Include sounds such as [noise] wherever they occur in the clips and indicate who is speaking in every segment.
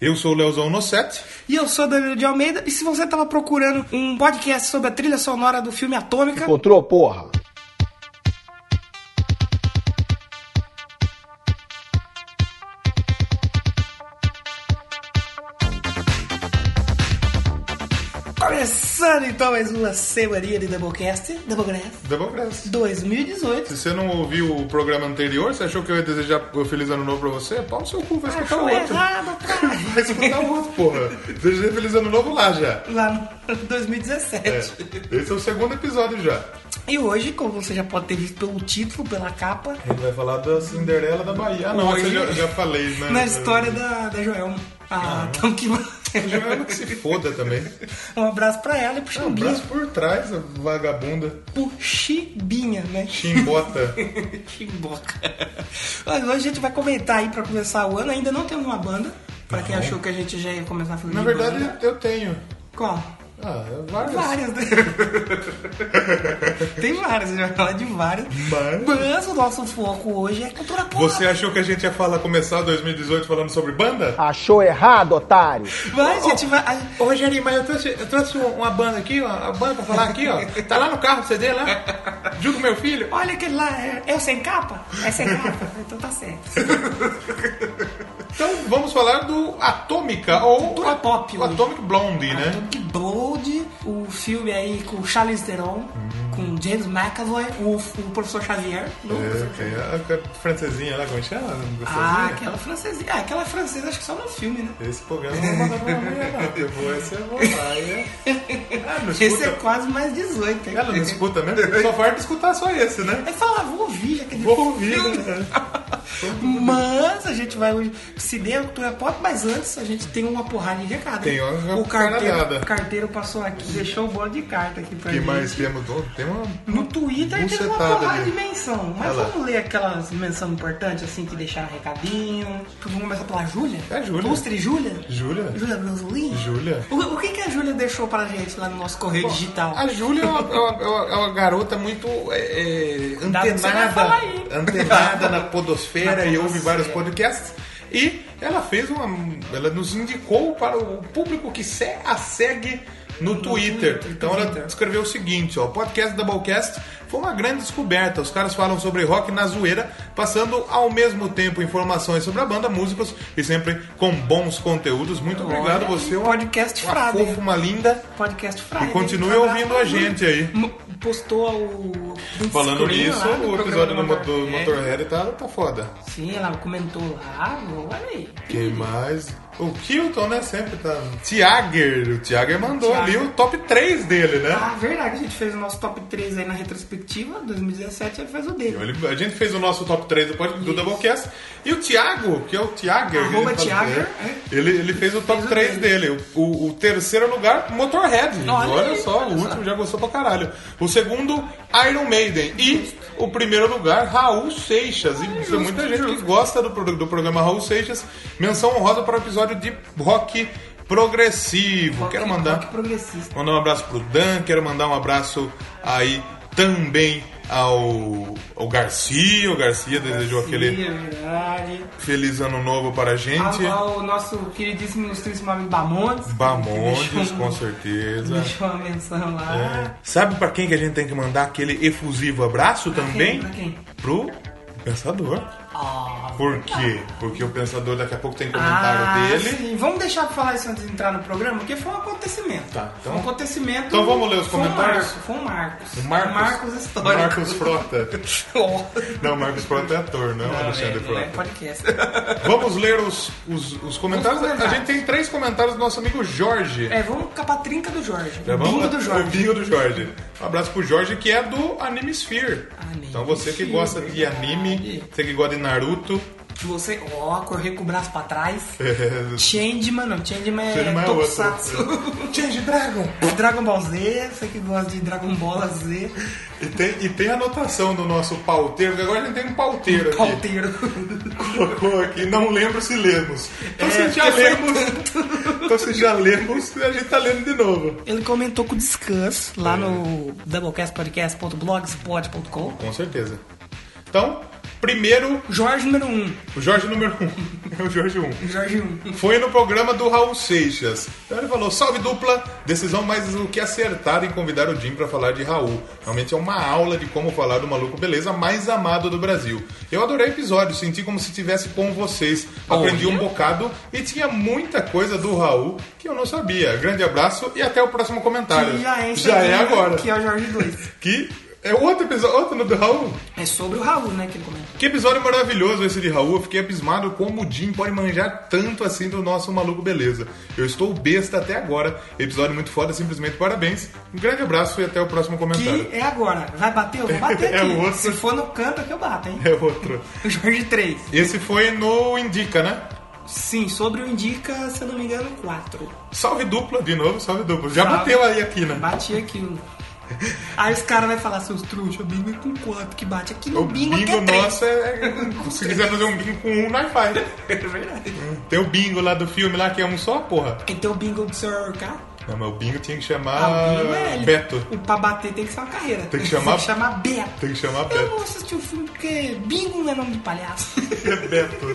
Speaker 1: Eu sou o Leozão Nocete.
Speaker 2: E eu sou Danilo de Almeida. E se você estava procurando um podcast sobre a trilha sonora do filme Atômica,
Speaker 3: Encontrou, porra?
Speaker 2: começando então mais uma semaninha de Doublecast, Doublecast
Speaker 1: Democracia.
Speaker 2: 2018.
Speaker 1: Se você não ouviu o programa anterior, você achou que eu ia desejar um feliz ano novo pra você? Pau no seu cu, vai escutar o
Speaker 2: Achou
Speaker 1: outro.
Speaker 2: Ah, Tá errado, cara.
Speaker 1: Vai escutar o outro, porra. Desejei feliz ano novo lá já.
Speaker 2: Lá no 2017.
Speaker 1: É. Esse é o segundo episódio já.
Speaker 2: E hoje, como você já pode ter visto pelo título, pela capa,
Speaker 1: Ele vai falar da Cinderela da Bahia. Ah, não,
Speaker 2: Hoje-
Speaker 1: essa eu já, já falei, né?
Speaker 2: na história da, da Joelma. Ah, então que
Speaker 1: Joelma que se foda também.
Speaker 2: Um abraço pra ela e pro
Speaker 1: Um
Speaker 2: Chimbinha.
Speaker 1: abraço por trás, a vagabunda.
Speaker 2: pro Chibinha,
Speaker 1: [laughs]
Speaker 2: né?
Speaker 1: Chimbota.
Speaker 2: Chimboca. Mas hoje a gente vai comentar aí pra começar o ano. Ainda não temos uma banda. Pra quem achou que a gente já ia começar a fazer
Speaker 1: Na
Speaker 2: de
Speaker 1: verdade,
Speaker 2: banda.
Speaker 1: eu tenho.
Speaker 2: Qual?
Speaker 1: Ah, é várias.
Speaker 2: Várias, né?
Speaker 1: [laughs]
Speaker 2: Tem várias, a gente vai falar de várias.
Speaker 1: Mas-
Speaker 2: Mas o nosso foco hoje é cultura pop.
Speaker 1: Você achou que a gente ia falar, começar 2018 falando sobre banda?
Speaker 3: Achou errado, otário?
Speaker 1: Oh,
Speaker 2: Mas a gente vai. a-
Speaker 4: Ô Rogerinho, mas eu trouxe, eu trouxe um- uma banda aqui, ó, uma banda pra falar
Speaker 2: [laughs]
Speaker 4: aqui, ó. Tá lá no carro, CD lá. Junto com meu filho.
Speaker 2: Olha aquele lá, é, é o sem capa? É sem capa, então tá certo.
Speaker 1: Então vamos falar do Atômica, ou
Speaker 2: Cultura
Speaker 1: o
Speaker 2: pop
Speaker 1: o
Speaker 2: hoje.
Speaker 1: Atomic Blondie, né?
Speaker 2: Atomic Blonde, o filme aí com o Charlize Theron, com James McAvoy, o, o professor Xavier. não, o professor Xavier.
Speaker 1: É, a francesinha lá, como é que chama?
Speaker 2: Ah,
Speaker 1: Gostosinha?
Speaker 2: aquela francesa. Ah, aquela francesa acho que só no filme, né?
Speaker 1: Esse programa não manda pra mulher, não. Eu vou, esse eu vou
Speaker 2: [laughs]
Speaker 1: lá. e- Ah, não
Speaker 2: Esse
Speaker 1: escuta.
Speaker 2: é quase mais 18, hein?
Speaker 1: Ela não escuta mesmo? Só falta escutar só esse, né?
Speaker 2: Aí fala, ah, vou ouvir já que é de
Speaker 1: Vou
Speaker 2: filme.
Speaker 1: ouvir, né?
Speaker 2: Mas a gente vai hoje pro cinema, cultura pop, mas antes a gente tem uma porrada de recado.
Speaker 1: Tem
Speaker 2: hein?
Speaker 1: tá uma
Speaker 2: o carteiro,
Speaker 1: caralhada.
Speaker 2: o carteiro passou aqui, deixou um bolo de carta aqui pra
Speaker 1: que
Speaker 2: gente.
Speaker 1: mais temos? Do- Tem uma...
Speaker 2: No Twitter teve uma
Speaker 1: Bucetada
Speaker 2: porrada
Speaker 1: ali.
Speaker 2: de menção, mas
Speaker 1: Olha né? lá.
Speaker 2: vamos ler aquelas menções importantes, assim, que deixaram recadinho. Vamos começar pela Júlia?
Speaker 1: É a Júlia.
Speaker 2: Lustre Júlia?
Speaker 1: Júlia?
Speaker 2: Júlia Rosolin?
Speaker 1: Júlia?
Speaker 2: O, o que, que a Júlia deixou pra gente lá no nosso correio digital?
Speaker 1: A Júlia é uma, é uma- é uma- é uma garota muito é, é,
Speaker 2: Dá pra você falar aí.
Speaker 1: antenada,
Speaker 2: [laughs]
Speaker 1: antenada na podosfera
Speaker 2: Na
Speaker 1: e ouve
Speaker 2: podosfera.
Speaker 1: vários podcasts. E ela fez uma. Ela nos indicou para o público que se- a segue no, Twitter.
Speaker 2: Twitter,
Speaker 1: Então
Speaker 2: Twitter.
Speaker 1: ela escreveu o seguinte: ó, o podcast Doublecast foi uma grande descoberta. Os caras falam sobre rock na zoeira, passando ao mesmo tempo informações sobre a banda, músicas e sempre com bons conteúdos. Muito obrigado,
Speaker 2: Olha,
Speaker 1: você é uma,
Speaker 2: Podcast
Speaker 1: uma
Speaker 2: Frade.
Speaker 1: fofa, uma linda.
Speaker 2: Podcast Friday.
Speaker 1: E continue
Speaker 2: Um abraço
Speaker 1: ouvindo
Speaker 2: pra
Speaker 1: a
Speaker 2: Júlia.
Speaker 1: gente aí.
Speaker 2: Mo- Postou o.
Speaker 1: Falando
Speaker 2: screen
Speaker 1: nisso,
Speaker 2: lá do É.
Speaker 1: o episódio
Speaker 2: programa
Speaker 1: do Motor-
Speaker 2: Motorhead.
Speaker 1: Motorhead tá, tá foda.
Speaker 2: Sim, ela comentou lá, olha aí.
Speaker 1: Quem mais? O Kilton, né? Sempre tá. Tiager, o Tiager mandou
Speaker 2: Tiager.
Speaker 1: ali o top 3 dele, né?
Speaker 2: Ah, verdade, a gente fez o nosso top 3 aí na retrospectiva, 2017 ele fez o dele.
Speaker 1: Ele- a gente fez o nosso top 3 do, pod- do Doublecast. E o Thiago, que é o Tiager.
Speaker 2: Arroba
Speaker 1: ele faz-
Speaker 2: Tiager,
Speaker 1: é, Ele, ele fez o top
Speaker 2: Fez o
Speaker 1: 3 dele. O, o terceiro lugar, Motorhead.
Speaker 2: Olha
Speaker 1: Olha,
Speaker 2: aí,
Speaker 1: só,
Speaker 2: olha
Speaker 1: o
Speaker 2: só.
Speaker 1: último já gostou pra caralho. O segundo, Iron Maiden. E o primeiro lugar, Raul Seixas. E tem muita gente que gosta do, pro- do programa Raul Seixas. Menção honrosa para o episódio de rock progressivo. Quero
Speaker 2: Rock-
Speaker 1: mandar.
Speaker 2: rock progressista.
Speaker 1: Mandar um abraço pro Dan, quero mandar um abraço aí também ao, ao Garcia. O Garcia desejou aquele
Speaker 2: Sim, é verdade.
Speaker 1: feliz ano novo para a gente.
Speaker 2: Ao, ao nosso queridíssimo ilustríssimo amigo Bamontes. que
Speaker 1: Bamondes,
Speaker 2: deixou-
Speaker 1: com certeza.
Speaker 2: Deixou uma menção lá.
Speaker 1: É. Sabe para quem que a gente tem que mandar aquele efusivo abraço também?
Speaker 2: pra quem? né?
Speaker 1: Pro Pensador.
Speaker 2: Ah,
Speaker 1: Por quê? Porque o Pensador daqui a pouco tem comentário
Speaker 2: ah,
Speaker 1: dele.
Speaker 2: sim. Vamos deixar pra falar isso antes de entrar no programa, porque foi um acontecimento.
Speaker 1: Tá, então-
Speaker 2: Foi um acontecimento.
Speaker 1: Então vamos ler os
Speaker 2: Foi um
Speaker 1: comentários? Um
Speaker 2: Marcos, Foi um Marcos.
Speaker 1: O Marcos,
Speaker 2: Marcos histórico. [laughs]
Speaker 1: Marcos Frota. Não, Marcos Frota é ator, não, é
Speaker 2: Não,
Speaker 1: Alexandre
Speaker 2: é, não é
Speaker 1: Frota.
Speaker 2: podcast.
Speaker 1: Vamos ler os, os, os comentários.
Speaker 2: Os comentários.
Speaker 1: A gente tem três comentários do nosso amigo Jorge.
Speaker 2: É, vamos com a patrinca do Jorge.
Speaker 1: Tá
Speaker 2: o
Speaker 1: bom?
Speaker 2: bingo do
Speaker 1: O
Speaker 2: Jorge.
Speaker 1: bingo do Jorge. Um abraço pro Jorge, que é do Anime Sphere.
Speaker 2: Anime
Speaker 1: então você que
Speaker 2: Sphere,
Speaker 1: gosta de anime,
Speaker 2: verdade.
Speaker 1: você que gosta de Naruto, [laughs]
Speaker 2: Que Você, ó, correr com o braço pra trás.
Speaker 1: é,
Speaker 2: Changeman, não, Changeman é,
Speaker 1: Changeman é outro.
Speaker 2: Tokusatsu. [laughs] Change Dragon. Dragon Ball Z, você que gosta de Dragon Ball Z.
Speaker 1: e, tem, e tem a anotação do nosso pauteiro, que agora a gente tem um pauteiro aqui.
Speaker 2: Palteiro.
Speaker 1: Colocou aqui, não lembro se lemos. Então
Speaker 2: É,
Speaker 1: se já
Speaker 2: porque foi
Speaker 1: lemos. Então se já lemos, a gente tá lendo de novo.
Speaker 2: [laughs] Ele comentou com
Speaker 1: É.
Speaker 2: descanso lá no doublecastpodcast.blogspot.com.
Speaker 1: Com certeza. Então, primeiro,
Speaker 2: Jorge número 1. Um.
Speaker 1: o Jorge número 1. Um. [laughs] É o Jorge 1. Um.
Speaker 2: Jorge 1. Um.
Speaker 1: Foi no programa do Raul Seixas. Então ele falou: salve dupla, decisão mais do que acertada em convidar o Jim pra falar de Raul. Realmente é uma aula de como falar do maluco beleza mais amado do Brasil. Eu adorei o episódio, senti como se estivesse com vocês. Aprendi um bocado e tinha muita coisa do Raul que eu não sabia. Grande abraço e até o próximo comentário.
Speaker 2: Que já é, em
Speaker 1: já é
Speaker 2: setembro,
Speaker 1: agora.
Speaker 2: Que é o Jorge 2.
Speaker 1: Que é outro episódio, outro no do Raul.
Speaker 2: É sobre o Raul, né, que ele comenta.
Speaker 1: Que episódio maravilhoso esse de Raul. Eu fiquei abismado como o Jim pode manjar tanto assim do nosso maluco beleza. Eu estou besta até agora. Episódio muito foda, simplesmente parabéns. Um grande abraço e até o próximo comentário.
Speaker 2: Que é agora. Vai bater? Eu vou bater
Speaker 1: [laughs] É
Speaker 2: aqui.
Speaker 1: o outro.
Speaker 2: Se for no canto aqui eu bato, hein?
Speaker 1: [laughs] É outro.
Speaker 2: O Jorge 3.
Speaker 1: Esse foi no Indica, né?
Speaker 2: Sim, sobre o Indica, se eu não me engano, 4.
Speaker 1: Salve dupla, de novo, salve dupla. Já
Speaker 2: Salve.
Speaker 1: bateu aí aqui, né?
Speaker 2: Bati aqui um. Aí os caras vão falar, seus trouxas, bingo é com 4 que bate. Aqui no
Speaker 1: O
Speaker 2: bingo,
Speaker 1: bingo,
Speaker 2: aqui é 3.
Speaker 1: nosso é. é- Se quiser fazer um bingo com um, nós faz.
Speaker 2: [laughs] É verdade.
Speaker 1: Tem o bingo lá do filme lá que é um só, porra.
Speaker 2: Então o bingo do Sr. Orcar,
Speaker 1: Não, mas o bingo tinha que chamar
Speaker 2: ah, o bingo é ele.
Speaker 1: Beto.
Speaker 2: O pra bater tem que ser uma carreira.
Speaker 1: Tem que chamar-
Speaker 2: Tem que chamar Beto.
Speaker 1: Tem que chamar
Speaker 2: Eu
Speaker 1: Beto.
Speaker 2: não assisti o filme porque bingo não é nome
Speaker 1: [laughs]
Speaker 2: de palhaço.
Speaker 1: Beto.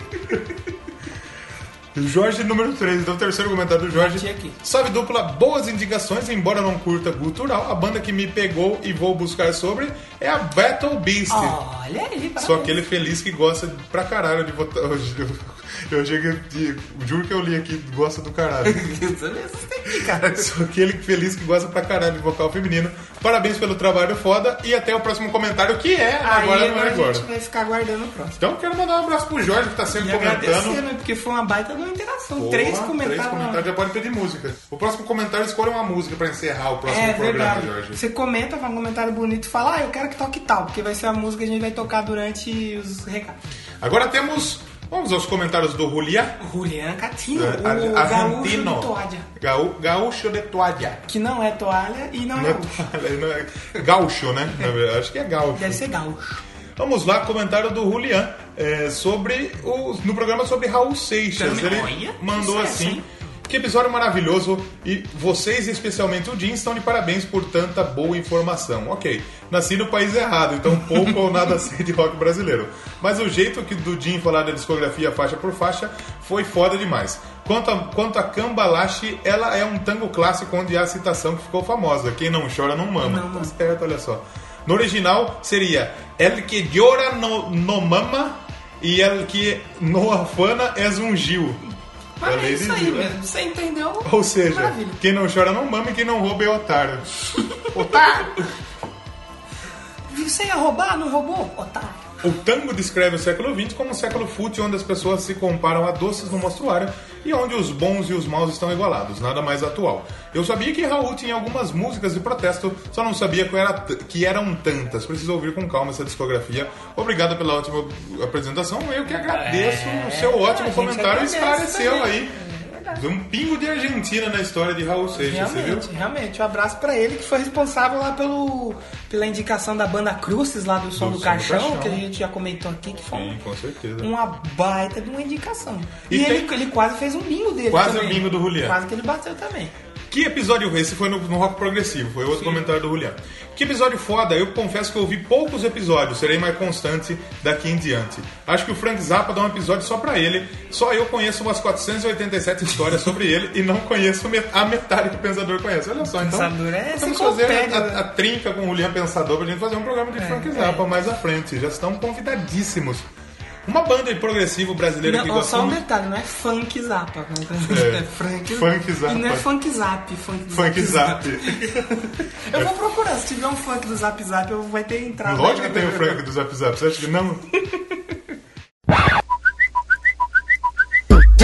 Speaker 1: Jorge número 3, então o terceiro comentário do Jorge.
Speaker 2: Bati aqui.
Speaker 1: Salve dupla, boas indicações, embora não curta cultural, a banda que me pegou e vou buscar sobre é a Battle Beast.
Speaker 2: Olha aí,
Speaker 1: Sou
Speaker 2: parabéns.
Speaker 1: aquele feliz que gosta pra caralho de votar. [laughs] Eu, eu, eu, eu, juro que eu li aqui, gosta do caralho.
Speaker 2: [laughs]
Speaker 1: Sou aquele feliz que gosta pra caralho de vocal feminino. Parabéns pelo trabalho foda e até o próximo comentário, que é agora
Speaker 2: Aí
Speaker 1: não é
Speaker 2: agora a
Speaker 1: agora.
Speaker 2: gente vai ficar aguardando o próximo.
Speaker 1: Então quero mandar um abraço pro Jorge que tá sempre
Speaker 2: E
Speaker 1: comentando.
Speaker 2: agradecer, né? Porque foi uma baita de uma interação.
Speaker 1: Porra,
Speaker 2: três
Speaker 1: Três
Speaker 2: comentaram.
Speaker 1: comentários já pode pedir música. O próximo comentário escolha uma música pra encerrar o próximo
Speaker 2: É
Speaker 1: programa,
Speaker 2: verdade.
Speaker 1: Jorge.
Speaker 2: Você comenta, faz um comentário bonito e fala, ah, eu quero que toque tal, porque vai ser a música que a gente vai tocar durante os recados.
Speaker 1: Agora temos. Vamos aos comentários do Julián.
Speaker 2: Julian Catino,
Speaker 1: É,
Speaker 2: o
Speaker 1: a-
Speaker 2: gaúcho de
Speaker 1: argentino.
Speaker 2: toalha.
Speaker 1: Gaú- Gaúcho de toalha.
Speaker 2: Que não é toalha e não é
Speaker 1: Não é [laughs]
Speaker 2: gaúcho.
Speaker 1: toalha, não é- Gaúcho, né? Na verdade, Acho que é gaúcho.
Speaker 2: Deve ser gaúcho.
Speaker 1: Vamos lá, comentário do Julian é, sobre o, no programa sobre Raul Seixas. Ele
Speaker 2: Também, olha, é
Speaker 1: mandou
Speaker 2: sucesso,
Speaker 1: assim.
Speaker 2: hein?
Speaker 1: Que episódio maravilhoso e vocês, especialmente o Jim, estão de parabéns por tanta boa informação. Ok, nasci no país errado, então pouco ou nada [laughs] sei de rock brasileiro. Mas o jeito que do Jim falar da discografia faixa por faixa foi foda demais. Quanto a, quanto a Cambalache, ela é um tango clássico onde há a citação que ficou famosa: Quem não chora não mama.
Speaker 2: Não mama.
Speaker 1: Tá certo, olha só. No original seria El que llora no, no mama e El que no afana es um Gil.
Speaker 2: Mas
Speaker 1: Ela
Speaker 2: é isso aí
Speaker 1: exigiu, né?
Speaker 2: mesmo. Você entendeu?
Speaker 1: [laughs] Ou seja,
Speaker 2: Maravilha.
Speaker 1: quem não chora não mama e quem não rouba é otário. otário!
Speaker 2: Você ia roubar, não roubou? Otário.
Speaker 1: O tango descreve o século XX como um século fútil onde as pessoas se comparam a doces no mostruário e onde os bons e os maus estão igualados, nada mais atual. Eu sabia que Raul tinha algumas músicas de protesto, só não sabia que, era t- que eram tantas. Preciso ouvir com calma essa discografia. Obrigado pela ótima apresentação. Eu que agradeço o seu ótimo
Speaker 2: É, a gente
Speaker 1: comentário e
Speaker 2: agradece
Speaker 1: esclareceu
Speaker 2: também. É
Speaker 1: aí. Um pingo de Argentina na história de Raul Seixas, você viu?
Speaker 2: Realmente, realmente. Um abraço pra ele que foi responsável lá pelo, pela indicação da banda Cruzes lá do Som
Speaker 1: Do Som
Speaker 2: do,
Speaker 1: do
Speaker 2: Caixão,
Speaker 1: Caixão.
Speaker 2: que a gente já comentou aqui, que foi
Speaker 1: Sim,
Speaker 2: um-
Speaker 1: com certeza.
Speaker 2: uma baita de uma indicação.
Speaker 1: E
Speaker 2: E,
Speaker 1: tem-
Speaker 2: ele, ele quase fez um bingo dele
Speaker 1: Quase
Speaker 2: também.
Speaker 1: o bingo do Julián.
Speaker 2: Quase que ele bateu também.
Speaker 1: Que episódio esse foi no, no Rock Progressivo, foi outro comentário do Julián. Que episódio foda, eu confesso que eu ouvi poucos episódios, serei mais constante daqui em diante. Acho que o Frank Zappa dá um episódio só pra ele, só eu conheço umas 487 histórias sobre ele e não conheço met- a metade que o Pensador conhece. Olha só, então
Speaker 2: Pensador é
Speaker 1: vamos fazer a,
Speaker 2: enciclopédia,
Speaker 1: a- a trinca com o Julián Pensador pra gente fazer um programa
Speaker 2: É,
Speaker 1: de Frank Zappa mais à frente, já estão convidadíssimos. Uma banda de progressivo brasileira que
Speaker 2: Não, ó,
Speaker 1: gosta
Speaker 2: só um
Speaker 1: muito-
Speaker 2: detalhe, não é funk zappa.
Speaker 1: É,
Speaker 2: [laughs] É, Frank,
Speaker 1: funk zappa.
Speaker 2: E não é funk zap. Funk,
Speaker 1: Funk Zap.
Speaker 2: [laughs] Eu vou procurar, se tiver um funk do zap zap, eu vou ter entrado.
Speaker 1: Lógico que tem o Frank do Zap Zap, você acha que não?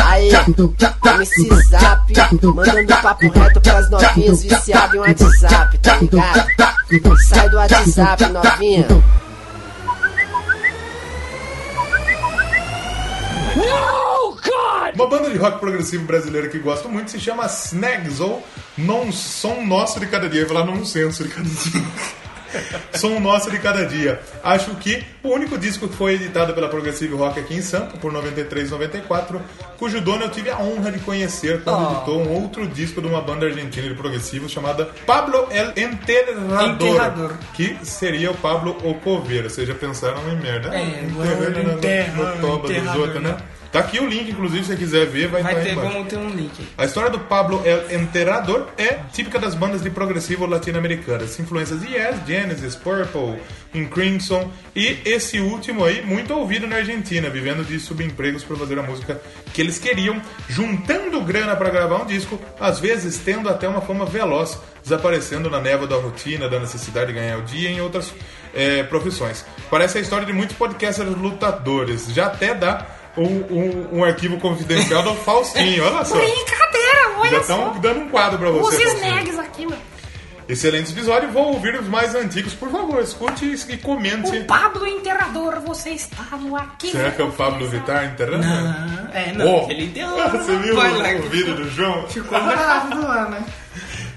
Speaker 5: Aê, MC Zap, mandando papo reto pras novinhas viciadas em WhatsApp, tá ligado? Sai do WhatsApp, novinha.
Speaker 1: Uma banda de rock progressivo brasileira que gosto muito se chama Snags ou Non Som Nosso de Cada Dia. [laughs] Eu ia falar Nonsenso de Cada Dia. Som nosso de cada dia. Acho que o único disco que foi editado pela Progressive Rock aqui em Sampa, por 93 94, cujo dono eu tive a honra de conhecer
Speaker 2: Oh.
Speaker 1: quando editou um outro disco de uma banda argentina de progressivo chamada Pablo El Enterrador,
Speaker 2: Enterrador.
Speaker 1: que seria o Pablo O Coveiro. Vocês já pensaram em merda?
Speaker 2: É,
Speaker 1: [laughs] Enterrador,
Speaker 2: o enterra-
Speaker 1: no toba dos
Speaker 2: enterrador,
Speaker 1: outros, né?
Speaker 2: né?
Speaker 1: Tá aqui o link, inclusive, se você quiser ver, vai,
Speaker 2: Vai
Speaker 1: estar aí
Speaker 2: ter,
Speaker 1: embaixo.
Speaker 2: vamos ter um link aí.
Speaker 1: A história do Pablo El Enterrador é típica das bandas de progressivo latino-americanas. Influências de Yes, Genesis, Purple, In Crimson e esse último aí, muito ouvido na Argentina, vivendo de subempregos para fazer a música que eles queriam, juntando grana para gravar um disco, às vezes tendo até uma fama veloz, desaparecendo na névoa da rotina, da necessidade de ganhar o dia e em outras eh, profissões. Parece a história de muitos podcasters lutadores. Já até dá um, um, um arquivo confidencial do Faustinho. Olha só.
Speaker 6: Brincadeira,
Speaker 1: Já
Speaker 6: olha só.
Speaker 1: estão dando um quadro pra
Speaker 6: Os
Speaker 1: você. Faustinho.
Speaker 6: snags aqui, meu.
Speaker 1: Excelente episódio. Vou ouvir os mais antigos. Por favor, escute e- e comente.
Speaker 6: O Pablo Enterrador, você está no aqui.
Speaker 1: Será que é o Pablo Vittar enterrando?
Speaker 2: Ah, é, não,
Speaker 1: Oh.
Speaker 2: ele deu.
Speaker 1: [laughs] Você viu
Speaker 2: Vai lá,
Speaker 1: o, o vídeo do João?
Speaker 2: Ficou bravo lá, né?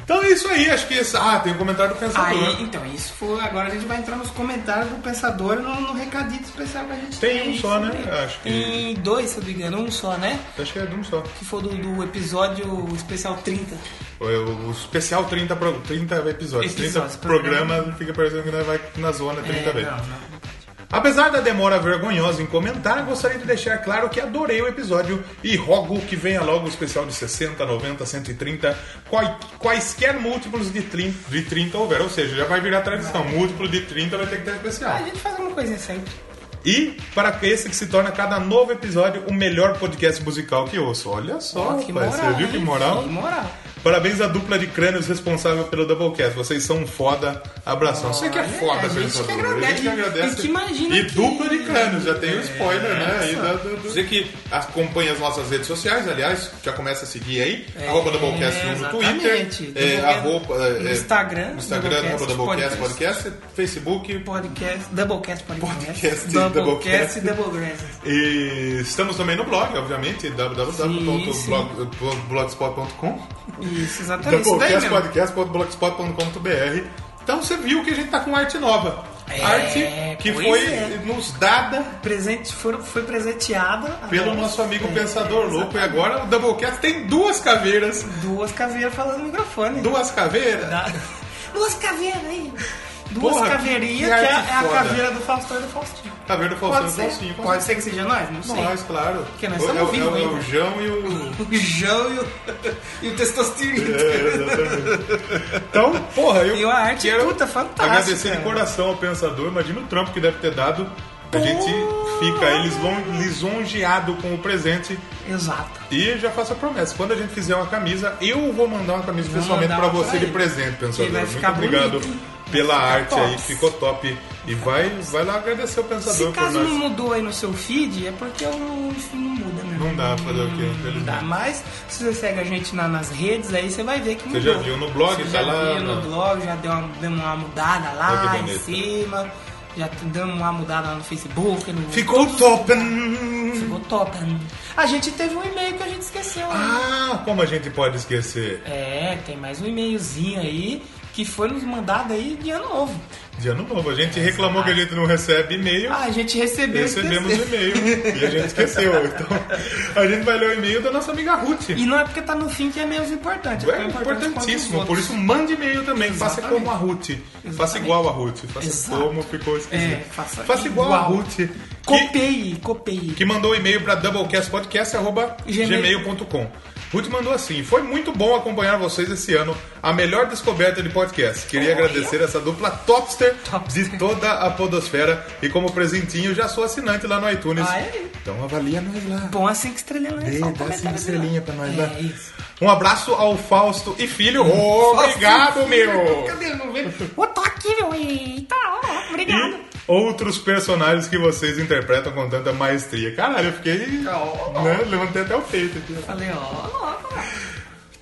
Speaker 1: Então é isso aí. Acho que. esse- Ah, tem um comentário do pensador.
Speaker 2: Aí, então, isso foi. Agora a gente vai entrar nos comentários do Pensador no, no recadinho especial que a gente
Speaker 1: Tem um
Speaker 2: isso
Speaker 1: só, né?
Speaker 2: mesmo.
Speaker 1: Acho que-
Speaker 2: Tem dois, se eu não me engano, um só, né?
Speaker 1: Acho que é de um só.
Speaker 2: Que foi do, do episódio especial 30.
Speaker 1: O, é o especial 30, pro- 30 episódios. 30
Speaker 2: Episódios, programa.
Speaker 1: programas. Fica parecendo que nós vai na zona 30
Speaker 2: é,
Speaker 1: vezes.
Speaker 2: não, não.
Speaker 1: Apesar da demora vergonhosa em comentar, gostaria de deixar claro que adorei o episódio e rogo que venha logo o especial de 60, 90, 130, quai- quaisquer múltiplos de 30, de 30 houver. Ou seja, já vai virar tradição. Múltiplo de 30 vai ter que ter
Speaker 2: Tá, A
Speaker 1: especial.
Speaker 2: gente faz alguma coisinha assim sempre.
Speaker 1: E para que esse que se torna cada novo episódio o melhor podcast musical que ouço. Olha só,
Speaker 2: Ó, que
Speaker 1: rapaz,
Speaker 2: moral,
Speaker 1: você viu que
Speaker 2: hein?
Speaker 1: moral?
Speaker 2: Que moral.
Speaker 1: Parabéns à dupla de crânios responsável pelo Doublecast. Vocês são um foda. Abração. Você que é
Speaker 2: Olha,
Speaker 1: foda,
Speaker 2: a gente
Speaker 1: pensador.
Speaker 2: que agradece.
Speaker 1: A gente que agradece.
Speaker 2: E que imagina
Speaker 1: E
Speaker 2: que- É,
Speaker 1: dupla de crânios, já tem o spoiler, né? Aí da- do- do- Você que acompanha as nossas redes sociais, aliás, já começa a seguir aí.
Speaker 2: É,
Speaker 1: arroba Doublecast no
Speaker 2: exatamente.
Speaker 1: Twitter.
Speaker 2: Doublecast
Speaker 1: É, arroba, é,
Speaker 2: no
Speaker 1: é,
Speaker 2: Instagram,
Speaker 1: no Instagram,
Speaker 2: Doublecast
Speaker 1: arroba Doublecast
Speaker 2: Podcast.
Speaker 1: Podcast, Facebook.
Speaker 2: Podcast, Doublecast Podcast.
Speaker 1: Podcast,
Speaker 2: Doublecast e Doublecast.
Speaker 1: E estamos também no blog, obviamente,
Speaker 2: sim.
Speaker 1: www.blogspot.com.
Speaker 2: Isso,
Speaker 1: Então,
Speaker 2: exatamente. Isso Tá daí mesmo.
Speaker 1: Doublecastpodcast.blogspot.com.br Então você viu que a gente tá com arte nova.
Speaker 2: É,
Speaker 1: arte que
Speaker 2: pois
Speaker 1: foi
Speaker 2: é.
Speaker 1: nos dada
Speaker 2: Presente, foram- foi presenteada a
Speaker 1: pelo
Speaker 2: nós.
Speaker 1: nosso amigo
Speaker 2: É,
Speaker 1: Pensador Louco. E
Speaker 2: exatamente.
Speaker 1: agora o Doublecast tem duas caveiras.
Speaker 2: Duas caveiras falando no microfone. Tá.
Speaker 1: Duas caveiras?
Speaker 2: Da- Duas caveiras aí. Duas
Speaker 1: Porra, que
Speaker 2: caveirinhas que, é,
Speaker 1: arte
Speaker 2: é a
Speaker 1: foda.
Speaker 2: caveira do Faustão e do Faustinho.
Speaker 1: Caveira do Faustão
Speaker 2: Pode
Speaker 1: e
Speaker 2: ser,
Speaker 1: Faustinho. com
Speaker 2: pode ser que seja nós, não sei.
Speaker 1: Nós, claro.
Speaker 2: Porque nós
Speaker 1: É o-
Speaker 2: estamos
Speaker 1: é, o-
Speaker 2: vivos
Speaker 1: é o
Speaker 2: ainda.
Speaker 1: João e o... [laughs] É,
Speaker 2: O Jão e o, [laughs] e o testosterona.
Speaker 1: Então, porra, eu
Speaker 2: E uma arte tá
Speaker 1: quero
Speaker 2: puta fantástica.
Speaker 1: Agradecer de coração ao pensador, imagina o trampo que deve ter dado. A gente fica aí lison- lisonjeado com o presente.
Speaker 2: Exato.
Speaker 1: E já faço a promessa, quando a gente fizer uma camisa, eu vou mandar uma camisa
Speaker 2: Vou
Speaker 1: pessoalmente
Speaker 2: mandar
Speaker 1: pra
Speaker 2: uma
Speaker 1: você
Speaker 2: pra
Speaker 1: de
Speaker 2: ele.
Speaker 1: presente, pensador.
Speaker 2: Ele vai
Speaker 1: Muito
Speaker 2: ficar
Speaker 1: obrigado
Speaker 2: bonito, hein?
Speaker 1: pela arte
Speaker 2: top.
Speaker 1: aí, ficou top. E vai, vai lá agradecer o pensador
Speaker 2: Se
Speaker 1: por
Speaker 2: caso
Speaker 1: nós.
Speaker 2: não mudou aí no seu feed, é porque eu não, enfim, não muda mesmo.
Speaker 1: Não dá pra fazer o quê,
Speaker 2: Não dá,
Speaker 1: infelizmente.
Speaker 2: mas se você segue a gente na- nas redes, aí você vai ver que
Speaker 1: Você
Speaker 2: mudou.
Speaker 1: já viu no blog,
Speaker 2: Você
Speaker 1: tá
Speaker 2: já
Speaker 1: lá,
Speaker 2: viu
Speaker 1: né?
Speaker 2: no blog, já deu uma, deu uma mudada
Speaker 1: Olha
Speaker 2: lá
Speaker 1: que
Speaker 2: em
Speaker 1: bonito.
Speaker 2: cima, já t- deu uma mudada lá no Facebook, no...
Speaker 1: Ficou top!
Speaker 2: Ficou top. né? A gente teve um e-mail que a gente esqueceu. né?
Speaker 1: Ah, como a gente pode esquecer?
Speaker 2: É, tem mais um e-mailzinho aí que foi nos mandado aí de ano novo.
Speaker 1: De ano novo, a gente reclamou que a gente não recebe e-mail.
Speaker 2: Ah, a gente recebeu.
Speaker 1: Recebemos o
Speaker 2: esqueceu.
Speaker 1: e-mail e a gente esqueceu. Então a gente vai ler o e-mail da nossa amiga Ruth.
Speaker 2: E não é porque tá no fim que é menos importante.
Speaker 1: É
Speaker 2: tão Então, importante
Speaker 1: importantíssimo,
Speaker 2: quanto
Speaker 1: por
Speaker 2: os
Speaker 1: isso mande e-mail também. Faça
Speaker 2: Exatamente.
Speaker 1: como a Ruth. Faça
Speaker 2: Exatamente.
Speaker 1: igual a Ruth. Faça
Speaker 2: Exato.
Speaker 1: como ficou esquisito.
Speaker 2: É, faça
Speaker 1: igual, a
Speaker 2: igual.
Speaker 1: Ruth.
Speaker 2: outros.
Speaker 1: Que,
Speaker 2: Copei, copei.
Speaker 1: que mandou o e-mail para
Speaker 2: Gmail.
Speaker 1: doublecastpodcast.gmail.com. Ruth mandou assim: Foi muito bom acompanhar vocês esse ano, a melhor descoberta de podcast. Queria agradecer essa dupla topster,
Speaker 2: Topster.
Speaker 1: de toda a Podosfera. E como presentinho, já sou assinante lá no iTunes.
Speaker 2: Ah, é?
Speaker 1: Então avalia nós lá.
Speaker 2: Bom, assim que estrelinha lá.
Speaker 1: Dê,
Speaker 2: só um
Speaker 1: dá cinco
Speaker 2: comentário
Speaker 1: estrelinhas pra
Speaker 2: lá.
Speaker 1: nós
Speaker 2: é,
Speaker 1: lá.
Speaker 2: Isso.
Speaker 1: Um abraço ao Fausto e filho. Obrigado, meu!
Speaker 2: Cadê? Não veio?
Speaker 6: Ô, tô aqui, meu. Eita, ó, obrigado.
Speaker 1: E outros personagens que vocês interpretam com tanta maestria. Caralho, eu fiquei. né, levantei até o peito aqui.
Speaker 2: Falei, ó.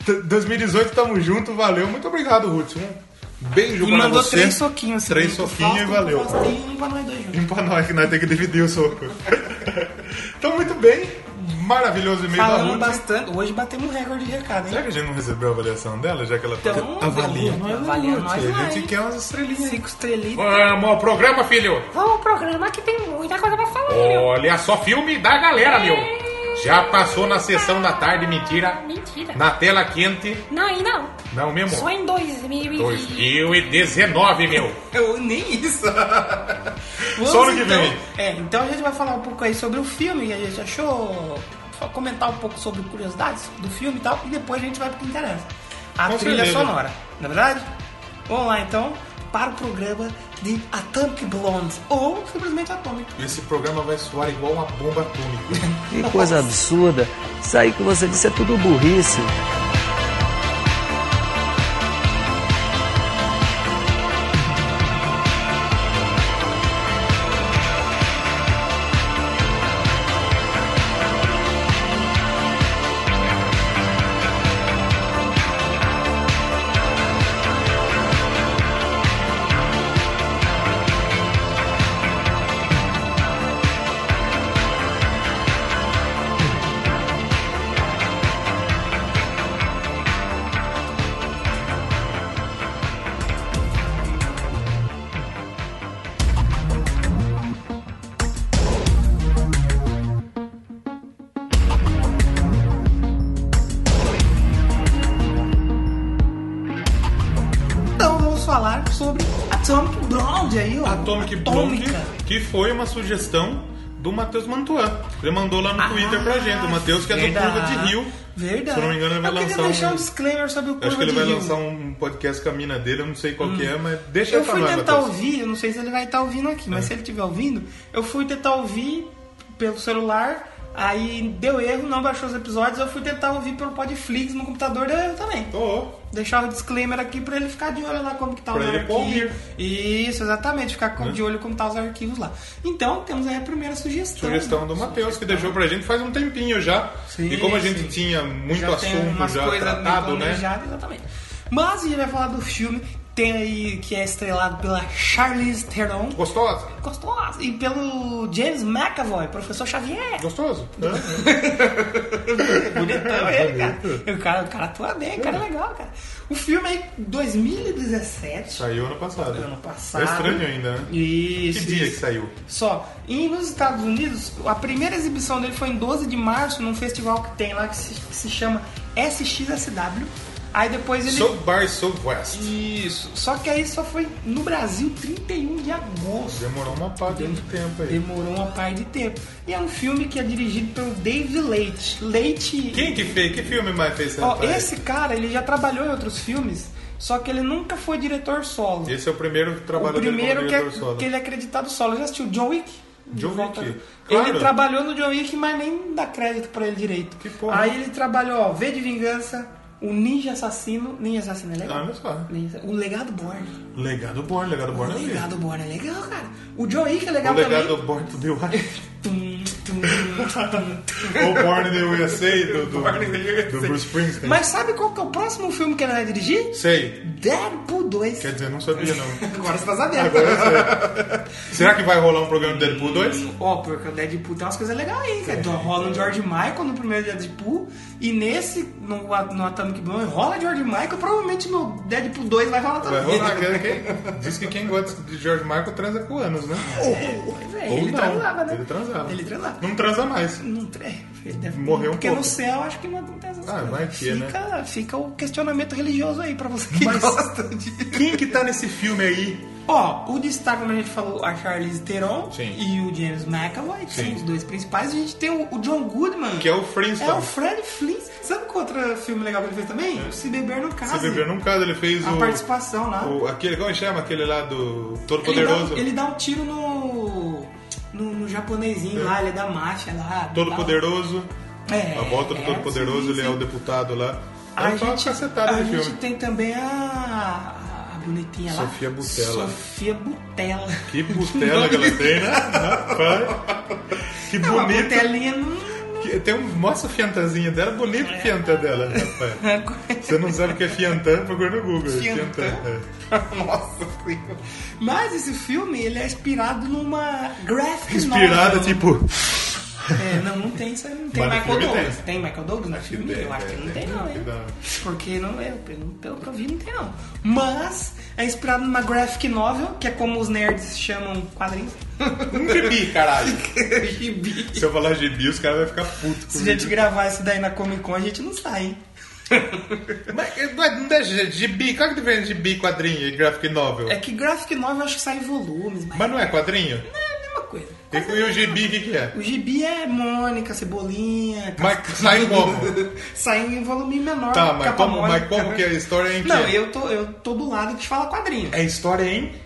Speaker 1: T- 2018, tamo junto, valeu. Muito obrigado, Ruth. Um beijo
Speaker 2: E
Speaker 1: pra
Speaker 2: mandou
Speaker 1: você.
Speaker 2: três soquinhos. assim,
Speaker 1: Três
Speaker 2: pro
Speaker 1: soquinhos e
Speaker 2: Fausto,
Speaker 1: valeu.
Speaker 2: pro Faustinho e pra nós dois juntos.
Speaker 1: [laughs] Limpa nós que nós temos que dividir o soco. então, muito bem. maravilhoso e-mail da
Speaker 2: Falando
Speaker 1: Ruth.
Speaker 2: bastante. Hoje batemos um recorde de recado,
Speaker 1: Será
Speaker 2: hein?
Speaker 1: que a gente não recebeu a avaliação dela, já que ela tá
Speaker 2: Então,
Speaker 1: avalia?
Speaker 2: Ruth,
Speaker 1: Mas,
Speaker 2: avalia
Speaker 1: Ruth,
Speaker 2: nós
Speaker 1: A
Speaker 2: lá,
Speaker 1: gente
Speaker 2: hein?
Speaker 1: quer umas estrelinhas.
Speaker 2: Cinco estrelinhas.
Speaker 1: Vamos ao programa, filho!
Speaker 6: Vamos um programa que tem muita coisa pra falar, meu.
Speaker 1: Olha só, filme da galera, meu! Já passou na sessão da tarde, mentira.
Speaker 6: Ah, Mentira.
Speaker 1: Na tela quente,
Speaker 6: Não, aí não.
Speaker 1: não mesmo?
Speaker 6: Só em 2000 e...
Speaker 1: 2019, meu!
Speaker 2: Eu, É
Speaker 1: [laughs]
Speaker 2: nem isso. Vamos,
Speaker 1: Só ano que
Speaker 2: então-
Speaker 1: vem.
Speaker 2: É, então a gente vai falar um pouco aí sobre o filme que a gente achou. Só comentar um pouco sobre curiosidades do filme e tal. E depois a gente vai pro que interessa. A
Speaker 1: Com
Speaker 2: trilha
Speaker 1: certeza.
Speaker 2: sonora, não é verdade? Vamos lá então para o programa de Atomic Blonde. Ou simplesmente Atomic.
Speaker 1: Esse programa vai soar igual uma bomba atômica.
Speaker 2: [laughs]
Speaker 7: Que coisa absurda. Isso aí que você disse é tudo burrice.
Speaker 2: Então vamos falar sobre Atomic Blonde aí, ó.
Speaker 1: Atomic Blonde,
Speaker 2: Atômica.
Speaker 1: que foi uma sugestão do Matheus Mantuan. Ele mandou lá no Twitter pra gente, o Matheus que é do
Speaker 2: Ah, Verdade.
Speaker 1: Curva de Rio.
Speaker 2: Verdade.
Speaker 1: Se eu não me engano, ele vai
Speaker 2: eu
Speaker 1: lançar
Speaker 2: queria deixar um
Speaker 1: um-
Speaker 2: disclaimer sobre o
Speaker 1: Eu acho
Speaker 2: Curva
Speaker 1: que ele
Speaker 2: de
Speaker 1: vai
Speaker 2: Rio. Hum.
Speaker 1: lançar um podcast com a mina dele, eu não sei qual que é, mas deixa
Speaker 2: Eu
Speaker 1: pra
Speaker 2: fui
Speaker 1: nós,
Speaker 2: tentar
Speaker 1: Matheus.
Speaker 2: ouvir, eu não sei se ele vai estar ouvindo aqui,
Speaker 1: É.
Speaker 2: mas se ele estiver ouvindo, eu fui tentar ouvir pelo celular, aí deu erro, não baixou os episódios, eu fui tentar ouvir pelo Podflix no computador, deu erro também.
Speaker 1: Tô.
Speaker 2: Deixar o disclaimer aqui pra ele ficar de olho lá como que tá
Speaker 1: Pra
Speaker 2: os
Speaker 1: ele
Speaker 2: arquivos.
Speaker 1: ouvir.
Speaker 2: Isso, exatamente, ficar
Speaker 1: Né?
Speaker 2: com- de olho como tá os arquivos lá. Então, temos aí a primeira sugestão.
Speaker 1: Sugestão do Matheus, que deixou pra gente faz um tempinho já.
Speaker 2: Sim,
Speaker 1: e como a gente
Speaker 2: sim.
Speaker 1: tinha muito
Speaker 2: já tem
Speaker 1: assunto
Speaker 2: umas
Speaker 1: já
Speaker 2: coisas meio
Speaker 1: tratado, né?
Speaker 2: planejadas, Exatamente. Mas a gente vai falar do filme tem aí que é estrelado pela Charlize Theron.
Speaker 1: Gostosa?
Speaker 2: Gostosa. E pelo James McAvoy, professor Xavier.
Speaker 1: Gostoso? Hã?
Speaker 2: Bonitão [laughs] ele, cara. O cara, o cara atua bem, o cara é legal, cara. O filme é 2017.
Speaker 1: Saiu ano passado.
Speaker 2: Ano passado.
Speaker 1: É estranho ainda, né?
Speaker 2: Isso.
Speaker 1: que dia
Speaker 2: isso.
Speaker 1: que saiu?
Speaker 2: Só. E nos Estados Unidos, a primeira exibição dele foi em 12 de março, num festival que tem lá que se, que se chama SXSW. Aí depois ele.
Speaker 1: South by Southwest.
Speaker 2: Isso. Só que aí só foi no Brasil 31 de agosto.
Speaker 1: Demorou uma pá de tempo aí.
Speaker 2: Demorou uma par de tempo. E é um filme que é dirigido pelo David Leite. Leite.
Speaker 1: Quem que fez? Que filme mais fez esse
Speaker 2: Ó,
Speaker 1: rapaz?
Speaker 2: esse cara, ele já trabalhou em outros filmes, só que ele nunca foi diretor solo.
Speaker 1: Esse é o primeiro
Speaker 2: o
Speaker 1: trabalho
Speaker 2: primeiro
Speaker 1: dele
Speaker 2: que,
Speaker 1: como
Speaker 2: é-
Speaker 1: diretor solo.
Speaker 2: que ele é acreditado solo. Já assistiu John Wick?
Speaker 1: John
Speaker 2: De volta-
Speaker 1: Wick,
Speaker 2: Ele
Speaker 1: claro.
Speaker 2: trabalhou no John Wick, mas nem dá crédito pra ele direito.
Speaker 1: Que porra.
Speaker 2: Aí ele trabalhou, ó, V de Vingança, o Ninja Assassino. Ninja Assassino é legal?
Speaker 1: Ah, olha só.
Speaker 2: Ninja- O Legado Borne.
Speaker 1: Legado Born, Legado
Speaker 2: O
Speaker 1: Born é legal.
Speaker 2: Legado Borne é legal, cara. O John Wick é
Speaker 1: O
Speaker 2: legal
Speaker 1: Legado
Speaker 2: também.
Speaker 1: Born to the Wild.
Speaker 2: Tum, tum, tum, tum.
Speaker 1: Ou Born in the USA do, do,
Speaker 2: Born in the USA.
Speaker 1: do Bruce Springsteen.
Speaker 2: Mas sabe qual que é o próximo filme que ele vai dirigir?
Speaker 1: Sei.
Speaker 2: Deadpool 2.
Speaker 1: Quer dizer, não sabia não.
Speaker 2: Agora você
Speaker 1: [laughs]
Speaker 2: tá sabendo.
Speaker 1: Será que vai rolar um programa do Deadpool 2?
Speaker 2: Ó, porque o Deadpool tem umas coisas legais aí. cara. Rola um George Michael no primeiro Deadpool. E nesse, no, no Atomic Blonde, rola George Michael. Provavelmente no Deadpool 2 vai rolar
Speaker 1: Vai
Speaker 2: também.
Speaker 1: rolar.
Speaker 2: [laughs]
Speaker 1: que- que- Diz que quem gosta de George Michael transa com anos, né?
Speaker 2: Pois é,
Speaker 1: Ou
Speaker 2: ele
Speaker 1: não.
Speaker 2: transava, né?
Speaker 1: Ele transava.
Speaker 2: Ele transava.
Speaker 1: Não transa mais.
Speaker 2: Não tre- ele deve-
Speaker 1: Morreu um
Speaker 2: Porque
Speaker 1: pouco.
Speaker 2: no céu acho que não acontece essas
Speaker 1: Ah,
Speaker 2: coisas.
Speaker 1: vai que, né?
Speaker 2: fica, fica o questionamento religioso aí pra você que
Speaker 1: Mas-
Speaker 2: gosta de.
Speaker 1: Quem que tá nesse filme aí?
Speaker 2: Ó, o destaque, como a gente falou, a Charlize Theron
Speaker 1: Sim.
Speaker 2: e o James McAvoy, que são
Speaker 1: Sim.
Speaker 2: os dois principais. A gente tem o, o John Goodman.
Speaker 1: Que é o Flintstone.
Speaker 2: É o Fred Flintstone. Sabe que outro filme legal que ele fez também? Se Beber no Caso.
Speaker 1: Você É. beber num caso, ele fez
Speaker 2: A
Speaker 1: o,
Speaker 2: participação lá.
Speaker 1: o. Aquele, como é chama? Aquele lá do Todo
Speaker 2: ele, dá,
Speaker 1: Poderoso.
Speaker 2: ele dá um tiro no... No, no japonesinho lá, ele é da máfia lá.
Speaker 1: Todo
Speaker 2: Dá-
Speaker 1: Poderoso.
Speaker 2: É,
Speaker 1: a volta do
Speaker 2: é,
Speaker 1: Todo Poderoso,
Speaker 2: sim,
Speaker 1: ele é
Speaker 2: sim.
Speaker 1: o deputado lá.
Speaker 2: A
Speaker 1: é uma
Speaker 2: gente,
Speaker 1: cacetada
Speaker 2: a
Speaker 1: esse
Speaker 2: gente
Speaker 1: filme.
Speaker 2: tem também a, a bonitinha lá.
Speaker 1: Sofia Butella.
Speaker 2: Sofia Butella.
Speaker 1: Que butela que ela tem, né? Rapaz. Que
Speaker 2: É uma
Speaker 1: bonita.
Speaker 2: butelinha não...
Speaker 1: Que- Tem um, mostra a fiantazinha dela, bonito
Speaker 2: É.
Speaker 1: fianta dela, rapaz. Você não sabe o que é fiantã, procura no Google. é
Speaker 2: Fiantã.
Speaker 1: Fiantã. é.
Speaker 2: [laughs] Nossa senhora. Mas esse filme, ele é inspirado numa graphic novel.
Speaker 1: Inspirada, tipo.
Speaker 2: É, não, não tem isso aí. Não tem
Speaker 1: Mas no
Speaker 2: Michael
Speaker 1: filme
Speaker 2: Douglas.
Speaker 1: tem.
Speaker 2: Tem. Michael Douglas no filme?
Speaker 1: tem,
Speaker 2: eu acho que
Speaker 1: tem,
Speaker 2: não tem,
Speaker 1: tem,
Speaker 2: não,
Speaker 1: tem,
Speaker 2: hein?
Speaker 1: tem.
Speaker 2: Porque não é, pelo, pelo que eu vi, não tem não. Mas é inspirado numa graphic novel, que é como os nerds chamam quadrinhos.
Speaker 1: Um gibi, caralho.
Speaker 2: [laughs] Gibi.
Speaker 1: Se eu falar gibi, os caras vão ficar putos
Speaker 2: Se a gente
Speaker 1: comigo.
Speaker 2: gravar isso daí na Comic Con, a gente não sai, hein?
Speaker 1: Mas eh, não é- não é gibi? Qual que é a diferença de gibi, quadrinho e graphic novel?
Speaker 2: É que graphic novel eu acho que sai em volumes, mas
Speaker 1: Mas não é quadrinho?
Speaker 2: é a mesma coisa.
Speaker 1: E, e o gibi, o que, que é?
Speaker 2: O gibi é Mônica, Cebolinha... [laughs]
Speaker 1: Mas sai como?
Speaker 2: sai em volume menor.
Speaker 1: Tá, mas
Speaker 2: capa
Speaker 1: como-
Speaker 2: mole,
Speaker 1: mas como
Speaker 2: capa-
Speaker 1: que é a história em que?
Speaker 2: né? Não, eu tô, eu tô do lado que fala quadrinho.
Speaker 1: É história em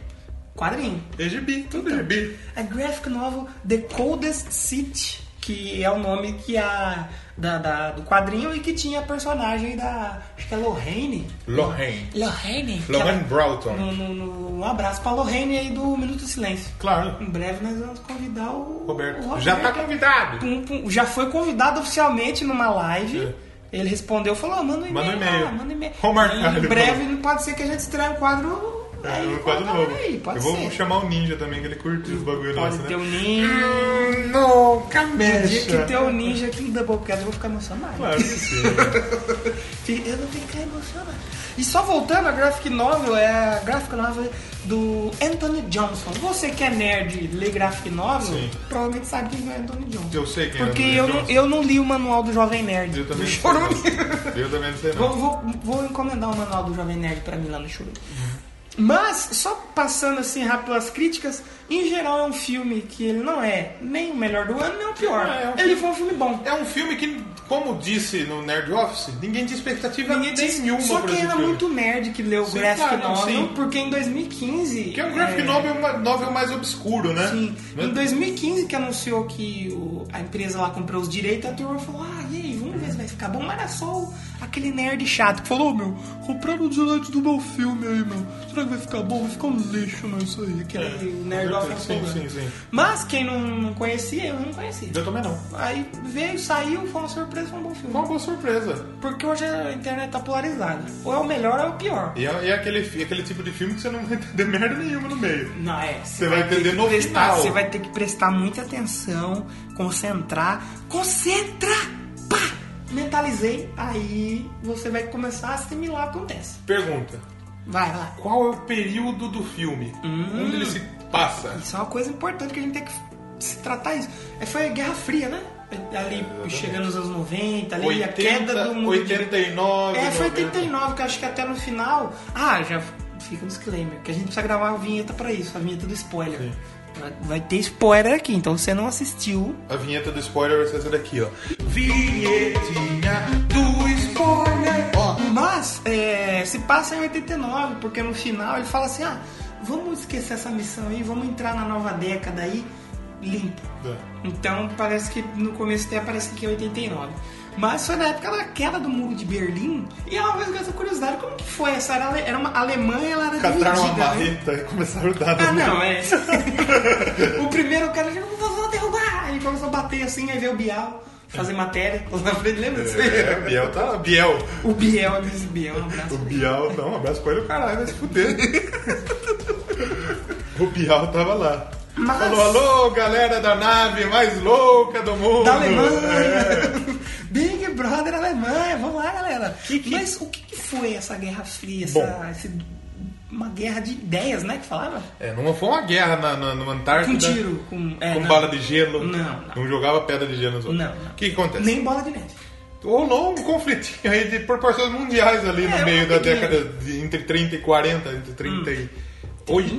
Speaker 2: Quadrinho.
Speaker 1: é gibi, tudo é gibi.
Speaker 2: A graphic novel The Coldest City, que é o nome que a da, da- do quadrinho e que tinha a personagem da acho que é Lorraine.
Speaker 1: Lorraine.
Speaker 2: Lorraine. que
Speaker 1: Lorraine
Speaker 2: ela-
Speaker 1: Broughton.
Speaker 2: No, no- no- um abraço pra Lorraine aí do Minuto do Silêncio.
Speaker 1: Claro.
Speaker 2: Em breve nós vamos convidar o o
Speaker 1: Roberto.
Speaker 2: Roberto.
Speaker 1: Já tá convidado.
Speaker 2: Pum, pum, já foi convidado oficialmente numa live. Ele respondeu, falou, ah, manda um e-mail.
Speaker 1: É. Manda um e-mail.
Speaker 2: lá, manda um e-mail.
Speaker 1: Vamos marcar,
Speaker 2: E em
Speaker 1: [laughs] ele
Speaker 2: breve
Speaker 1: falou.
Speaker 2: pode ser que a gente estreie um quadro.
Speaker 1: É
Speaker 2: aí,
Speaker 1: um
Speaker 2: com
Speaker 1: quadro
Speaker 2: a
Speaker 1: novo.
Speaker 2: galera Aí, pode
Speaker 1: eu vou
Speaker 2: ser.
Speaker 1: chamar o Ninja também, que ele curte os bagulho
Speaker 2: Pode
Speaker 1: nosso, né?
Speaker 2: ter o ninho.
Speaker 1: Hum, Nunca
Speaker 2: O dia que um
Speaker 1: mexa.
Speaker 2: ter o ninja aqui no Doublecast, eu vou ficar emocionado.
Speaker 1: Claro que sim.
Speaker 2: [laughs] Eu vou ficar emocionado. E só voltando, a graphic novel é a graphic novel do Anthony Johnson. Você que é nerd e lê graphic novel,
Speaker 1: Sim.
Speaker 2: provavelmente sabe quem é o Anthony Johnson.
Speaker 1: Eu sei quem é o
Speaker 2: Porque
Speaker 1: Anthony
Speaker 2: eu, não,
Speaker 1: Johnson.
Speaker 2: eu não li o manual do Jovem Nerd.
Speaker 1: Eu
Speaker 2: [laughs]
Speaker 1: também
Speaker 2: do
Speaker 1: não sei.
Speaker 2: Chorume.
Speaker 1: não. Eu também não sei
Speaker 2: Vou,
Speaker 1: não.
Speaker 2: vou, vou encomendar o manual do Jovem Nerd pra mim lá no Churu.
Speaker 1: Uhum.
Speaker 2: Mas, só passando assim rápido as críticas, em geral é um filme que ele não é nem o melhor do ano, nem o pior.
Speaker 1: É, é um
Speaker 2: ele
Speaker 1: filme-
Speaker 2: foi um filme bom.
Speaker 1: É um filme que, como disse no Nerd Office, ninguém tinha expectativa
Speaker 2: Ninguém disse-
Speaker 1: nenhuma
Speaker 2: Só
Speaker 1: pra
Speaker 2: quem
Speaker 1: esse
Speaker 2: era
Speaker 1: filme.
Speaker 2: muito nerd que leu o
Speaker 1: Sim,
Speaker 2: Graphic
Speaker 1: claro,
Speaker 2: Novel,
Speaker 1: sim.
Speaker 2: porque em 2015.
Speaker 1: Que é um graphic novel, uma- novel mais obscuro, né?
Speaker 2: Sim.
Speaker 1: Né?
Speaker 2: Em 2015 que anunciou que o- a empresa lá comprou os direitos, a turma falou, ah, e aí, vamos ver se vai ficar bom. Mas era só o- aquele nerd chato que falou, ô meu, compraram os direitos do meu filme aí, meu. Será que vai ficar bom? Vai ficar um lixo, meu, isso aí. Aquele
Speaker 1: É, com
Speaker 2: nerd
Speaker 1: certeza.
Speaker 2: ofensivo,
Speaker 1: Sim,
Speaker 2: né?
Speaker 1: sim, sim.
Speaker 2: Mas quem não- não conhecia, eu não conhecia.
Speaker 1: Eu também não.
Speaker 2: Aí veio, saiu, foi uma surpresa, foi um bom filme.
Speaker 1: Uma boa surpresa.
Speaker 2: Porque hoje a internet tá polarizada. Ou é o melhor ou é o pior.
Speaker 1: E é, e é aquele, fi- aquele tipo de filme que você não vai entender [laughs] merda nenhuma no meio.
Speaker 2: Não, é.
Speaker 1: Você vai entender
Speaker 2: ter que
Speaker 1: no
Speaker 2: prestar-
Speaker 1: final.
Speaker 2: Você vai ter que prestar muita atenção, concentrar. Concentra! Pá! Mentalizei. Aí você vai começar a assimilar o que acontece.
Speaker 1: Pergunta:
Speaker 2: Vai lá.
Speaker 1: qual é o período do filme? Onde ele se passa?
Speaker 2: Isso é uma coisa importante que a gente tem que se tratar isso. É, Foi a Guerra Fria, né? Ali chegando nos anos 90, ali a queda do mundo.
Speaker 1: 89.
Speaker 2: É, foi
Speaker 1: 90.
Speaker 2: 89, que eu acho que até no final. Ah, já fica um disclaimer, que a gente precisa gravar a vinheta pra isso, a vinheta do spoiler. Vai- Vai ter spoiler aqui, então se você não assistiu.
Speaker 1: A vinheta do spoiler vai ser essa daqui, ó. Vinhetinha do spoiler. Ó,
Speaker 2: Mas é, se passa em 89, porque no final ele fala assim: ah, vamos esquecer essa missão aí, vamos entrar na nova década aí, limpo. Então parece que no começo até parece que é 89. Mas foi na época da queda do muro de Berlim. E é uma coisa que eu tô curiosidade, como que foi? Essa era, ale- era uma a Alemanha, ela era
Speaker 1: cataram uma
Speaker 2: dividida, né?
Speaker 1: marreta e começaram a dar.
Speaker 2: Ah, não, é. [laughs] o primeiro cara já vou, vou derrubar. Aí começou a bater assim, aí veio o Bial fazer matéria. Lá na frente, lembra
Speaker 1: [laughs]
Speaker 2: disso?
Speaker 1: É, Biel tá lá. Biel.
Speaker 2: O Biel, esse Biel, um abraço.
Speaker 1: O Biel, dá um abraço pra ele, o caralho, vai se fuder. [laughs] o Biel tava lá.
Speaker 2: Mas-
Speaker 1: Falou, alô, galera da nave mais louca do mundo.
Speaker 2: Da Alemanha!
Speaker 1: É.
Speaker 2: [laughs] Big Brother Alemanha, vamos lá, galera! Mas o que, que foi essa Guerra Fria? Essa,
Speaker 1: Bom.
Speaker 2: esse- uma guerra de ideias, né? Que falava?
Speaker 1: É, não foi uma guerra na, na, no Antártida.
Speaker 2: Com tiro, com. é,
Speaker 1: com
Speaker 2: não.
Speaker 1: bala de gelo.
Speaker 2: Não, não.
Speaker 1: jogava pedra de gelo nos outros.
Speaker 2: Não, não.
Speaker 1: O que, que acontece?
Speaker 2: Nem bola de neve.
Speaker 1: Ou não, um conflitinho aí de proporções mundiais ali
Speaker 2: É,
Speaker 1: no meio
Speaker 2: uma
Speaker 1: da
Speaker 2: guerra.
Speaker 1: década de, entre 30 e 40, entre 38,
Speaker 2: Hum.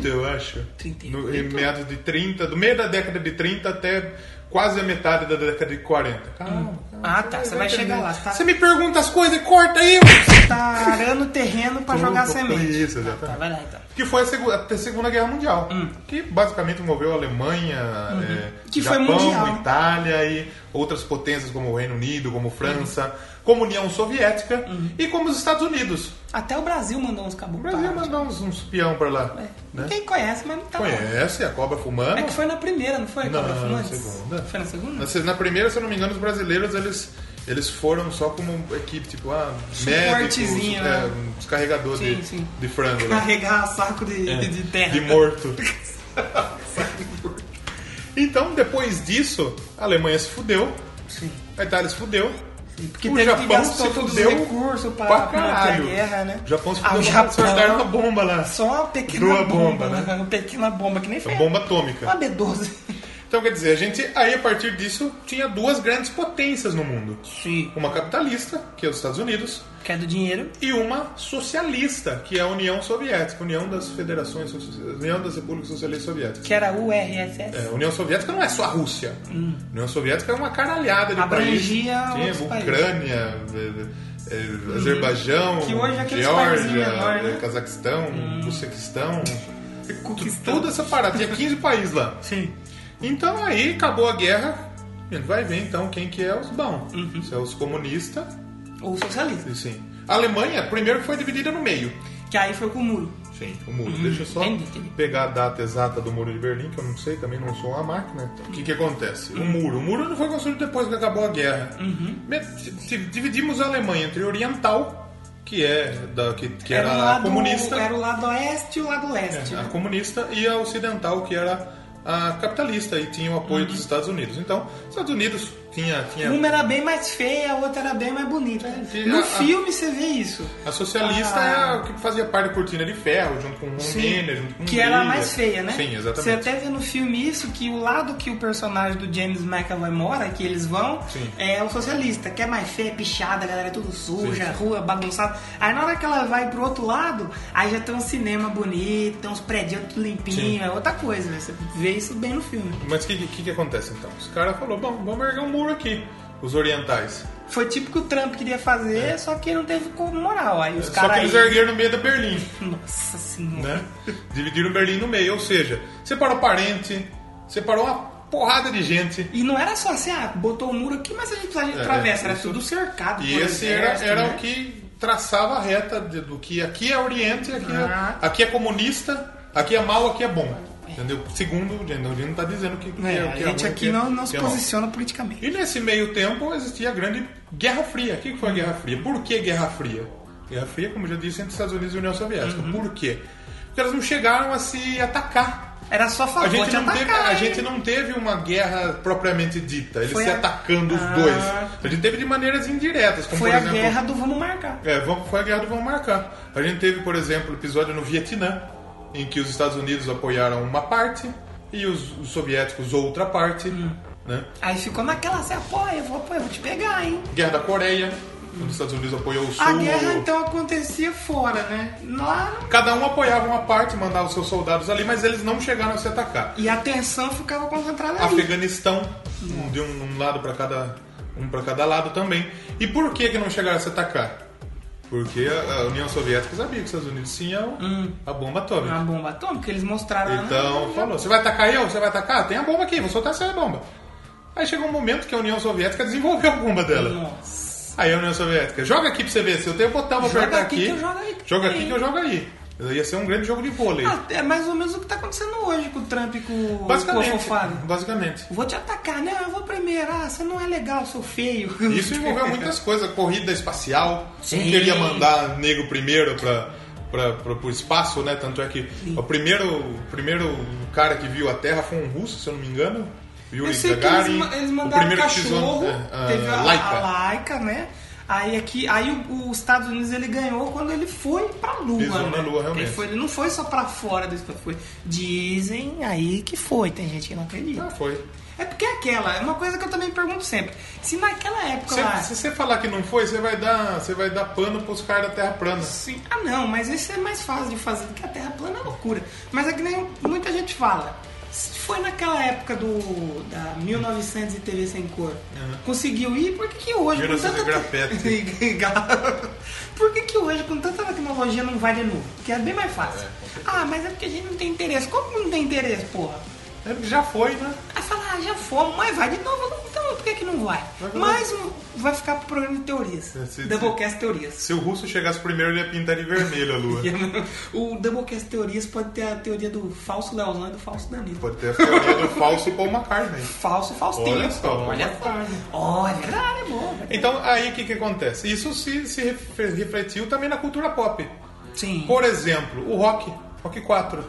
Speaker 1: eu acho.
Speaker 2: 38.
Speaker 1: No, em meados de 30, do meio da década de 30 até quase a metade da década de 40. Calma.
Speaker 2: Ah, tá, você vai chegar lá. Você tá
Speaker 1: [laughs] Você me pergunta as coisas e corta aí!
Speaker 2: tá arando o terreno pra jogar semente.
Speaker 1: Isso, exatamente.
Speaker 2: Tá, vai lá então.
Speaker 1: Que foi a segu- a Segunda Guerra Mundial. Que basicamente envolveu a Alemanha, é,
Speaker 2: Hum. Uhum. Que foi
Speaker 1: Japão,
Speaker 2: mundial. Uhum.
Speaker 1: Itália e outras potências como o Reino Unido, como França, como União Soviética e como os Estados Unidos.
Speaker 2: Até o Brasil mandou uns
Speaker 1: O
Speaker 2: caboclos.
Speaker 1: Brasil
Speaker 2: pra lá.
Speaker 1: mandou uns, uns peão pra lá.
Speaker 2: É.
Speaker 1: né?
Speaker 2: Quem conhece, mas não tá lá.
Speaker 1: Conhece a cobra fumando?
Speaker 2: É que foi na primeira, não foi?
Speaker 1: Não,
Speaker 2: Cobra Fumante?
Speaker 1: na segunda.
Speaker 2: Foi na segunda?
Speaker 1: Mas, Na primeira, se eu não me engano, os brasileiros eles, eles foram só como equipe, tipo, ah, médicos,
Speaker 2: Um Suportezinho,
Speaker 1: é,
Speaker 2: né?
Speaker 1: um descarregador
Speaker 2: Sim,
Speaker 1: de,
Speaker 2: sim.
Speaker 1: de frango. né?
Speaker 2: [laughs] Carregar saco de, de terra.
Speaker 1: De morto. Então, depois disso, a Alemanha se fudeu,
Speaker 2: Sim.
Speaker 1: a Itália se fudeu,
Speaker 2: Porque
Speaker 1: o
Speaker 2: teve que
Speaker 1: Japão
Speaker 2: gastar
Speaker 1: se
Speaker 2: todos os
Speaker 1: fudeu
Speaker 2: recursos pra,
Speaker 1: pra
Speaker 2: pra,
Speaker 1: caralho.
Speaker 2: manter a guerra, né?
Speaker 1: O Japão se
Speaker 2: Ah,
Speaker 1: fudeu
Speaker 2: o
Speaker 1: pra soltar uma
Speaker 2: Japão-
Speaker 1: bomba lá.
Speaker 2: Só uma pequena
Speaker 1: Uma bomba,
Speaker 2: bomba,
Speaker 1: né? É
Speaker 2: né? Uma pequena bomba, que nem foi
Speaker 1: Uma bomba atômica.
Speaker 2: Uma B12.
Speaker 1: Então, quer dizer, a gente, aí a partir disso, tinha duas grandes potências no mundo.
Speaker 2: Sim.
Speaker 1: Uma capitalista, que é os Estados Unidos,
Speaker 2: Quer é do dinheiro?
Speaker 1: e uma socialista, que é a União Soviética, União das Federações, Soci- União das Repúblicas Socialistas Soviéticas.
Speaker 2: Que era URSS.
Speaker 1: É, a União Soviética não é só a Rússia. A União Soviética é uma caralhada de
Speaker 2: Hum. Abrangia
Speaker 1: países.
Speaker 2: outros
Speaker 1: Tinha
Speaker 2: países. Hum.
Speaker 1: Ucrânia, é, é, Azerbaijão,
Speaker 2: Que hoje é aqueles paizinhos
Speaker 1: Geórgia,
Speaker 2: menores, né?
Speaker 1: é, Cazaquistão, Uzbequistão,
Speaker 2: Conquistando.
Speaker 1: toda essa parada. Tinha 15 países lá.
Speaker 2: Sim.
Speaker 1: Então aí acabou a guerra. A gente vai ver então quem que é os bons.
Speaker 2: Uhum.
Speaker 1: Se é os comunistas,
Speaker 2: Ou socialismo.
Speaker 1: e sim. A Alemanha, primeiro que foi dividida no meio.
Speaker 2: Que aí foi com o muro.
Speaker 1: Sim, o muro. Deixa eu só
Speaker 2: Hum, entendi, entendi.
Speaker 1: pegar a data exata do muro de Berlim, que eu não sei, também não sou uma máquina. O que, que acontece? O muro. O muro não foi construído depois que acabou a guerra.
Speaker 2: Uhum.
Speaker 1: Me- se- se- Dividimos a Alemanha entre oriental, que é da, que, que era,
Speaker 2: o
Speaker 1: a
Speaker 2: um lado,
Speaker 1: comunista,
Speaker 2: Era o lado oeste e o lado leste.
Speaker 1: a comunista, e a ocidental, que era a capitalista, e tinha o apoio dos Estados Unidos. Então, os Estados Unidos tinha, tinha
Speaker 2: Uhum. Uma era bem mais feia, a outra era bem mais bonita.
Speaker 1: que
Speaker 2: No
Speaker 1: É. a- a-
Speaker 2: filme você vê isso.
Speaker 1: A socialista
Speaker 2: Ah.
Speaker 1: é a que fazia parte da cortina de ferro, junto com Romênia, junto com
Speaker 2: que era a
Speaker 1: Hungria.
Speaker 2: mais feia, né?
Speaker 1: Sim,
Speaker 2: Você
Speaker 1: exatamente.
Speaker 2: até vê no filme isso, que o lado que o personagem do James McAvoy mora, que eles vão,
Speaker 1: Sim.
Speaker 2: é o socialista, que é mais feia, pichada, a galera é tudo suja, rua bagunçada. Aí na hora que ela vai pro outro lado, aí já tem um cinema bonito, tem uns prédios tudo limpinho, é outra coisa, né? Você vê isso bem no filme.
Speaker 1: Mas o que, que, que acontece então? Os caras falou, bom, vamos erguer um muro aqui, os orientais.
Speaker 2: Foi tipo o que o Trump queria fazer, só que não teve como moral. Aí os
Speaker 1: É. Só
Speaker 2: caras.
Speaker 1: que eles
Speaker 2: aí-
Speaker 1: ergueram no meio da Berlim,
Speaker 2: Nossa senhora.
Speaker 1: né? Dividiram Berlim no meio, ou seja, separou parente, separou uma porrada de gente.
Speaker 2: E não era só assim, ah, botou o muro aqui, mas a gente precisa de
Speaker 1: É,
Speaker 2: travessa, era
Speaker 1: isso-
Speaker 2: tudo cercado.
Speaker 1: E
Speaker 2: Ah, por
Speaker 1: esse era,
Speaker 2: exército,
Speaker 1: era
Speaker 2: né?
Speaker 1: o que traçava a reta de- do que aqui é Oriente, aqui,
Speaker 2: Ah.
Speaker 1: é, aqui é comunista, aqui é mal, aqui é bom. Entendeu? Segundo, o Jane- o Jane não está dizendo que, que
Speaker 2: É,
Speaker 1: o
Speaker 2: a
Speaker 1: que
Speaker 2: gente
Speaker 1: ruim,
Speaker 2: aqui
Speaker 1: que é-
Speaker 2: não, não
Speaker 1: que
Speaker 2: se
Speaker 1: é mal.
Speaker 2: posiciona politicamente.
Speaker 1: E nesse meio tempo existia a grande Guerra Fria. O que foi a Guerra Fria? Por que Guerra Fria? Guerra Fria, como eu já disse, entre Estados Unidos e União Soviética.
Speaker 2: Uhum.
Speaker 1: Por quê? Porque elas não chegaram a se atacar.
Speaker 2: Era só
Speaker 1: A
Speaker 2: falar, vou
Speaker 1: gente,
Speaker 2: te
Speaker 1: não teve,
Speaker 2: Ah, atacar.
Speaker 1: a
Speaker 2: hein?
Speaker 1: gente não teve uma guerra propriamente dita, eles
Speaker 2: Foi
Speaker 1: se
Speaker 2: a-
Speaker 1: atacando os
Speaker 2: Ah.
Speaker 1: dois. A gente teve de maneiras indiretas, como
Speaker 2: Foi
Speaker 1: por
Speaker 2: a
Speaker 1: exemplo.
Speaker 2: guerra do vamos marcar.
Speaker 1: É, vamos- foi a guerra do Vamos Marcar. A gente teve, por exemplo, o episódio no Vietnã, em que os Estados Unidos apoiaram uma parte e os, os soviéticos outra parte.
Speaker 2: Hum.
Speaker 1: Né?
Speaker 2: Aí ficou naquela, você apoia, eu vou apoiar, eu vou te pegar, hein?
Speaker 1: Guerra da Coreia, onde os Estados Unidos apoiou o Sul.
Speaker 2: A guerra então acontecia fora, né? Lá não-
Speaker 1: Cada um apoiava uma parte, mandava os seus soldados ali, mas eles não chegaram a se atacar.
Speaker 2: E a tensão ficava concentrada ali.
Speaker 1: Afeganistão, um de um, um lado para cada um para cada lado também. E por que que não chegaram a se atacar? Porque a, a União Soviética sabia que os Estados Unidos tinham
Speaker 2: Hum.
Speaker 1: a bomba atômica.
Speaker 2: Uma bomba atômica, eles mostraram lá,
Speaker 1: Então,
Speaker 2: né?
Speaker 1: falou, você vai atacar eu? Você vai atacar? Tem a bomba aqui, vou soltar essa bomba. Aí chegou um momento que a União Soviética desenvolveu a bomba dela.
Speaker 2: Nossa.
Speaker 1: Aí a União Soviética, joga aqui pra você ver, se eu tenho botão, vou
Speaker 2: Joga
Speaker 1: apertar
Speaker 2: aqui
Speaker 1: aqui.
Speaker 2: que eu jogo aí.
Speaker 1: Joga aqui que eu jogo aí. Ia ser um grande jogo de vôlei.
Speaker 2: Ah, é mais ou menos o que tá acontecendo hoje com o Trump e com, com o
Speaker 1: basicamente.
Speaker 2: Fofado.
Speaker 1: Basicamente.
Speaker 2: Vou te atacar, né? Eu vou primeiro. Ah, você não é legal, sou feio.
Speaker 1: Isso é envolveu muitas coisas, corrida espacial.
Speaker 2: Sim.
Speaker 1: Sim. Queria mandar negro primeiro pra, pra, pra, pro espaço, né? Tanto é que o primeiro, o primeiro cara que viu a Terra foi um russo, se eu não me engano. Yuri
Speaker 2: Eu sei que eles,
Speaker 1: Gagarin.
Speaker 2: ma- eles
Speaker 1: O
Speaker 2: mandaram
Speaker 1: primeiro que
Speaker 2: cachorro,
Speaker 1: pisou, é, a
Speaker 2: teve a, a
Speaker 1: Laika.
Speaker 2: Laika. né? Aí aqui, aí o- os Estados Unidos ele ganhou quando ele foi pra Lua,
Speaker 1: Pisou
Speaker 2: né?
Speaker 1: na Lua, realmente.
Speaker 2: Ele, foi- ele não foi só pra fora do espaço, foi. Dizem aí que foi, tem gente que não acredita.
Speaker 1: Ah, foi.
Speaker 2: É porque é aquela, é uma coisa que eu também pergunto sempre. Se naquela época
Speaker 1: Se,
Speaker 2: lá,
Speaker 1: se você falar que não foi, você vai dar, você vai dar pano pros caras da Terra plana.
Speaker 2: Sim. Ah, não, mas isso é mais fácil de fazer do que a Terra plana é loucura. Mas é que nem muita gente fala. Se Foi naquela época do da 1900 e TV sem cor. Conseguiu ir? Por que, que hoje com
Speaker 1: 1900
Speaker 2: tanta
Speaker 1: e
Speaker 2: [laughs]
Speaker 1: grafete.
Speaker 2: te- Por que, que hoje com tanta tecnologia não vai de novo? Porque é bem mais fácil. ah, mas é porque a gente não tem interesse. Como que não tem interesse, porra?
Speaker 1: É, Já foi, né?
Speaker 2: Aí fala, ah, já fomos, mas vai de novo. Então por que, que não vai?
Speaker 1: Vai, vai.
Speaker 2: Mas vai ficar pro programa de teorias.
Speaker 1: É, se- se-
Speaker 2: Doublecast Teorias.
Speaker 1: Se o russo chegasse primeiro, ele ia pintar de vermelho a
Speaker 2: [laughs]
Speaker 1: lua.
Speaker 2: O Doublecast Teorias pode ter a teoria do falso Leozão e do falso Danilo.
Speaker 1: Pode ter a teoria do falso Paul McCartney.
Speaker 2: Falso Faustinho.
Speaker 1: Olha só,
Speaker 2: olha só. Ó, é verdade, é bom.
Speaker 1: Então, aí o que, que acontece? Isso se, se ref- refletiu também na cultura pop.
Speaker 2: Sim.
Speaker 1: Por
Speaker 2: Hum.
Speaker 1: exemplo, o rock. Rock 4.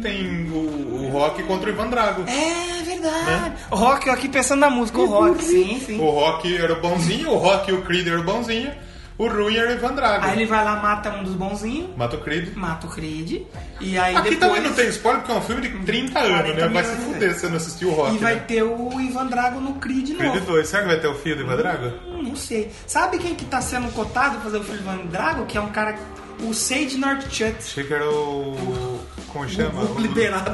Speaker 1: Tem o, o rock contra o Ivan Drago.
Speaker 2: É verdade.
Speaker 1: Né?
Speaker 2: Rock, eu aqui pensando na música, o rock, sim, sim.
Speaker 1: O Rock era o bonzinho, o Rock e o Creed eram o bonzinho, o Ruin era o Ivan Drago.
Speaker 2: Aí ele vai lá, mata um dos bonzinhos,
Speaker 1: Mata o Creed.
Speaker 2: mata o Creed, e aí
Speaker 1: Aqui
Speaker 2: depois...
Speaker 1: também não tem spoiler, porque é um filme de 30 anos, né?
Speaker 2: 40
Speaker 1: Vai se
Speaker 2: anos,
Speaker 1: fuder
Speaker 2: é.
Speaker 1: se você não assistiu o Rock,
Speaker 2: E vai
Speaker 1: né?
Speaker 2: ter o Ivan Drago no Creed novo.
Speaker 1: Creed 2, será que vai ter o filho do Ivan Drago?
Speaker 2: Hum, Não sei. Sabe quem que tá sendo cotado pra fazer o filho do Ivan Drago? Que é um cara... O Sage Northchutt.
Speaker 1: Achei que era o... Como chama?
Speaker 2: [laughs] O liberado.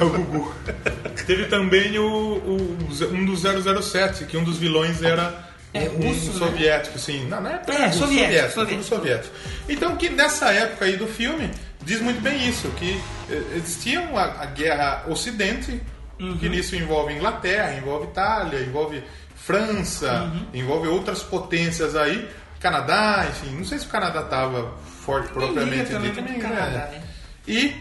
Speaker 1: É o Gugu. [laughs] Teve também o, o- um do 007, que um dos vilões era
Speaker 2: É
Speaker 1: um
Speaker 2: russo, né?
Speaker 1: soviético, sim. Não, não é,
Speaker 2: É,
Speaker 1: russo,
Speaker 2: soviético,
Speaker 1: tudo
Speaker 2: soviético.
Speaker 1: soviético. Então, que nessa época aí do filme, diz muito bem isso, que eh, existiam a, a guerra ocidente,
Speaker 2: Uhum.
Speaker 1: que nisso envolve Inglaterra, envolve Itália, envolve França,
Speaker 2: Uhum.
Speaker 1: envolve outras potências aí, Canadá, enfim, não sei se o Canadá tava forte propriamente
Speaker 2: também
Speaker 1: dito, é.
Speaker 2: muito
Speaker 1: nem-
Speaker 2: Canadá, né?
Speaker 1: e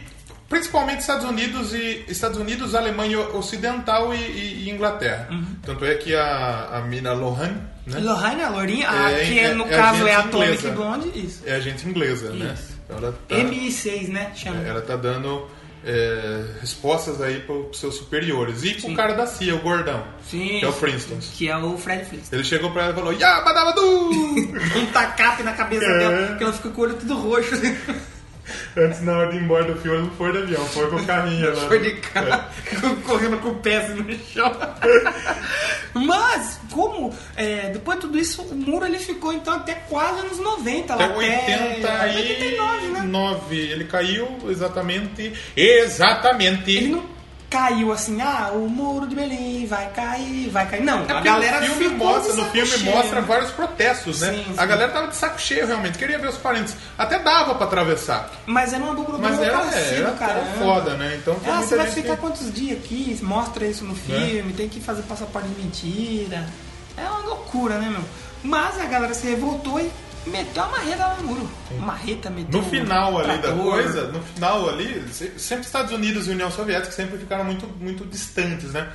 Speaker 1: principalmente Estados Unidos e Estados Unidos, Alemanha Ocidental e, e- e Inglaterra.
Speaker 2: Uhum.
Speaker 1: Tanto é que a, a Mina Lohan, né,
Speaker 2: Lohane, a Lourinha, a-
Speaker 1: É,
Speaker 2: que
Speaker 1: é-
Speaker 2: no
Speaker 1: é
Speaker 2: caso é
Speaker 1: gente
Speaker 2: a Atomic
Speaker 1: inglesa.
Speaker 2: Blonde. Isso.
Speaker 1: é gente inglesa, né?
Speaker 2: Isso.
Speaker 1: Então ela tá,
Speaker 2: MI6, né? Chama.
Speaker 1: ela tá dando é, respostas aí para os seus superiores e pro cara da CIA, o gordão,
Speaker 2: Sim.
Speaker 1: que é o Princeton.
Speaker 2: Que é o Fred Flintstone. [laughs]
Speaker 1: Ele chegou pra ela e falou: Yabadabadu!
Speaker 2: Um tacape na cabeça
Speaker 1: É.
Speaker 2: dela, que ela fica com o olho tudo
Speaker 1: [laughs]
Speaker 2: roxo. assim, [laughs]
Speaker 1: Antes, na hora de ir embora do filme, ela não foi de avião, [laughs] foi com o carrinho. né? lá.
Speaker 2: Foi de cara, [laughs] correndo com o pé assim no chão. Mas, como, é, depois de tudo isso, o muro ele ficou então até quase anos 90. lá
Speaker 1: Até 80 um e...
Speaker 2: 89, né?
Speaker 1: 9. Ele caiu exatamente. Exatamente.
Speaker 2: Ele não caiu assim, ah, o muro de Belém vai cair, vai cair. Não, é a
Speaker 1: porque
Speaker 2: galera
Speaker 1: no filme
Speaker 2: ficou
Speaker 1: mostra,
Speaker 2: de
Speaker 1: no
Speaker 2: saco
Speaker 1: filme
Speaker 2: cheio,
Speaker 1: mostra
Speaker 2: né?
Speaker 1: vários protestos, né?
Speaker 2: Sim,
Speaker 1: A
Speaker 2: sim.
Speaker 1: galera tava de saco cheio realmente, queria ver os parentes. Até dava pra atravessar,
Speaker 2: Mas era uma dupla
Speaker 1: mas era,
Speaker 2: burocracia
Speaker 1: era,
Speaker 2: do caramba.
Speaker 1: foda, né? Então tem
Speaker 2: Ah,
Speaker 1: muita
Speaker 2: você vai
Speaker 1: gente É.
Speaker 2: ficar
Speaker 1: que-
Speaker 2: quantos dias aqui? Mostra isso no filme, tem que fazer passaporte de mentira. É uma loucura, né, meu? Mas a galera se revoltou e meteu a marreta lá no muro. Marreta meteu
Speaker 1: No
Speaker 2: o
Speaker 1: final ali da
Speaker 2: trator.
Speaker 1: coisa, no final ali, se- sempre Estados Unidos e União Soviética sempre ficaram muito, muito distantes, né?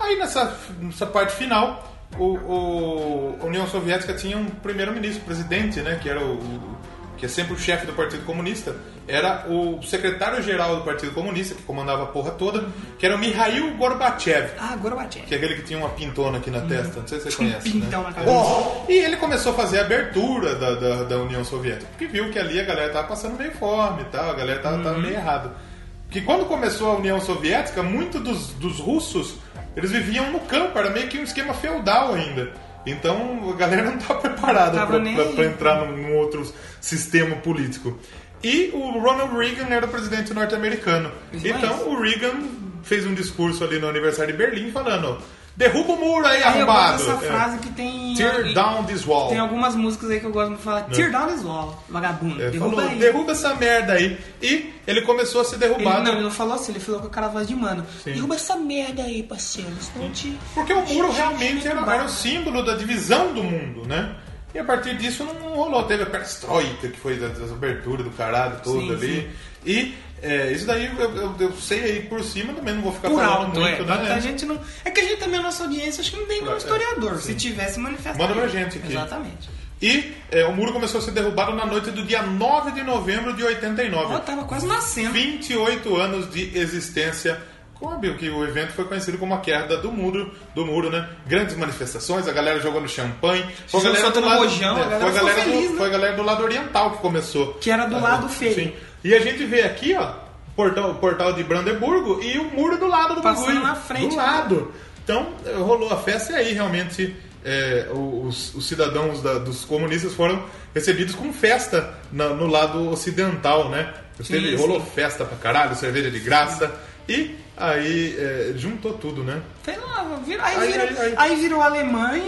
Speaker 1: Aí nessa, nessa parte final, o, o- a União Soviética tinha um primeiro-ministro, presidente, né? Que era o, o- que é sempre o chefe do Partido Comunista, era o secretário-geral do Partido Comunista, que comandava a porra toda, que era o Mikhail Gorbachev.
Speaker 2: Ah, agora bati.
Speaker 1: Que é aquele que tinha uma pintona aqui na testa, não sei se você conhece.
Speaker 2: Hum. um pintão
Speaker 1: né?
Speaker 2: na cabeça.
Speaker 1: É. E ele começou a fazer a abertura da, da, da União Soviética, porque viu que ali a galera tava passando meio fome e tal, a galera tava,
Speaker 2: Uhum.
Speaker 1: tava meio errada. Que quando começou a União Soviética, muitos dos, dos russos, eles viviam no campo, era meio que um esquema feudal ainda. Então a galera não estava preparada
Speaker 2: Tava
Speaker 1: pra-
Speaker 2: nem
Speaker 1: pra-
Speaker 2: aí.
Speaker 1: pra entrar num, num outro sistema político. E o Ronald Reagan era o presidente norte-americano.
Speaker 2: Demais.
Speaker 1: Então o Reagan fez um discurso ali no aniversário de Berlim falando: derruba o muro aí,
Speaker 2: Aí eu
Speaker 1: arrombado!
Speaker 2: gosto dessa
Speaker 1: É.
Speaker 2: frase que tem...
Speaker 1: Tear down this wall.
Speaker 2: Tem algumas músicas aí que eu gosto muito de falar. Tear down this wall, vagabundo.
Speaker 1: Ele
Speaker 2: derruba
Speaker 1: É, falou,
Speaker 2: aí.
Speaker 1: derruba essa merda aí. E ele começou a ser
Speaker 2: Ele,
Speaker 1: derrubado.
Speaker 2: não, ele não falou assim, ele falou com aquela voz de mano. Derruba essa merda aí, parceiro. Senão eu te...
Speaker 1: Porque o muro
Speaker 2: te- te-
Speaker 1: realmente
Speaker 2: te
Speaker 1: era,
Speaker 2: derrubar."
Speaker 1: era o símbolo da divisão do mundo, né? E a partir disso não não rolou. Teve a perestroika, que foi da desabertura do caralho todo
Speaker 2: Sim,
Speaker 1: ali.
Speaker 2: sim.
Speaker 1: E é, isso daí eu, eu- eu sei aí por cima também, não vou ficar
Speaker 2: por
Speaker 1: falando
Speaker 2: alto,
Speaker 1: muito,
Speaker 2: é.
Speaker 1: né?
Speaker 2: A gente não... É que a gente também, a nossa audiência, acho que não tem nenhum
Speaker 1: É,
Speaker 2: historiador. Se tivesse, manifesta.
Speaker 1: Manda pra gente aqui.
Speaker 2: Exatamente.
Speaker 1: E é, o muro começou a ser derrubado na noite do dia 9 de novembro de 89.
Speaker 2: Ó, tava quase nascendo.
Speaker 1: 28 anos de existência. Óbvio que o evento foi conhecido como a queda do muro, do muro, né? Grandes manifestações, a galera jogando champanhe. Foi a
Speaker 2: Jogou
Speaker 1: galera do
Speaker 2: soltando
Speaker 1: lado,
Speaker 2: rojão,
Speaker 1: né?
Speaker 2: a galera
Speaker 1: foi, a
Speaker 2: ficou
Speaker 1: galera
Speaker 2: feliz,
Speaker 1: do,
Speaker 2: né?
Speaker 1: foi a galera do lado oriental que começou.
Speaker 2: Que era do
Speaker 1: Ah,
Speaker 2: lado feio.
Speaker 1: Sim. E a gente vê aqui, ó, o portal, o portal de Brandeburgo e o muro do lado do
Speaker 2: Passando
Speaker 1: bagulho.
Speaker 2: na frente,
Speaker 1: Do
Speaker 2: né?
Speaker 1: lado. Então, eh, rolou a festa e aí realmente eh, os, os cidadãos da- dos comunistas foram recebidos com festa na- no lado ocidental, né? Teve,
Speaker 2: Sim,
Speaker 1: rolou festa pra caralho, cerveja de graça. E aí eh, juntou tudo, né?
Speaker 2: Sei lá, virou- aí,
Speaker 1: Aí,
Speaker 2: virou,
Speaker 1: aí, aí.
Speaker 2: aí virou a Alemanha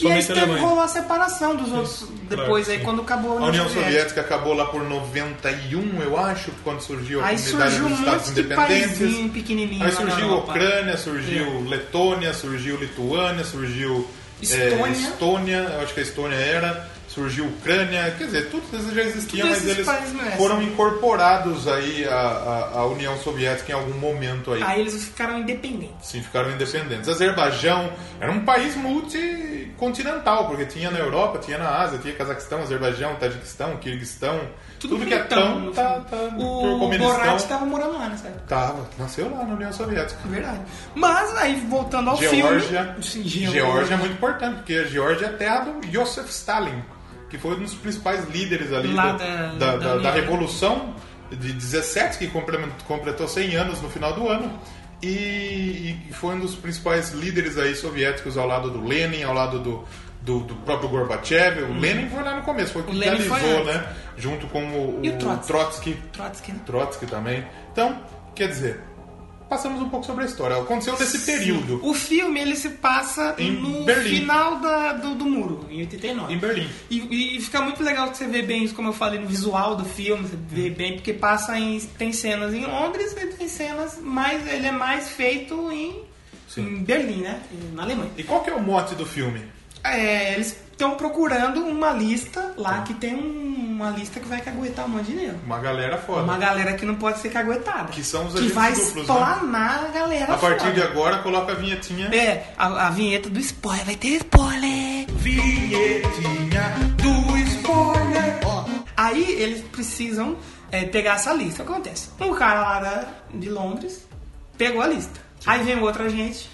Speaker 2: e
Speaker 1: Somente
Speaker 2: aí
Speaker 1: a
Speaker 2: teve,
Speaker 1: Alemanha.
Speaker 2: rolou a separação dos outros depois,
Speaker 1: claro,
Speaker 2: aí
Speaker 1: sim.
Speaker 2: quando acabou
Speaker 1: A União Soviética acabou lá por 91, eu acho, quando surgiu a
Speaker 2: Aí
Speaker 1: comunidade
Speaker 2: surgiu um
Speaker 1: dos Estados
Speaker 2: monte de
Speaker 1: Independentes.
Speaker 2: paizinho pequenininho.
Speaker 1: Aí
Speaker 2: lá na
Speaker 1: surgiu
Speaker 2: Europa.
Speaker 1: Ucrânia,
Speaker 2: É.
Speaker 1: surgiu Letônia, surgiu Lituânia, surgiu é,
Speaker 2: Estônia.
Speaker 1: Estônia, eu acho que a Estônia era, surgiu Ucrânia, quer dizer, tudo isso já existia,
Speaker 2: Tudo
Speaker 1: mas
Speaker 2: esses
Speaker 1: eles
Speaker 2: países merecem.
Speaker 1: foram incorporados aí à, à- à União Soviética em algum momento aí.
Speaker 2: Aí eles ficaram independentes.
Speaker 1: Sim, ficaram independentes. Azerbaijão era um país multi continental, porque tinha na Europa, tinha na Ásia, tinha Cazaquistão, Azerbaijão, Tajiquistão, Kirguistão, tudo, que é tão.
Speaker 2: bonitão.
Speaker 1: Tá, tá,
Speaker 2: assim. O
Speaker 1: Turcomenistão.
Speaker 2: Borat tá- tava morando lá nessa época.
Speaker 1: Tava, nasceu lá na União Soviética.
Speaker 2: É verdade. Mas aí, voltando ao
Speaker 1: Geórgia.
Speaker 2: filme. Sim, Geórgia.
Speaker 1: Geórgia é muito importante, porque a Geórgia é a terra do Joseph Stalin, que foi um dos principais líderes ali
Speaker 2: Lá
Speaker 1: do-
Speaker 2: da-
Speaker 1: da,
Speaker 2: da
Speaker 1: da- da
Speaker 2: União.
Speaker 1: Revolução de 17, que complemen- completou 100 anos no final do ano. E, e foi um dos principais líderes aí soviéticos ao lado do Lenin, ao lado do, do, do próprio Gorbachev. O Lenin foi lá no começo, foi o que
Speaker 2: Hum. O Lenin foi
Speaker 1: idealizou,
Speaker 2: antes.
Speaker 1: né? Junto com o,
Speaker 2: E o Trotsky.
Speaker 1: Trotsky.
Speaker 2: Trotsky, né?
Speaker 1: Trotsky também. Então, quer dizer, passamos um pouco sobre a história. Aconteceu nesse período
Speaker 2: O filme ele se passa
Speaker 1: Em
Speaker 2: no
Speaker 1: Berlim.
Speaker 2: final da- do, do muro, em 89.
Speaker 1: em Berlim.
Speaker 2: E, e fica muito legal que você vê bem isso, como eu falei, no visual do filme, você vê
Speaker 1: Uhum.
Speaker 2: bem, porque passa em. tem cenas em Londres e tem cenas, mas ele é mais feito em, em Berlim, né? Na Alemanha.
Speaker 1: E qual que é o mote do filme?
Speaker 2: É, eles estão procurando uma lista
Speaker 1: Uhum.
Speaker 2: lá que tem um- uma lista que vai caguetar um monte de dinheiro.
Speaker 1: Uma galera foda.
Speaker 2: Uma galera que não pode ser caguetada.
Speaker 1: Que são os
Speaker 2: Que
Speaker 1: agentes
Speaker 2: vai
Speaker 1: duplos, né?
Speaker 2: explanar a galera
Speaker 1: A partir
Speaker 2: foda.
Speaker 1: de agora, coloca a vinhetinha.
Speaker 2: É, a, a vinheta do spoiler. Vai ter spoiler.
Speaker 1: Vinhetinha do spoiler.
Speaker 2: Aí eles precisam é, pegar essa lista. Acontece. Um cara lá da- de Londres pegou a lista. Aí vem outro agente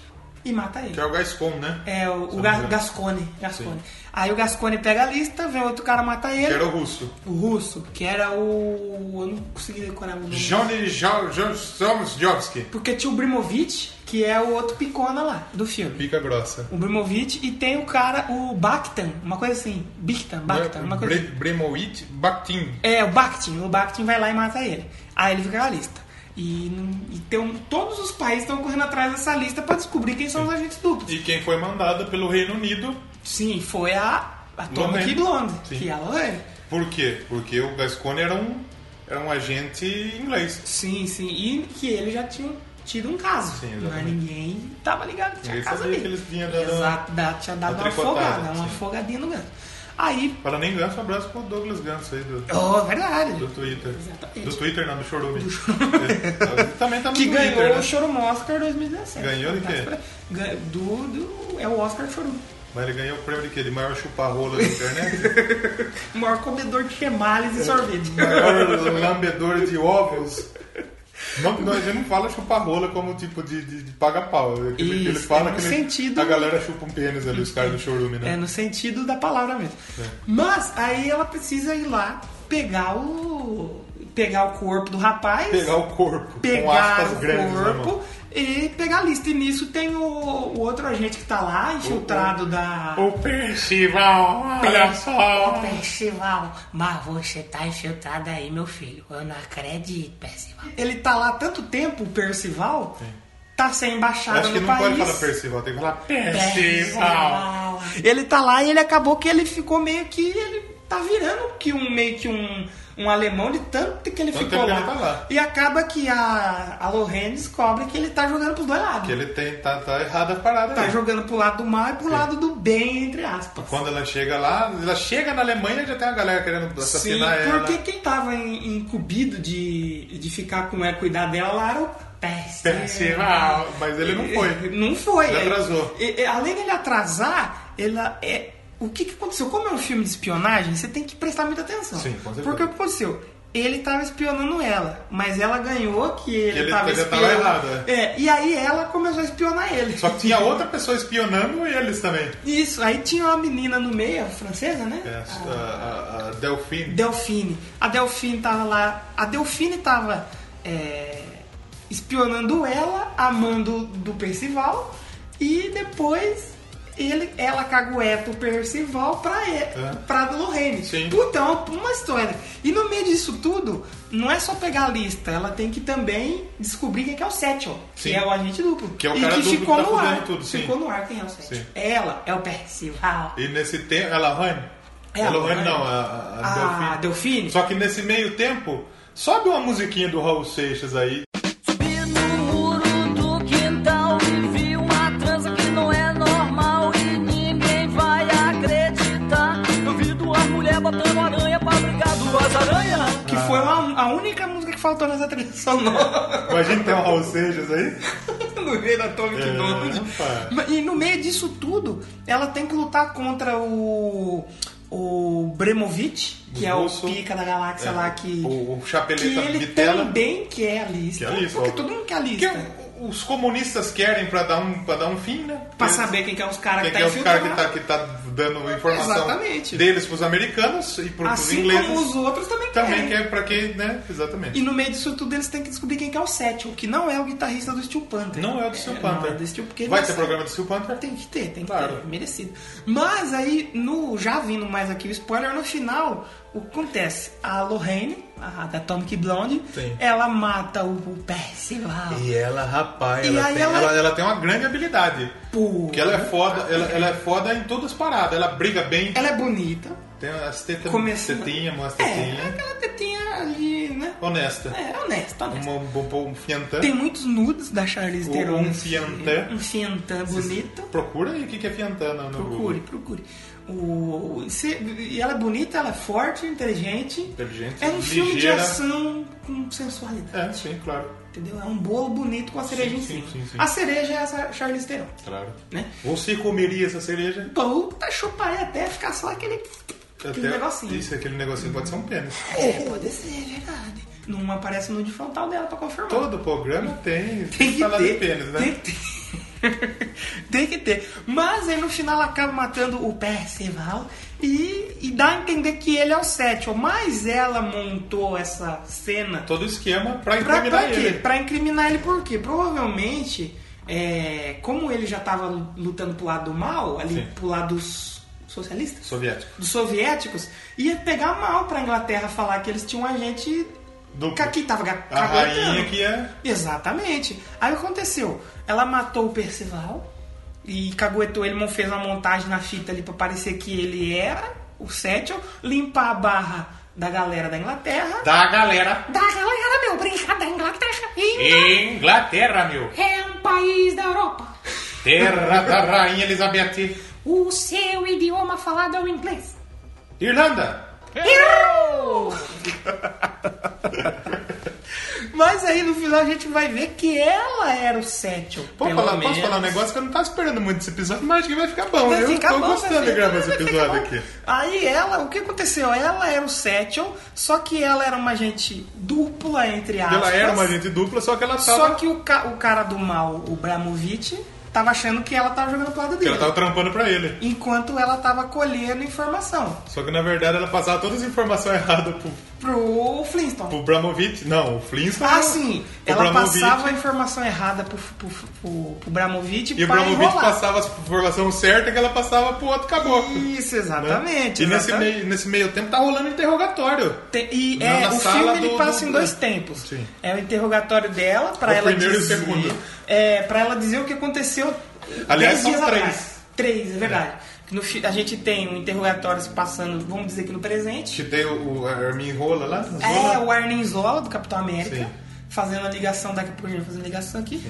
Speaker 2: e mata ele.
Speaker 1: Que é o Gascon, né?
Speaker 2: É o, o
Speaker 1: não
Speaker 2: Ga-
Speaker 1: me engano.
Speaker 2: Gascone. Gascone. Aí o Gascone pega a lista, vem outro cara mata ele.
Speaker 1: Que era o russo.
Speaker 2: O russo, que era o. Eu não consegui decorar o nome.
Speaker 1: Johnny Jo- Jo- Somsjovski.
Speaker 2: Porque tinha o Brimovic, que é o outro picona lá do filme.
Speaker 1: Pica grossa.
Speaker 2: O Brimovic e tem o cara, o Bakhtan, uma coisa assim. Bictan, Bakhtan, uma coisa assim.
Speaker 1: Bre- Bremowit Bakhtin.
Speaker 2: É, o Bakhtin. O Bakhtin vai lá e mata ele. Aí ele fica na lista. E, não- e tem um- todos os países estão correndo atrás dessa lista pra descobrir quem são os agentes duplos.
Speaker 1: E quem foi mandado pelo Reino Unido.
Speaker 2: Sim, foi a
Speaker 1: Lorraine.
Speaker 2: Atomic Blonde,
Speaker 1: Sim.
Speaker 2: que é a Lorraine.
Speaker 1: Por quê? Porque o Gascon era um, era um agente inglês.
Speaker 2: Sim, sim. E que ele já tinha tido um caso.
Speaker 1: Sim,
Speaker 2: Mas
Speaker 1: exatamente.
Speaker 2: ninguém tava ligado que tinha
Speaker 1: Ninguém
Speaker 2: caso
Speaker 1: sabia
Speaker 2: ali.
Speaker 1: que eles tinham dado-
Speaker 2: Exato, da, tinha dado
Speaker 1: da
Speaker 2: uma
Speaker 1: tricotada,
Speaker 2: afogada, uma
Speaker 1: sim.
Speaker 2: afogadinha no ganso. Aí,
Speaker 1: Fala nem ganso, um abraço pro Douglas Ganso aí do,
Speaker 2: oh, verdade.
Speaker 1: do Twitter.
Speaker 2: Exatamente.
Speaker 1: Do Twitter não, do Chorume. É, também tá no
Speaker 2: Que
Speaker 1: Twitter,
Speaker 2: ganhou
Speaker 1: né?
Speaker 2: o Chorum Oscar 2017.
Speaker 1: Ganhou de quê?
Speaker 2: Ganha- Do, do- É o Oscar Chorum.
Speaker 1: Mas ele ganhou o prêmio de quê? De maior chuparrola da internet?
Speaker 2: O maior comedor de females
Speaker 1: É.
Speaker 2: e sorvete.
Speaker 1: né? maior lambedor de ovos? Não, não, a gente não fala chuparrola como tipo de, de, de paga-pau. Aquele que ele
Speaker 2: Isso,
Speaker 1: fala
Speaker 2: é no
Speaker 1: que ele-
Speaker 2: sentido-
Speaker 1: a galera chupa um pênis ali, os caras do chorume,
Speaker 2: É
Speaker 1: né?
Speaker 2: no sentido da palavra mesmo.
Speaker 1: É.
Speaker 2: Mas aí ela precisa ir lá pegar o. pegar o corpo do rapaz.
Speaker 1: Pegar o corpo, com
Speaker 2: pegar
Speaker 1: aspas
Speaker 2: o
Speaker 1: grandes né, na mão.
Speaker 2: corpo e pegar a lista. E nisso tem o, o outro agente que tá lá, infiltrado da.
Speaker 1: O Percival, olha só!
Speaker 2: Percival, mas você tá infiltrado aí, meu filho. Eu não acredito, Percival. Ele tá lá há tanto tempo, o Percival, tá sem embaixada
Speaker 1: Acho
Speaker 2: no
Speaker 1: que não
Speaker 2: país.
Speaker 1: pode falar Percival, tem que falar Percival.
Speaker 2: Percival. Ele tá lá e ele acabou que ele ficou meio que. Ele tá virando que um meio que um, um alemão de tanto que ele
Speaker 1: Tanto
Speaker 2: ficou
Speaker 1: tempo
Speaker 2: lá.
Speaker 1: que ele tá lá.
Speaker 2: E acaba que a, a Lorraine descobre que ele tá jogando pros dois lados.
Speaker 1: Que ele tem, tá, tá errada a parada
Speaker 2: Tá
Speaker 1: aí.
Speaker 2: jogando pro lado do mal e pro lado do bem, entre aspas.
Speaker 1: Quando ela chega lá, ela chega na Alemanha já tem uma galera querendo
Speaker 2: Sim,
Speaker 1: assassinar ela.
Speaker 2: porque quem tava em- incumbido de, de ficar com ela, cuidar dela lá era o Percival.
Speaker 1: Percival, ah, mas ele não foi.
Speaker 2: Não foi.
Speaker 1: Ele atrasou.
Speaker 2: E- e- além dele atrasar, ela é. O que, que aconteceu? Como é um filme de espionagem, você tem que prestar muita atenção.
Speaker 1: Sim, com certeza.
Speaker 2: Porque o que aconteceu? Ele tava espionando ela, mas ela ganhou que ele,
Speaker 1: ele
Speaker 2: tava
Speaker 1: tava
Speaker 2: espionando.
Speaker 1: errado,
Speaker 2: É, e aí ela começou a espionar ele.
Speaker 1: Só que tinha outra pessoa espionando eles também.
Speaker 2: Isso, aí tinha uma menina no meio, a francesa, né?
Speaker 1: É,
Speaker 2: A-
Speaker 1: a, a, a Delphine.
Speaker 2: Delfine. A Delfine tava lá. A Delfine tava é, espionando ela, amando do Percival, e depois ele, ela cagueta o Percival pra, ele, pra Lorraine.
Speaker 1: É. Sim.
Speaker 2: Puta, é uma- uma história. E no meio disso tudo, não é só pegar a lista, ela tem que também descobrir quem é, que é o Sétio, que
Speaker 1: Sim.
Speaker 2: é o agente duplo.
Speaker 1: Que é o
Speaker 2: e
Speaker 1: cara
Speaker 2: que
Speaker 1: duplo que
Speaker 2: ficou
Speaker 1: tá
Speaker 2: no ar.
Speaker 1: fudendo tudo, sim.
Speaker 2: Ficou no ar quem é o Sétio.
Speaker 1: Sim. Ah.
Speaker 2: Ela é o Percival.
Speaker 1: E nesse tempo. A Lorraine?
Speaker 2: É, Ah,
Speaker 1: a
Speaker 2: a
Speaker 1: Lorraine
Speaker 2: Lorraine.
Speaker 1: não, a, a- a
Speaker 2: A
Speaker 1: Delphine.
Speaker 2: Delfine.
Speaker 1: Só que nesse meio tempo, sobe uma musiquinha do Raul Seixas aí.
Speaker 8: Subi no muro do quintal e vi uma trança que não é normal e ninguém vai acreditar. Eu vi duas mulheres botando aranha pra brigar duas aranhas.
Speaker 2: Que foi uma- a única música que faltou nessa trilha sonora.
Speaker 1: Imagina ter um Raul Seixas aí.
Speaker 2: [laughs] no meio da Atomic
Speaker 1: É,
Speaker 2: Blonde.
Speaker 1: rapaz.
Speaker 2: Ma- E no meio disso tudo, ela tem que lutar contra o. O Bremovich, que é o
Speaker 1: Russo.
Speaker 2: pica da galáxia
Speaker 1: É.
Speaker 2: lá que.
Speaker 1: O- o
Speaker 2: que
Speaker 1: Chapeleta
Speaker 2: ele um
Speaker 1: Bitela.
Speaker 2: também quer a lista.
Speaker 1: Que é isso,
Speaker 2: porque
Speaker 1: ó.
Speaker 2: todo mundo quer a
Speaker 1: Que é
Speaker 2: lista.
Speaker 1: o- os comunistas querem pra dar um, pra dar um fim, né?
Speaker 2: Pra
Speaker 1: Eles-
Speaker 2: saber quem que é os caras
Speaker 1: Que
Speaker 2: que
Speaker 1: que
Speaker 2: tá
Speaker 1: é o cara que
Speaker 2: infiltrado.
Speaker 1: tá, que tá dando informação
Speaker 2: Exatamente.
Speaker 1: deles pros americanos e pro, pros
Speaker 2: Assim
Speaker 1: ingleses.
Speaker 2: como os outros também,
Speaker 1: Também
Speaker 2: querem.
Speaker 1: que é pra quem, né? Exatamente.
Speaker 2: E no meio disso tudo eles têm que descobrir quem que é o Seth, o que não é o guitarrista do Steel Panther.
Speaker 1: Não é o do Steel
Speaker 2: Não
Speaker 1: Panther.
Speaker 2: é do Steel, porque
Speaker 1: Vai ter
Speaker 2: não sabe.
Speaker 1: programa do Steel Panther?
Speaker 2: Tem que ter, tem que
Speaker 1: Claro.
Speaker 2: ter, merecido. Mas aí, no, já vindo mais aqui o spoiler, no final, o que acontece? A Lorraine, a da Atomic Blonde,
Speaker 1: Sim.
Speaker 2: ela mata o, o Percival.
Speaker 1: E ela, rapaz,
Speaker 2: E
Speaker 1: ela
Speaker 2: aí
Speaker 1: tem,
Speaker 2: ela- é Uhum.
Speaker 1: ela... ela tem uma grande habilidade.
Speaker 2: Pô,
Speaker 1: Porque ela é foda, ela, ela é foda em todas as paradas. Ela briga bem,
Speaker 2: ela é bonita.
Speaker 1: tem as tetas,
Speaker 2: Começa...
Speaker 1: tetinha, umas tetinha.
Speaker 2: É, aquela tetinha ali, né?
Speaker 1: Honesta.
Speaker 2: É, honesta, honesta.
Speaker 1: Uma, um, um fiantã.
Speaker 2: Tem muitos nudes da Charlize
Speaker 1: Um
Speaker 2: Theron.
Speaker 1: fiantã.
Speaker 2: Um fiantã bonita.
Speaker 1: Procura aí o que que é fiantã no, no
Speaker 2: Procure,
Speaker 1: Google.
Speaker 2: procure. O, se- e ela é bonita, ela é forte, inteligente.
Speaker 1: Inteligente,
Speaker 2: É um filme de
Speaker 1: ligeira.
Speaker 2: ação com sensualidade.
Speaker 1: É, sim, claro.
Speaker 2: Entendeu? É um bolo bonito com a cereja
Speaker 1: Sim,
Speaker 2: em
Speaker 1: sim,
Speaker 2: cima.
Speaker 1: sim, sim.
Speaker 2: A cereja é essa Charlize Theron,
Speaker 1: Claro.
Speaker 2: né?
Speaker 1: Você comeria essa cereja?
Speaker 2: Puta, chuparia tá até ficar só aquele, aquele negocinho.
Speaker 1: Isso, aquele negocinho pode ser um pênis.
Speaker 2: É, pode ser, é verdade. Não aparece no de frontal dela pra confirmar.
Speaker 1: Todo programa tem,
Speaker 2: Tem que
Speaker 1: falar de
Speaker 2: ter. [laughs]
Speaker 1: pênis, né?
Speaker 2: Tem que ter. Tem que ter. Mas aí no final ela acaba matando o Percival e, e dá a entender que ele é o sétimo. Mas ela montou essa cena
Speaker 1: Todo esquema pra
Speaker 2: pra,
Speaker 1: incriminar
Speaker 2: pra quê?
Speaker 1: ele.
Speaker 2: Pra incriminar ele por quê? Provavelmente, é, como ele já tava lutando pro lado do mal, ali
Speaker 1: Sim.
Speaker 2: pro lado dos socialistas,
Speaker 1: Soviético.
Speaker 2: dos soviéticos, ia pegar mal pra Inglaterra falar que eles tinham um agente
Speaker 1: Duplo.
Speaker 2: que aqui tava ga-
Speaker 1: A rainha
Speaker 2: cagotando.
Speaker 1: que é.
Speaker 2: Exatamente. Aí o que aconteceu? Ela matou o Percival e caguetou ele, mon- fez uma montagem na fita ali pra parecer que ele era o Sétio, limpar a barra da galera da Inglaterra.
Speaker 1: Da galera.
Speaker 6: Da galera, meu, brincada da Inglaterra. E
Speaker 1: Inglaterra, meu.
Speaker 6: é um país da Europa.
Speaker 1: Terra
Speaker 2: [laughs]
Speaker 1: da rainha Elizabeth.
Speaker 6: O seu idioma falado é o inglês.
Speaker 1: Irlanda.
Speaker 6: Errou!
Speaker 2: [laughs] Mas aí no final a gente vai ver que ela era o Sétio.
Speaker 1: Pô,
Speaker 2: pelo
Speaker 1: falar, posso
Speaker 2: menos.
Speaker 1: falar um negócio que eu não tava esperando muito desse episódio, mas acho que vai ficar bom.
Speaker 2: Vai
Speaker 1: eu
Speaker 2: ficar
Speaker 1: tô
Speaker 2: bom, vai
Speaker 1: gostando de
Speaker 2: ficar
Speaker 1: gravar
Speaker 2: bom,
Speaker 1: esse
Speaker 2: vai ficar
Speaker 1: episódio
Speaker 2: bom.
Speaker 1: aqui.
Speaker 2: Aí ela, o que aconteceu? Ela era o Sétio, só que ela era uma agente dupla, entre aspas.
Speaker 1: Ela era uma agente dupla, só que ela tava.
Speaker 2: é assim. Só que o, ca- o cara do mal, o Bramovic, tava achando que ela tava jogando pro lado
Speaker 1: que
Speaker 2: dele.
Speaker 1: ela tava trampando pra ele.
Speaker 2: Enquanto ela tava colhendo informação
Speaker 1: Só que na verdade ela passava todas as informações erradas pro,
Speaker 2: pro Flintstone.
Speaker 1: pro Bramovic. Não, o Flintstone.
Speaker 2: Ah, sim.
Speaker 1: O
Speaker 2: Ela
Speaker 1: Abramovich.
Speaker 2: passava a informação errada pro, pro, pro, pro Bramovic
Speaker 1: E o
Speaker 2: pra
Speaker 1: Bramovic
Speaker 2: enrolar.
Speaker 1: passava a informação certa que ela passava pro outro caboclo.
Speaker 2: Isso,
Speaker 1: né?
Speaker 2: exatamente.
Speaker 1: E nesse
Speaker 2: exatamente.
Speaker 1: meio, nesse meio tempo tá rolando interrogatório.
Speaker 2: Tem- e
Speaker 1: Na-
Speaker 2: é,
Speaker 1: na
Speaker 2: o
Speaker 1: sala
Speaker 2: filme ele
Speaker 1: do-
Speaker 2: passa
Speaker 1: do-
Speaker 2: em dois tempos.
Speaker 1: Sim.
Speaker 2: É o interrogatório dela pra
Speaker 1: O
Speaker 2: ela
Speaker 1: primeiro e o
Speaker 2: dizer,
Speaker 1: segundo.
Speaker 2: É, para ela dizer o que aconteceu.
Speaker 1: Aliás,
Speaker 2: dez
Speaker 1: são
Speaker 2: dias
Speaker 1: três.
Speaker 2: atrás. Três, é verdade. No fi- a gente tem um interrogatório se passando, vamos dizer que no presente.
Speaker 1: Que tem o, o Armin Rola lá.
Speaker 2: É o Arnim Zola do Capitão América.
Speaker 1: Sim.
Speaker 2: Fazendo a ligação, daqui a pouco a gente vai fazer a ligação aqui.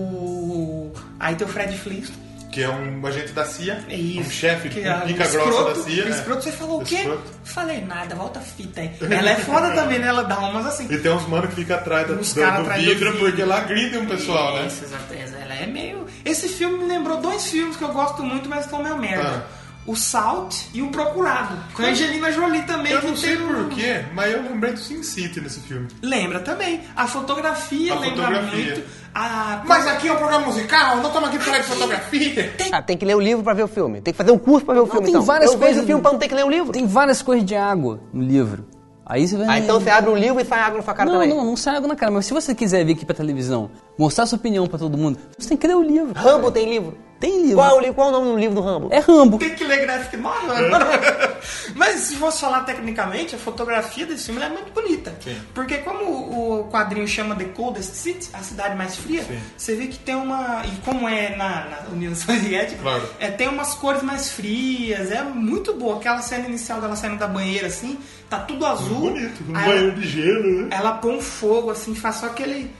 Speaker 2: O... Aí tem o Fred Flintstone.
Speaker 1: Que é um agente da CIA.
Speaker 2: É isso.
Speaker 1: Um chefe
Speaker 2: Que
Speaker 1: um
Speaker 2: é
Speaker 1: pica
Speaker 2: escroto,
Speaker 1: grossa da CIA.
Speaker 2: o
Speaker 1: né?
Speaker 2: escroto, você falou o quê?
Speaker 1: Escroto.
Speaker 2: Falei nada, volta a fita aí. Ela é foda também, né? Ela dá umas assim.
Speaker 1: E tem uns mano que fica atrás do,
Speaker 2: Uns
Speaker 1: do-
Speaker 2: cara
Speaker 1: do
Speaker 2: atrás do
Speaker 1: vidro,
Speaker 2: vidro.
Speaker 1: porque lá grita um pessoal, né?
Speaker 2: Isso, exato. Ela é meio. Esse filme me lembrou dois filmes que eu gosto muito, mas são meio
Speaker 1: Ah.
Speaker 2: merda. O Salt e o Procurado. Com a Angelina Jolie também.
Speaker 1: Eu
Speaker 2: que
Speaker 1: não sei
Speaker 2: tem um-
Speaker 1: porquê, mas eu lembrei do Sin City nesse filme.
Speaker 2: Lembra também. A fotografia
Speaker 1: A
Speaker 2: lembra
Speaker 1: fotografia.
Speaker 2: muito. A...
Speaker 1: aqui é um programa musical,
Speaker 2: então
Speaker 1: não estamos aqui pra falar de fotografia.
Speaker 9: Ah, tem que ler o livro pra ver o filme. Tem que fazer um curso pra ver o filme.
Speaker 7: tem
Speaker 9: então.
Speaker 7: várias
Speaker 9: eu
Speaker 7: coisas-
Speaker 9: vejo o filme pra não ter que ler o livro.
Speaker 7: Tem várias coisas de água no livro. Aí você vai.
Speaker 9: Ah, então você abre um livro e sai água na sua cara
Speaker 7: não,
Speaker 9: também.
Speaker 7: não, não sai água na cara. Mas se você quiser vir aqui pra televisão, mostrar sua opinião pra todo mundo, você tem que ler o livro.
Speaker 9: Rambo tem livro?
Speaker 7: Tem livro.
Speaker 9: Qual, é o li- qual é o nome do livro do Rambo?
Speaker 7: É Rambo.
Speaker 2: Tem que ler graphic novel.
Speaker 1: É.
Speaker 2: Mas se fosse falar tecnicamente, a fotografia desse filme ela é muito bonita. Porque como o o quadrinho chama The Coldest City, a cidade mais fria, você vê que tem uma... E como é na, na União [laughs] Soviética,
Speaker 1: Claro.
Speaker 2: é, tem umas cores mais frias, é muito boa. Aquela cena inicial dela saindo da banheira, assim, tá tudo azul.
Speaker 1: Bonito, um
Speaker 2: Aí ela-
Speaker 1: banheiro de gelo, né?
Speaker 2: ela põe um fogo, assim, faz só aquele.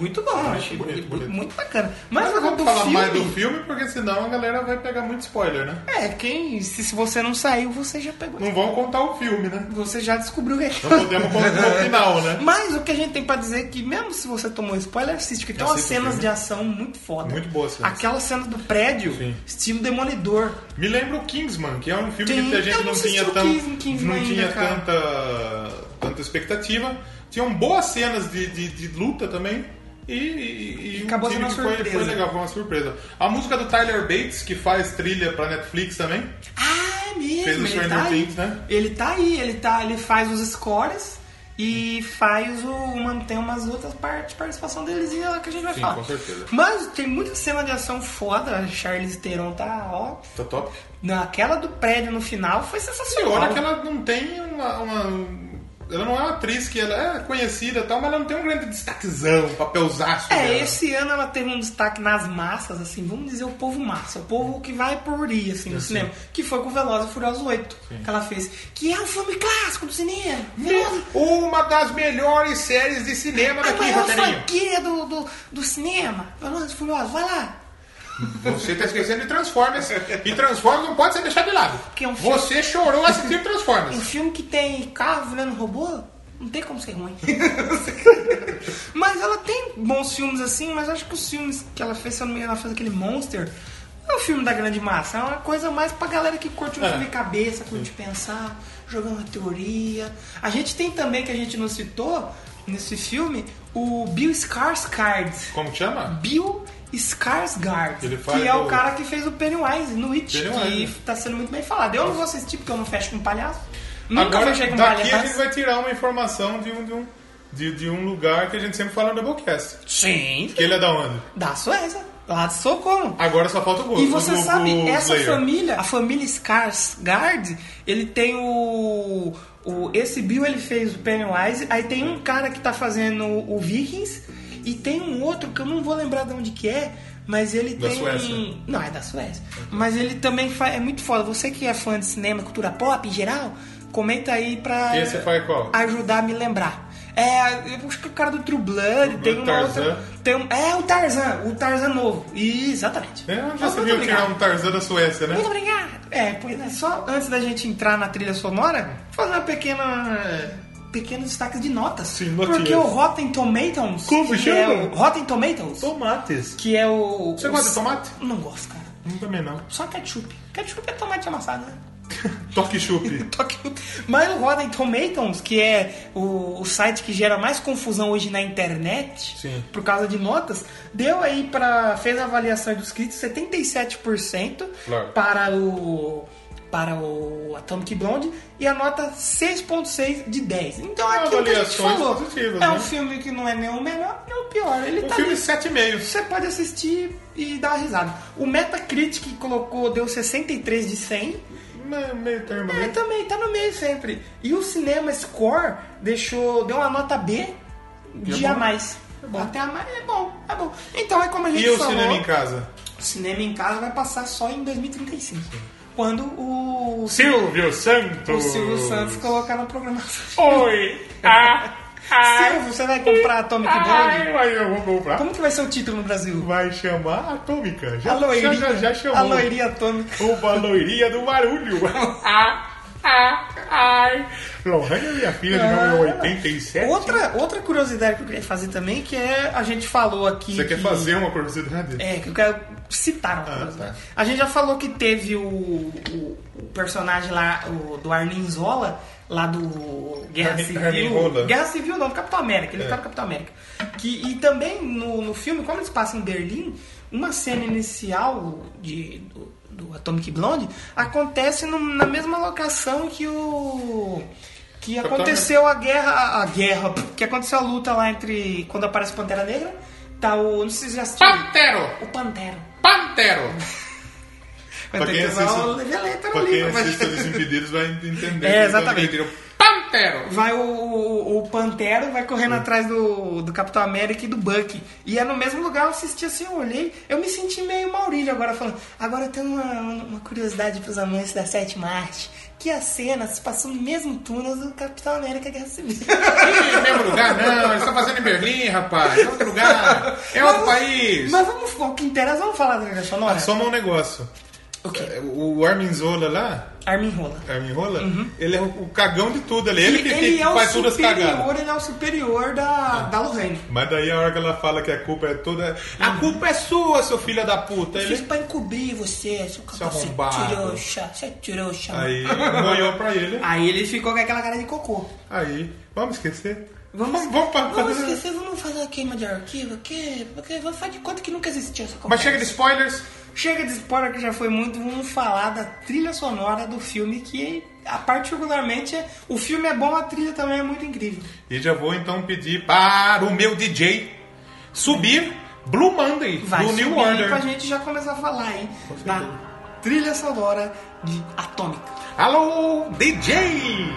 Speaker 2: Muito bom, eu achei
Speaker 1: bonito,
Speaker 2: muito-
Speaker 1: bonito.
Speaker 2: muito bacana. Mas,
Speaker 1: Mas
Speaker 2: agora
Speaker 1: vamos
Speaker 2: do
Speaker 1: falar
Speaker 2: filme,
Speaker 1: mais do filme, porque senão a galera vai pegar muito spoiler, né?
Speaker 2: É, quem. Se, se você não saiu, você já pegou.
Speaker 1: Não vão contar o filme, né?
Speaker 2: Você já descobriu o que é
Speaker 1: Não podemos contar o final, né?
Speaker 2: Mas o que a gente tem pra dizer é que mesmo se você tomou spoiler, assiste, porque tem umas
Speaker 1: Assista o
Speaker 2: cenas
Speaker 1: filme.
Speaker 2: de ação muito foda.
Speaker 1: né? Muito boas cenas.
Speaker 2: Aquela cena do prédio,
Speaker 1: Sim.
Speaker 2: estilo demolidor.
Speaker 1: Me lembra o Kingsman, que é um filme
Speaker 2: Sim,
Speaker 1: que a
Speaker 2: eu
Speaker 1: gente
Speaker 2: não
Speaker 1: não tinha,
Speaker 2: assisti o
Speaker 1: tão,
Speaker 2: Kings- Kingsman
Speaker 1: não
Speaker 2: ainda,
Speaker 1: tinha
Speaker 2: cara.
Speaker 1: tanta, tanta expectativa. Tinham boas cenas de, de, de luta também. E, e, e
Speaker 2: Acabou
Speaker 1: time
Speaker 2: sendo uma
Speaker 1: que foi,
Speaker 2: surpresa.
Speaker 1: foi legal, foi uma surpresa. A música do Tyler Bates, que faz trilha pra Netflix também.
Speaker 2: Ah, é mesmo.
Speaker 1: Fez o
Speaker 2: ele
Speaker 1: Stranger
Speaker 2: tá aí.
Speaker 1: Things, né?
Speaker 2: Ele tá aí, ele tá, ele faz os scores e faz o mantém umas outras partes, participação deles e é lá que a gente vai
Speaker 1: Sim,
Speaker 2: falar.
Speaker 1: com certeza.
Speaker 2: Mas tem muita cena de ação foda, a Charlize Theron tá, ó,
Speaker 1: Tá top.
Speaker 2: naquela do prédio no final foi
Speaker 1: E
Speaker 2: sensacional.
Speaker 1: olha que ela não tem uma. uma- Ela não é uma atriz que ela é conhecida e tal, mas ela não tem um grande destaquezão, um papelzaço. dela.
Speaker 2: É, esse ano ela teve um destaque nas massas, assim, vamos dizer o povo massa, o povo que vai por ir, assim, no cinema, que foi com Veloz e Furioso 8, que ela fez, que é um filme clássico do cinema, Veloz-
Speaker 1: Uma das melhores séries de cinema
Speaker 2: a
Speaker 1: daqui,
Speaker 2: maior
Speaker 1: Roteirinho.
Speaker 2: franquia do, do, do cinema, Veloz e Furioso, vai lá.
Speaker 1: Você tá esquecendo de Transformers. E Transformers não pode ser deixado de lado.
Speaker 2: Que é um filme-
Speaker 1: Você chorou assistindo
Speaker 2: Um
Speaker 1: Transformers.
Speaker 2: filme que tem carro virando robô, não tem como ser ruim. mas ela tem bons filmes assim, mas acho que os filmes que ela fez, se eu não me engano, ela fez aquele Monster. Não é um filme da grande massa, é uma coisa mais pra galera que curte um filme cabeça, curte pensar, jogar uma teoria. A gente tem também, que a gente não citou nesse filme, o Bill Skarsgård.
Speaker 1: Como que chama?
Speaker 2: Bill Skarsgård,
Speaker 1: Ele faz
Speaker 2: que é o
Speaker 1: o-
Speaker 2: cara que fez o Pennywise no It,
Speaker 1: Pennywise.
Speaker 2: que tá sendo muito bem falado. Eu não vou assistir porque eu não fecho com palhaço. Nunca
Speaker 1: Agora,
Speaker 2: fechei com
Speaker 1: daqui a
Speaker 2: palhaço.
Speaker 1: gente vai tirar uma informação de um, de um, de, de um lugar que a gente sempre fala no Doublecast.
Speaker 2: Sim,
Speaker 1: Que ele é da onde?
Speaker 2: da Suécia, lá de Socorro.
Speaker 1: Agora só falta o Ghost.
Speaker 2: E você
Speaker 1: o- o-
Speaker 2: sabe,
Speaker 1: o
Speaker 2: essa
Speaker 1: Slayer.
Speaker 2: família, a família Skarsgård, ele tem o, o... Esse Bill, ele fez o Pennywise, aí tem um cara que tá fazendo o Vikings, e tem um outro que eu não vou lembrar de onde que é, mas ele
Speaker 1: Da
Speaker 2: tem...
Speaker 1: Suécia. Ah, tá.
Speaker 2: Não, é da Suécia. Mas ele também faz... É muito foda. Você que é fã de cinema, cultura pop em geral, comenta aí pra
Speaker 1: E esse faz qual?
Speaker 2: ajudar a me lembrar. É, eu acho que é o cara do True Blood,
Speaker 1: Blood,
Speaker 2: tem uma
Speaker 1: Tarzan.
Speaker 2: outra... Tem um, é, o Tarzan, o Tarzan novo. Exatamente.
Speaker 1: É, onde
Speaker 2: Mas
Speaker 1: você
Speaker 2: muito
Speaker 1: viu
Speaker 2: obrigado.
Speaker 1: tirar um Tarzan da Suécia, né?
Speaker 2: Muito obrigado. É, pois é, só antes da gente entrar na trilha sonora, fazer uma pequena. Pequenos destaques de notas.
Speaker 1: Sim, notinhas.
Speaker 2: Porque o Rotten Tomatoes.
Speaker 1: Como
Speaker 2: que
Speaker 1: chama?
Speaker 2: É o Rotten Tomatoes.
Speaker 1: Tomates.
Speaker 2: Que é o.
Speaker 1: Você
Speaker 2: o-
Speaker 1: gosta de tomate?
Speaker 2: Não gosto, cara.
Speaker 1: Não, também não.
Speaker 2: Só ketchup. Ketchup é tomate amassado, né?
Speaker 1: Toque
Speaker 2: [laughs]
Speaker 1: chup.
Speaker 2: Só que o- Mas o Rotten Tomatoes, que é o, o site que gera mais confusão hoje na internet,
Speaker 1: Sim.
Speaker 2: por causa de notas, deu aí para fez a avaliação dos críticos 77%
Speaker 1: Claro.
Speaker 2: para o para o Atomic Blonde e a nota 6.6 de 10. Então é aquilo que a gente
Speaker 1: Avaliações
Speaker 2: falou.
Speaker 1: positivas,
Speaker 2: é um
Speaker 1: né?
Speaker 2: filme que não é nem o melhor nem o pior. Ele
Speaker 1: Um
Speaker 2: tá
Speaker 1: filme
Speaker 2: ali.
Speaker 1: 7,5.
Speaker 2: Você pode assistir e dar uma risada. O Metacritic colocou deu 63 de 100
Speaker 1: Me- Meio termo,
Speaker 2: é,
Speaker 1: né?
Speaker 2: também, tá no meio sempre. E o Cinema Score deixou, deu uma nota B de
Speaker 1: é bom. né?
Speaker 2: a mais. Até a mais, é bom, é bom. Então é como a gente
Speaker 1: E o
Speaker 2: falou,
Speaker 1: cinema em casa?
Speaker 2: o cinema em casa vai passar só em 2035. Quando o,
Speaker 1: Silvio Santos.
Speaker 2: o Silvio Santos colocar na
Speaker 1: [laughs]
Speaker 2: programação.
Speaker 1: Oi!
Speaker 2: [laughs]
Speaker 1: Ah,
Speaker 2: Silvio, você vai comprar Atomic Blonde?
Speaker 1: ai, ai, eu vou comprar.
Speaker 2: Como que vai ser o título no Brasil?
Speaker 1: Vai chamar Atômica. Já,
Speaker 2: A loiria,
Speaker 1: já, já chamou.
Speaker 2: a loiria atômica.
Speaker 1: Uma loiria do
Speaker 2: [laughs]
Speaker 1: barulho. ah, ah, ai. Lohane, é minha filha de
Speaker 2: Ah.
Speaker 1: número 87.
Speaker 2: Outra, outra curiosidade que eu queria fazer também, que é, a gente falou aqui...
Speaker 1: Você quer
Speaker 2: que-
Speaker 1: fazer uma curiosidade?
Speaker 2: É, que eu quero citar uma
Speaker 1: Ah,
Speaker 2: coisa.
Speaker 1: tá.
Speaker 2: né? A gente já falou que teve o, o- o personagem lá, o, do Arnim Zola, lá do Guerra
Speaker 1: Arnim-
Speaker 2: Civil.
Speaker 1: Arnim Rola.
Speaker 2: Guerra Civil não, do Capitão América,
Speaker 1: É.
Speaker 2: ele tá no Capitão América. Que, e também no, no filme, como eles passam em Berlim, uma cena inicial de, do, do Atomic Blonde acontece no- na mesma locação que o. Que
Speaker 1: Capitão
Speaker 2: aconteceu a guerra. A, a guerra. Que aconteceu a luta lá entre. Quando aparece Pantera Negra. Tá o. Não sei se vocês já assistiram.
Speaker 1: Pantero!
Speaker 2: O Pantero.
Speaker 1: Pantero!
Speaker 2: Vai
Speaker 1: Pra
Speaker 2: ter
Speaker 1: quem
Speaker 2: que usar
Speaker 1: assiste-
Speaker 2: o é letra no
Speaker 1: Pra quem
Speaker 2: livro, mas...
Speaker 1: assiste Desimpedidos vai entender.
Speaker 2: É, exatamente.
Speaker 1: Eles vão entender. Pantero.
Speaker 2: Vai o, o, o Pantero, vai correndo atrás do, do Capitão América e do Bucky. E é no mesmo lugar, eu assisti assim, eu olhei, eu me senti meio Maurílio agora falando. Agora eu tenho uma, uma curiosidade pros amantes da sétima arte. Que a cena se passou no mesmo túnel do Capitão América Guerra Civil.
Speaker 1: Ih, mesmo lugar, não. Eles estão fazendo em Berlim, rapaz. É outro lugar. [laughs] É outro país.
Speaker 2: Mas vamos, o que interessa, vamos falar da trilha sonora?
Speaker 1: Só um negócio.
Speaker 2: O quê?
Speaker 1: É, O Armin Zola lá,
Speaker 2: Armin Rola.
Speaker 1: Armin Rola, ele é o o cagão de tudo ali. Ele, que, que
Speaker 2: Uhum. é o
Speaker 1: faz tudo as cagadas. Ah.
Speaker 2: superior, ele é o superior da, da Lorraine.
Speaker 1: Mas daí a hora que ela fala que a culpa é toda. A culpa é sua, seu filho da puta.
Speaker 2: Fiz
Speaker 1: Ele...
Speaker 2: é pra encobrir você, é seu capacete
Speaker 1: arrombado.
Speaker 2: trouxa, você é trouxa. mano.
Speaker 1: Aí ganhou pra ele.
Speaker 2: Aí ele ficou com aquela cara de cocô.
Speaker 1: Aí, vamos esquecer?
Speaker 2: Vamos,
Speaker 1: vamos, pra-
Speaker 2: vamos esquecer, vamos fazer a queima de arquivo aqui, porque vamos fazer de conta que nunca existiu essa conversa.
Speaker 1: Mas chega de spoilers.
Speaker 2: Chega de spoiler que já foi muito, vamos falar da trilha sonora do filme, que a particularmente, é- o filme é bom, a trilha também é muito incrível.
Speaker 1: E já vou então pedir para o meu DJ subir Blue Monday
Speaker 2: Vai
Speaker 1: do
Speaker 2: subir
Speaker 1: New
Speaker 2: aí
Speaker 1: Order.
Speaker 2: pra gente já começar a falar, hein, da trilha sonora de Atômica.
Speaker 1: Alô, DJ!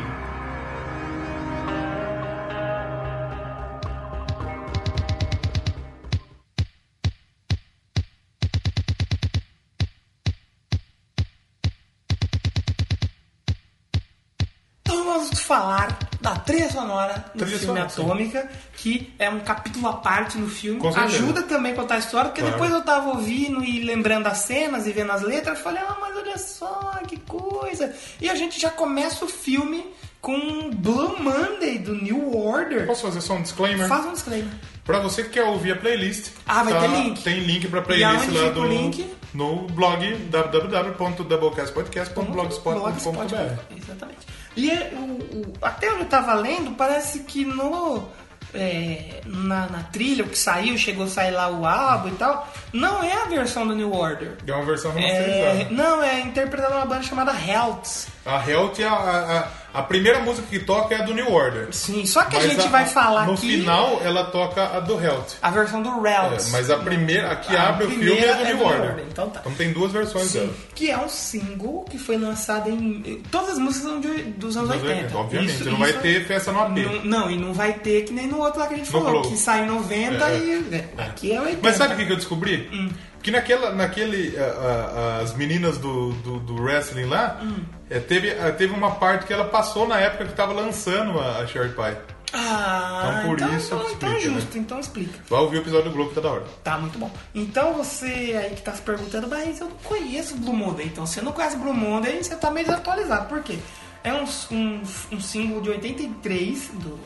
Speaker 2: Então vamos falar da trilha sonora do
Speaker 1: Trilha
Speaker 2: filme
Speaker 1: sonora, sim.
Speaker 2: Atômica, que é um capítulo à parte no filme.
Speaker 1: Com certeza.
Speaker 2: Ajuda também a contar a história, porque
Speaker 1: Claro.
Speaker 2: depois eu tava ouvindo e lembrando as cenas e vendo as letras, eu falei, ah, mas olha só, que coisa. E a gente já começa o filme com Blue Monday do New Order.
Speaker 1: Posso fazer só um disclaimer?
Speaker 2: Faz um disclaimer.
Speaker 1: Pra você que quer ouvir a playlist, tá?
Speaker 2: Ah, vai ter link.
Speaker 1: Tem link pra playlist
Speaker 2: E aonde
Speaker 1: lá
Speaker 2: fica o
Speaker 1: do
Speaker 2: link?
Speaker 1: no blog www.doublecastpodcast.blogspot.com.br.
Speaker 2: Exatamente. E é, o- o- até onde eu tava lendo, parece que no. é, na, na trilha, o que saiu, chegou a sair lá o álbum e tal. Não é a versão do New Order.
Speaker 1: É uma versão
Speaker 2: É,
Speaker 1: remasterizada.
Speaker 2: não, é interpretada uma banda chamada Helps.
Speaker 1: A Helt é a, a, a- a primeira música que toca é a do New Order.
Speaker 2: Sim, só que a
Speaker 1: Mas
Speaker 2: gente vai falar
Speaker 1: no
Speaker 2: aqui
Speaker 1: final ela toca a do Helt.
Speaker 2: a versão do Relts.
Speaker 1: mas a primeira, a que
Speaker 2: A
Speaker 1: abre o filme
Speaker 2: primeira
Speaker 1: é a do
Speaker 2: é
Speaker 1: New
Speaker 2: do
Speaker 1: Order.
Speaker 2: Order, então tá.
Speaker 1: tem duas versões dela.
Speaker 2: Sim, que é um single que foi lançado em. Todas as músicas são de- dos anos 80.
Speaker 1: Obviamente,
Speaker 2: Isso-
Speaker 1: não vai
Speaker 2: isso-
Speaker 1: ter festa no AP.
Speaker 2: Não, não, e não vai ter que nem no outro lá que a gente
Speaker 1: No
Speaker 2: falou,
Speaker 1: Globo.
Speaker 2: que sai em 90
Speaker 1: É,
Speaker 2: e. Hum. Aqui é 80.
Speaker 1: Mas sabe o que que eu descobri? Que naquela, naquele. ah, ah, ah, as meninas do, do, do wrestling lá,
Speaker 2: Hum.
Speaker 1: eh, teve, ah, teve uma parte que ela passou na época que tava lançando a, a Sherry Pie.
Speaker 2: Ah,
Speaker 1: Então, por
Speaker 2: então,
Speaker 1: isso
Speaker 2: então,
Speaker 1: que
Speaker 2: então é
Speaker 1: explica, né?
Speaker 2: justo, então explica.
Speaker 1: Vai ouvir o episódio do Globo, tá da hora.
Speaker 2: Tá muito bom. Então você aí que tá se perguntando, mas eu não conheço Blue Monday. Então se você não conhece Blue Monday, você tá meio desatualizado. Por quê? É um, um, um single de 83 do,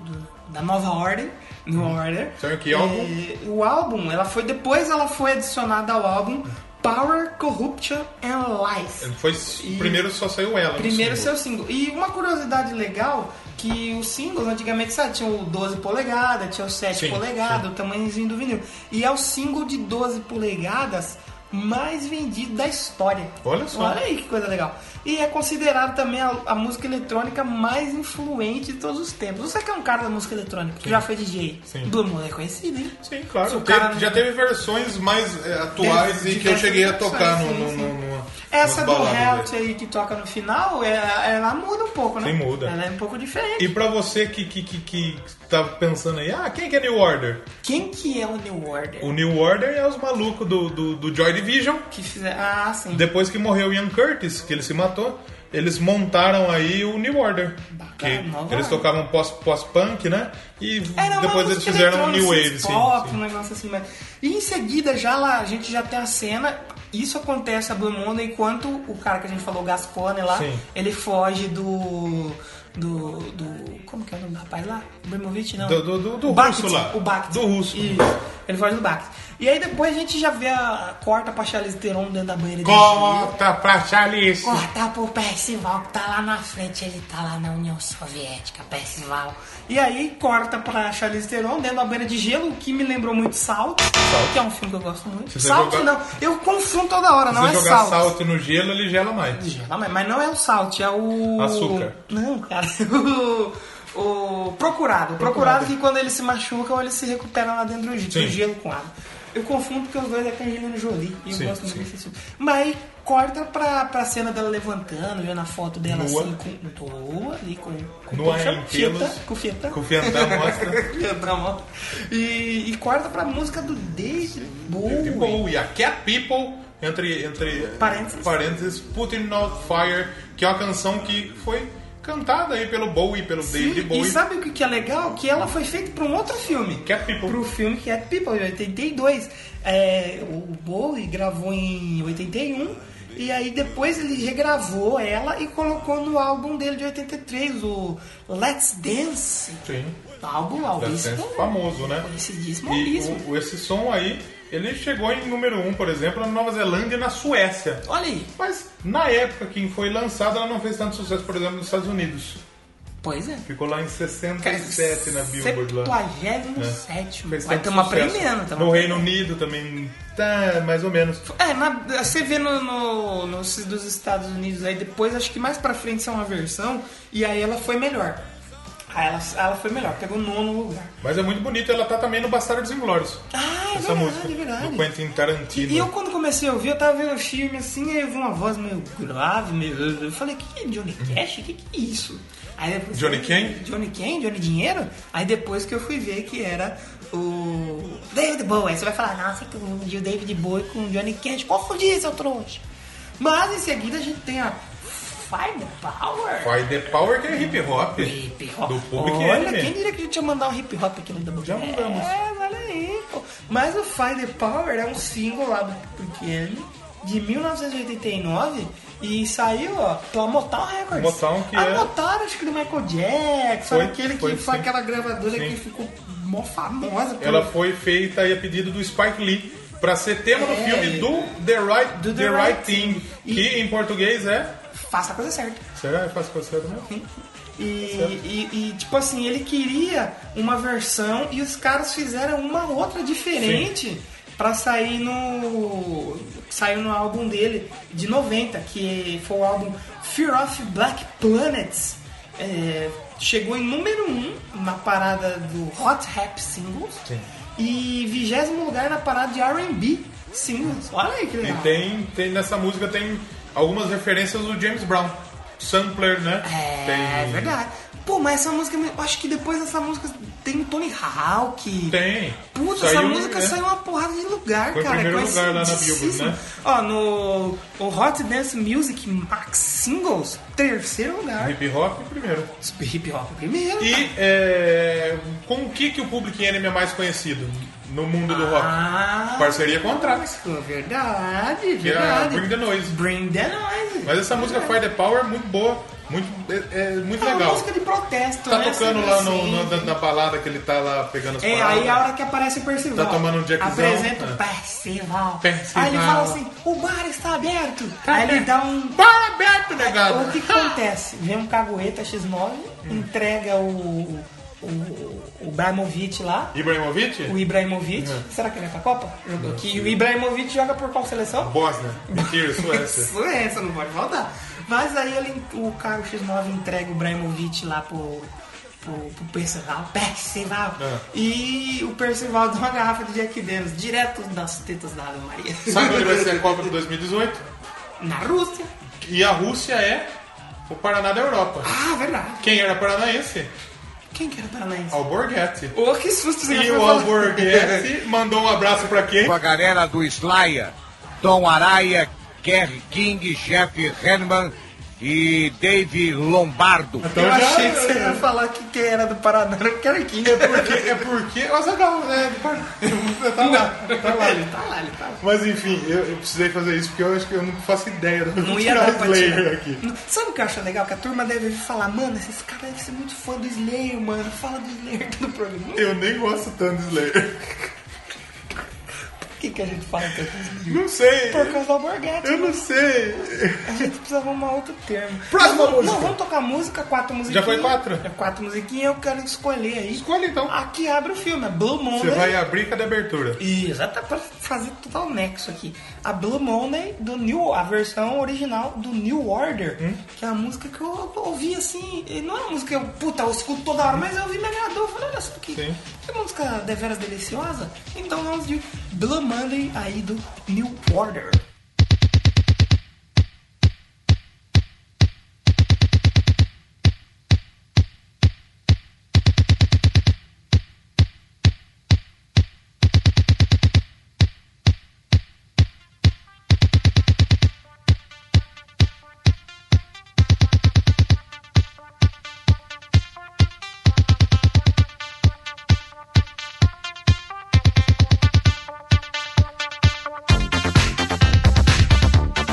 Speaker 2: do- da nova ordem, New Order.
Speaker 1: Então, que álbum?
Speaker 2: É, o álbum, ela foi depois ela foi adicionada ao álbum Power, Corruption and Lies.
Speaker 1: Foi, Primeiro só saiu ela. no
Speaker 2: Primeiro
Speaker 1: single.
Speaker 2: seu single. E uma curiosidade legal, que os singles antigamente sabe, tinha o 12 polegadas, tinha o 7
Speaker 1: Sim,
Speaker 2: polegadas, o tamanhozinho do vinil. E é o single de 12 polegadas mais vendido da história.
Speaker 1: Olha só.
Speaker 2: Olha aí que coisa legal. E é considerado também a, a música eletrônica mais influente de todos os tempos. Você que é um cara da música eletrônica, que já foi DJ.
Speaker 1: Sim.
Speaker 2: Blue Moon é conhecido, hein?
Speaker 1: Sim,
Speaker 2: Se o
Speaker 1: claro. Teve-
Speaker 2: cara não-
Speaker 1: Já teve versões mais eh, atuais
Speaker 2: Teve
Speaker 1: e que eu
Speaker 2: diversas
Speaker 1: cheguei a
Speaker 2: versões,
Speaker 1: tocar no,
Speaker 2: sim,
Speaker 1: no,
Speaker 2: sim.
Speaker 1: no- numa-
Speaker 2: Essa
Speaker 1: nas
Speaker 2: do
Speaker 1: baladas dele.
Speaker 2: Helt aí que toca no final, ela, ela muda um pouco, né?
Speaker 1: né? Sim, muda.
Speaker 2: Ela é um pouco diferente.
Speaker 1: E pra você que, que, que, que tá pensando aí, ah, quem que é New Order?
Speaker 2: Quem que é o New Order?
Speaker 1: O New Order é os malucos do, do, do Joy Division.
Speaker 2: Que fizeram... Ah, sim.
Speaker 1: Depois que morreu o Ian Curtis, que ele se matou, eles montaram aí o New Order.
Speaker 2: Bacana,
Speaker 1: que
Speaker 2: nova
Speaker 1: eles
Speaker 2: ordem.
Speaker 1: tocavam pós- pós-punk, né? E
Speaker 2: Era uma
Speaker 1: depois eles
Speaker 2: música
Speaker 1: fizeram o
Speaker 2: eletrônica,
Speaker 1: New Wave,
Speaker 2: synth
Speaker 1: sim.
Speaker 2: pop,
Speaker 1: sim.
Speaker 2: um negócio assim. Mas... E em seguida, já lá, a gente já tem a cena... Isso acontece a Blue Monday enquanto o cara que a gente falou, o Gascone lá,
Speaker 1: Sim.
Speaker 2: ele foge do... Do, do. Como que é o nome do rapaz lá? Ibrahimovic, não.
Speaker 1: Do- do- do- do
Speaker 2: O Bakhtin,
Speaker 1: russo lá.
Speaker 2: O Bakhtin.
Speaker 1: Do russo.
Speaker 2: Isso. Ele foge do Bakhtin. E aí depois a gente já vê a. Corta pra Charlize Theron dentro da banheira de gelo.
Speaker 1: Corta pra Charlize.
Speaker 2: cortar pro Percival que tá lá na frente, ele tá lá na União Soviética, Percival. E aí corta pra Charlize Theron dentro da banheira de gelo, o que me lembrou muito Salto, que é um filme que eu gosto muito.
Speaker 1: Se você
Speaker 2: Salto
Speaker 1: jogar-
Speaker 2: não, eu confundo toda hora,
Speaker 1: Se
Speaker 2: não
Speaker 1: você
Speaker 2: é
Speaker 1: jogar
Speaker 2: Salto.
Speaker 1: salto. no gelo, ele gela mais.
Speaker 2: Não, mas- mas não é o Salt, é o...
Speaker 1: Açúcar.
Speaker 2: Não, cara, [laughs] o... O procurado. O procurado que quando ele se machuca, ele se recupera lá dentro do ge- do
Speaker 1: Sim.
Speaker 2: gelo com água. Eu confundo porque os dois é com a Angelina Jolie. E eu
Speaker 1: Sim,
Speaker 2: gosto muito
Speaker 1: sim.
Speaker 2: desse filme. Mas aí corta pra, pra cena dela levantando, vendo a foto dela
Speaker 1: Nua.
Speaker 2: assim, com boa ali, com, com
Speaker 1: Nua
Speaker 2: como chama?
Speaker 1: em pelos.
Speaker 2: fita, com fita. [laughs]
Speaker 1: Confiando na mostra.
Speaker 2: Fita, ó. e, e corta pra música do David Bowie.
Speaker 1: People, e a Cat People, entre, entre
Speaker 2: Parênteses.
Speaker 1: parênteses, Putting Out Fire, que é uma canção que foi cantada aí pelo Bowie, pelo David
Speaker 2: E
Speaker 1: Bowie.
Speaker 2: sabe o que que é legal? Que ela foi feita pra um outro filme.
Speaker 1: Cat é People.
Speaker 2: Pro filme Cat People, em 82. É, o Bowie gravou em 81. E aí depois ele regravou ela e colocou no álbum dele de 83, o Let's Dance.
Speaker 1: Sim.
Speaker 2: Álbum
Speaker 1: Deve ser
Speaker 2: alvíssimo.
Speaker 1: famoso, né?
Speaker 2: Conhecidíssimo,
Speaker 1: E
Speaker 2: alvíssimo.
Speaker 1: o- o- esse som aí, ele chegou em número 1, um, por exemplo, na Nova Zelândia e na Suécia.
Speaker 2: Olha aí.
Speaker 1: Mas na época que foi lançada, ela não fez tanto sucesso, por exemplo, nos Estados Unidos.
Speaker 2: Pois é.
Speaker 1: Ficou lá em 67 na Billboard lá.
Speaker 2: 77.
Speaker 1: Fez
Speaker 2: Vai
Speaker 1: tanto
Speaker 2: ter uma
Speaker 1: sucesso.
Speaker 2: premiando. tá
Speaker 1: No
Speaker 2: uma
Speaker 1: Reino Unido também, tá mais ou menos.
Speaker 2: É, na- você vê no, no- nos dos Estados Unidos aí depois, acho que mais pra frente são uma versão, e aí ela foi melhor. Aí ela, ela foi melhor, pegou o nono lugar.
Speaker 1: Mas é muito bonito, ela tá também no Bastardos Inglórios.
Speaker 2: Ah, é
Speaker 1: essa
Speaker 2: verdade,
Speaker 1: música.
Speaker 2: é verdade.
Speaker 1: Do Quentin Tarantino.
Speaker 2: E eu quando comecei a ouvir, eu tava vendo o filme assim, aí eu vi uma voz meio grave, meio. Eu falei, que que é Johnny Cash? Que que é isso? Aí depois-
Speaker 1: Johnny quem?
Speaker 2: Johnny quem? Johnny Dinheiro? Aí depois que eu fui ver que era o David Bowie. Aí você vai falar, nossa, que eu confundi o David Bowie com o Johnny Cash. Confundi, seu trouxa. Mas em seguida a gente tem a Firepower.
Speaker 1: Vai The Power que é hip hop.
Speaker 2: Hip hop.
Speaker 1: Do público
Speaker 2: Olha,
Speaker 1: é
Speaker 2: quem
Speaker 1: ele.
Speaker 2: diria que a gente ia mandar um hip hop aqui no Double
Speaker 1: Já
Speaker 2: Tap?
Speaker 1: mandamos.
Speaker 2: É, olha aí, pô. Mas o Fire the Power é um single lá do pequeno de 1989 e saiu, ó, pela Motown Records.
Speaker 1: Motown, que
Speaker 2: a
Speaker 1: é-
Speaker 2: Motown, acho que do Michael Jackson,
Speaker 1: Foi,
Speaker 2: aquele que
Speaker 1: foi,
Speaker 2: foi,
Speaker 1: sim.
Speaker 2: aquela gravadora
Speaker 1: Sim.
Speaker 2: que ficou mó famosa. por-
Speaker 1: Ela foi feita aí a pedido do Spike Lee pra ser tema do
Speaker 2: É.
Speaker 1: filme do The Right,
Speaker 2: Do
Speaker 1: The
Speaker 2: The
Speaker 1: right,
Speaker 2: Right
Speaker 1: Thing,
Speaker 2: Thing.
Speaker 1: que em português é...
Speaker 2: Faça a coisa certa.
Speaker 1: Será que é faz coisa certa mesmo?
Speaker 2: E, e- e, tipo assim, ele queria uma versão e os caras fizeram uma outra diferente pra sair no. Saiu no álbum dele de 90, que foi o álbum Fear of Black Planets. É, chegou em número 1 na parada do Hot Rap Singles e vigésimo lugar na parada de RB Singles. Olha aí que
Speaker 1: E
Speaker 2: legal.
Speaker 1: tem, tem nessa música tem algumas referências do James Brown. Sampler, né?
Speaker 2: É,
Speaker 1: tem,
Speaker 2: verdade. Pô, mas essa música, eu acho que depois dessa música tem o Tony Hawk.
Speaker 1: Tem.
Speaker 2: Puta, essa
Speaker 1: Saiu,
Speaker 2: música
Speaker 1: né?
Speaker 2: saiu uma porrada de lugar,
Speaker 1: Foi
Speaker 2: cara.
Speaker 1: primeiro
Speaker 2: é
Speaker 1: lugar lá na Billboard,
Speaker 2: conhecidíssimo.
Speaker 1: né?
Speaker 2: Ó, no o Hot Dance Music Max Singles, terceiro lugar.
Speaker 1: Hip hop primeiro.
Speaker 2: Hip Hop primeiro.
Speaker 1: E é, com o que, que o Public Enemy é mais conhecido no mundo do rock?
Speaker 2: Ah,
Speaker 1: Parceria com a Trax.
Speaker 2: verdade,
Speaker 1: Que era
Speaker 2: verdade.
Speaker 1: Bring the Noise.
Speaker 2: Bring the Noise.
Speaker 1: Mas é essa música Fire the Power é muito boa, muito, é, é muito
Speaker 2: é uma
Speaker 1: legal.
Speaker 2: música de protesto,
Speaker 1: Tá
Speaker 2: né?
Speaker 1: tocando
Speaker 2: Assim,
Speaker 1: lá no,
Speaker 2: assim.
Speaker 1: no- na, na balada que ele tá lá pegando as
Speaker 2: É,
Speaker 1: paradas.
Speaker 2: aí a hora que aparece o Percival.
Speaker 1: Tá tomando um jackzão,
Speaker 2: Apresenta
Speaker 1: né?
Speaker 2: o Percival.
Speaker 1: Percival.
Speaker 2: Aí ele fala assim, o bar está aberto. aí ele dá um...
Speaker 1: Para aberto, negado!
Speaker 2: O que que acontece? Vem um cagueta X9,
Speaker 1: Hum.
Speaker 2: entrega o... O, o Ibrahimovic lá.
Speaker 1: Ibrahimovic?
Speaker 2: O Ibrahimovic.
Speaker 1: Hum.
Speaker 2: Será que ele vai pra Copa? Jogou aqui. E o Ibrahimovic joga por qual seleção?
Speaker 1: Bosnia. Mentira, Suécia.
Speaker 2: Suécia, é, não pode faltar. Mas aí ele, o cara o X9 entrega o Ibrahimovic lá pro, pro, pro Percival. Percival!
Speaker 1: É.
Speaker 2: E o Percival [laughs] dá uma garrafa de Jack Daniels direto das tetas da Ave Maria.
Speaker 1: Sabe onde vai ser a Copa de 2018?
Speaker 2: Na Rússia.
Speaker 1: E a Rússia é o Paraná da Europa.
Speaker 2: Ah, verdade.
Speaker 1: Quem era paranaense?
Speaker 2: Quem que era paranaense?
Speaker 1: Alborguete.
Speaker 2: Ô, que susto você
Speaker 1: E
Speaker 2: [laughs] foi
Speaker 1: o
Speaker 2: falar.
Speaker 1: Alborguete mandou um abraço pra quem?
Speaker 10: Com a galera do Slayer, Tom Araya, Kerry King, Jeff Herman e Dave Lombardo.
Speaker 1: Então
Speaker 2: Eu
Speaker 1: já-
Speaker 2: achei que você ia falar que quem era do Paraná era o Caraquinho.
Speaker 1: É [laughs] porque. É porque. Mas legal, né? Tá lá, tá lá. ali.
Speaker 2: Tá lá, ele tá lá.
Speaker 1: Mas enfim, eu, eu precisei fazer isso porque eu acho que eu não faço ideia do
Speaker 2: Não
Speaker 1: que
Speaker 2: ia
Speaker 1: tirar
Speaker 2: dar pra
Speaker 1: Slayer
Speaker 2: tirar.
Speaker 1: aqui.
Speaker 2: Sabe o que eu acho legal? Que a turma deve falar, mano, esses caras devem ser muito fã do Slayer, mano. Fala do Slayer [laughs] aqui no programa.
Speaker 1: Eu nem gosto tanto de Slayer.
Speaker 2: Por que, que a gente fala tanto do Slayer?
Speaker 1: Não sei.
Speaker 2: Por causa do Alborguete.
Speaker 1: é Eu não
Speaker 2: mano.
Speaker 1: sei.
Speaker 2: A gente precisa arrumar outro termo.
Speaker 1: Próxima
Speaker 2: Mas vamos-
Speaker 1: música.
Speaker 2: Não, vamos tocar música, quatro musiquinhas.
Speaker 1: foi quatro?
Speaker 2: É quatro musiquinhas, eu quero escolher aí.
Speaker 1: Escolha então.
Speaker 2: Aqui abre o filme, é Blue Monday.
Speaker 1: Você vai abrir cada abertura.
Speaker 2: Exato, pra fazer total nexo aqui. A Blue Monday do New, a versão original do New Order,
Speaker 1: Hum?
Speaker 2: que é a música que eu ouvi assim, e não é uma música que eu, puta, eu escuto toda hora, mas eu ouvi me agradou, eu falei, olha só que,
Speaker 1: Sim.
Speaker 2: que música deveras deliciosa. Então vamos de Blue Monday aí do New Order.
Speaker 8: Thank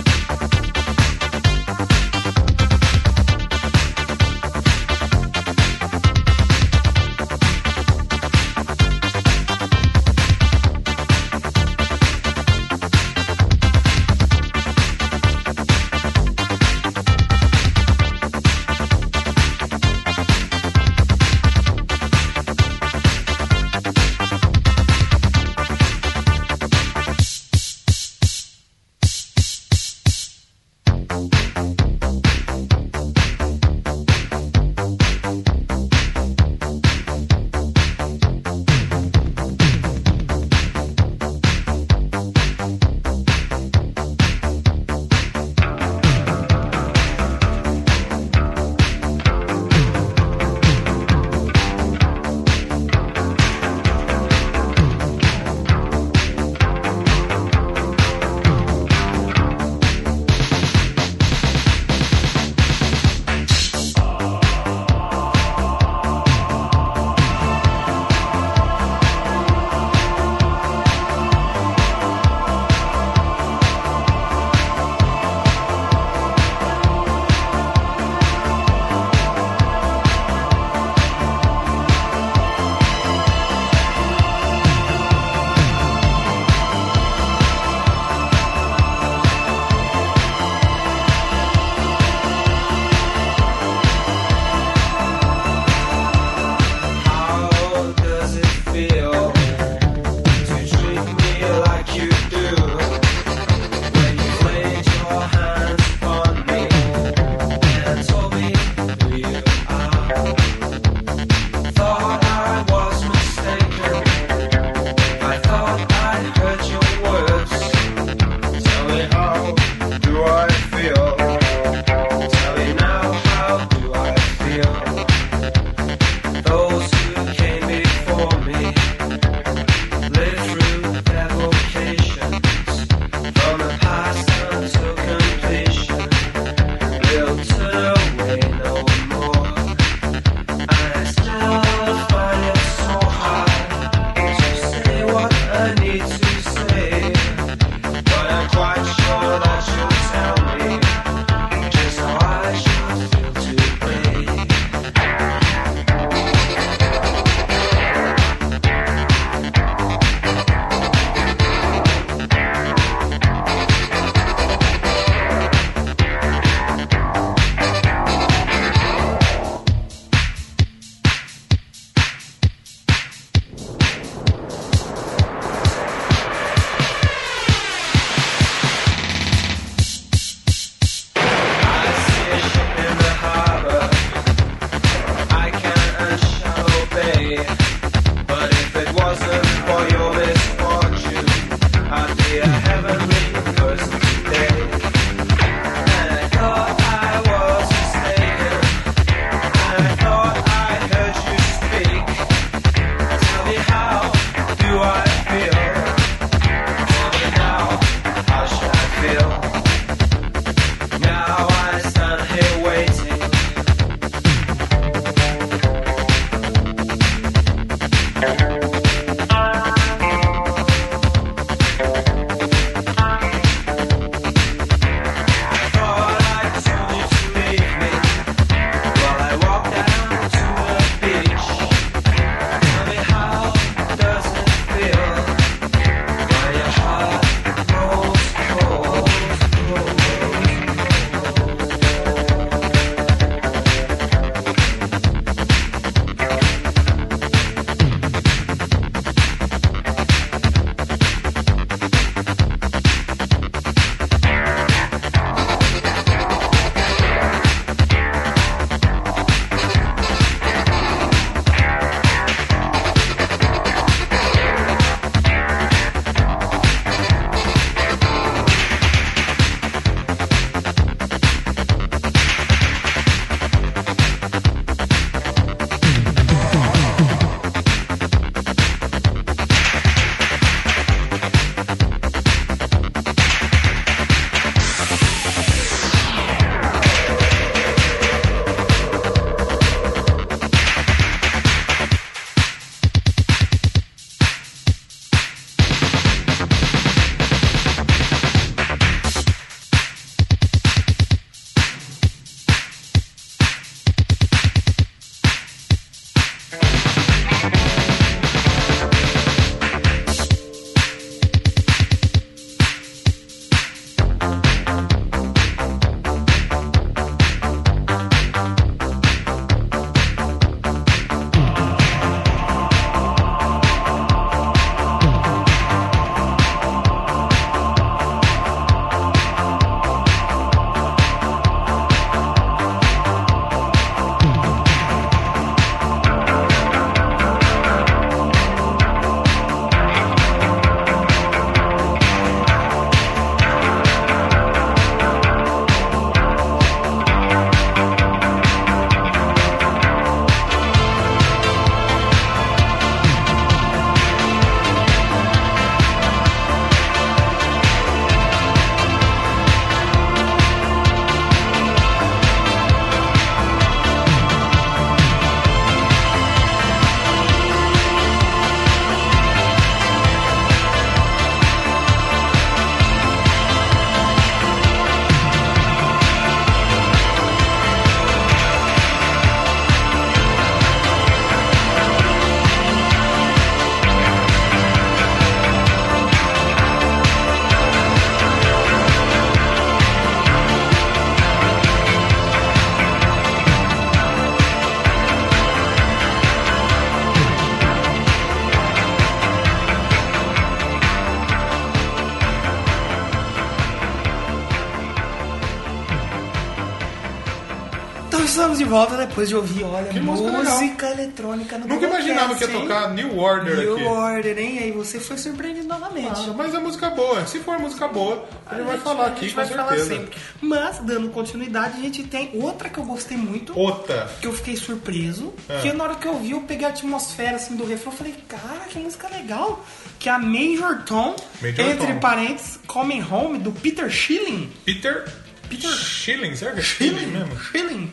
Speaker 2: volta depois Então de ouvir, olha,
Speaker 1: Que música
Speaker 2: música,
Speaker 1: legal.
Speaker 2: eletrônica no
Speaker 1: Nunca imaginava que ia
Speaker 2: Podcast, hein?
Speaker 1: tocar New Order
Speaker 2: assim? New
Speaker 1: aqui.
Speaker 2: Order, hein? Aí você foi surpreendido novamente.
Speaker 1: Ah, mas é música boa. Se for música boa, ele vai falar
Speaker 2: a
Speaker 1: aqui,
Speaker 2: gente
Speaker 1: com
Speaker 2: vai falar
Speaker 1: certeza.
Speaker 2: sempre. Mas, dando continuidade, a gente tem outra que eu gostei muito,
Speaker 1: Outra. É.
Speaker 2: que eu fiquei surpreso, que na hora que eu vi, eu peguei a atmosfera assim, do refrão, eu falei, cara, que música legal! Que é a Major Tom,
Speaker 1: Major
Speaker 2: entre
Speaker 1: Tom.
Speaker 2: parênteses, Coming Home, do Peter Schilling.
Speaker 1: Peter. Peter Schilling, será que é Schilling mesmo?
Speaker 2: Schilling.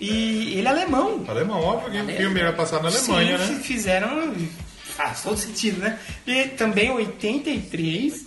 Speaker 2: E ele é alemão.
Speaker 1: Alemão, óbvio que o filme era passado na Alemanha,
Speaker 2: Sim,
Speaker 1: né?
Speaker 2: fi- fizeram. Faz todo sentido, né? E também em 83,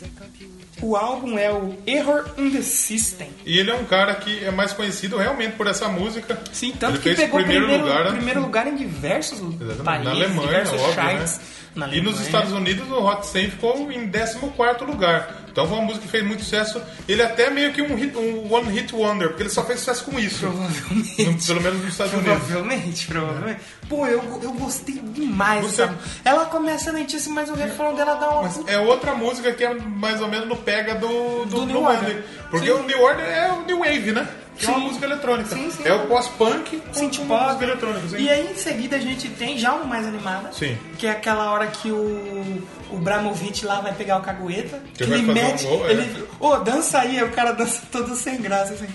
Speaker 2: o álbum é o Error in the System.
Speaker 1: E ele é um cara que é mais conhecido realmente por essa música.
Speaker 2: Sim, tanto
Speaker 1: ele
Speaker 2: que
Speaker 1: fez
Speaker 2: pegou
Speaker 1: primeiro lugar. né?
Speaker 2: primeiro lugar em diversos
Speaker 1: Exatamente,
Speaker 2: países,
Speaker 1: na Alemanha,
Speaker 2: diversos
Speaker 1: óbvio,
Speaker 2: charts. na
Speaker 1: né? E nos
Speaker 2: Alemanha.
Speaker 1: Estados Unidos o Hot 100 ficou em 14 lugar. Então foi uma música que fez muito sucesso. Ele até meio que um, hit- um one hit wonder, porque ele só fez sucesso com isso.
Speaker 2: Provavelmente.
Speaker 1: Pelo menos nos Estados Unidos.
Speaker 2: Provavelmente, provavelmente. Pô, eu, eu gostei demais.
Speaker 1: É. Você-
Speaker 2: sabe? Ela começa lentíssima, mas o refrão dela dá uma
Speaker 1: Mas é outra música que é mais ou menos no pega do, do,
Speaker 2: Do
Speaker 1: do
Speaker 2: New
Speaker 1: Wonder.
Speaker 2: Order.
Speaker 1: Porque
Speaker 2: Sim.
Speaker 1: o New Order é o New Wave, né? Que é uma
Speaker 2: Sim.
Speaker 1: música eletrônica.
Speaker 2: Sim, sim.
Speaker 1: É o pós-punk com
Speaker 2: Synth
Speaker 1: com
Speaker 2: pop.
Speaker 1: música eletrônica. sim.
Speaker 2: E aí em seguida a gente tem já uma mais animada.
Speaker 1: Sim.
Speaker 2: Que é aquela hora que o, o Bramovic lá vai pegar o cagueta.
Speaker 1: Que vai fazer um gol, é.
Speaker 2: ele, Ô, dança aí, aí o cara dança todo sem graça, assim.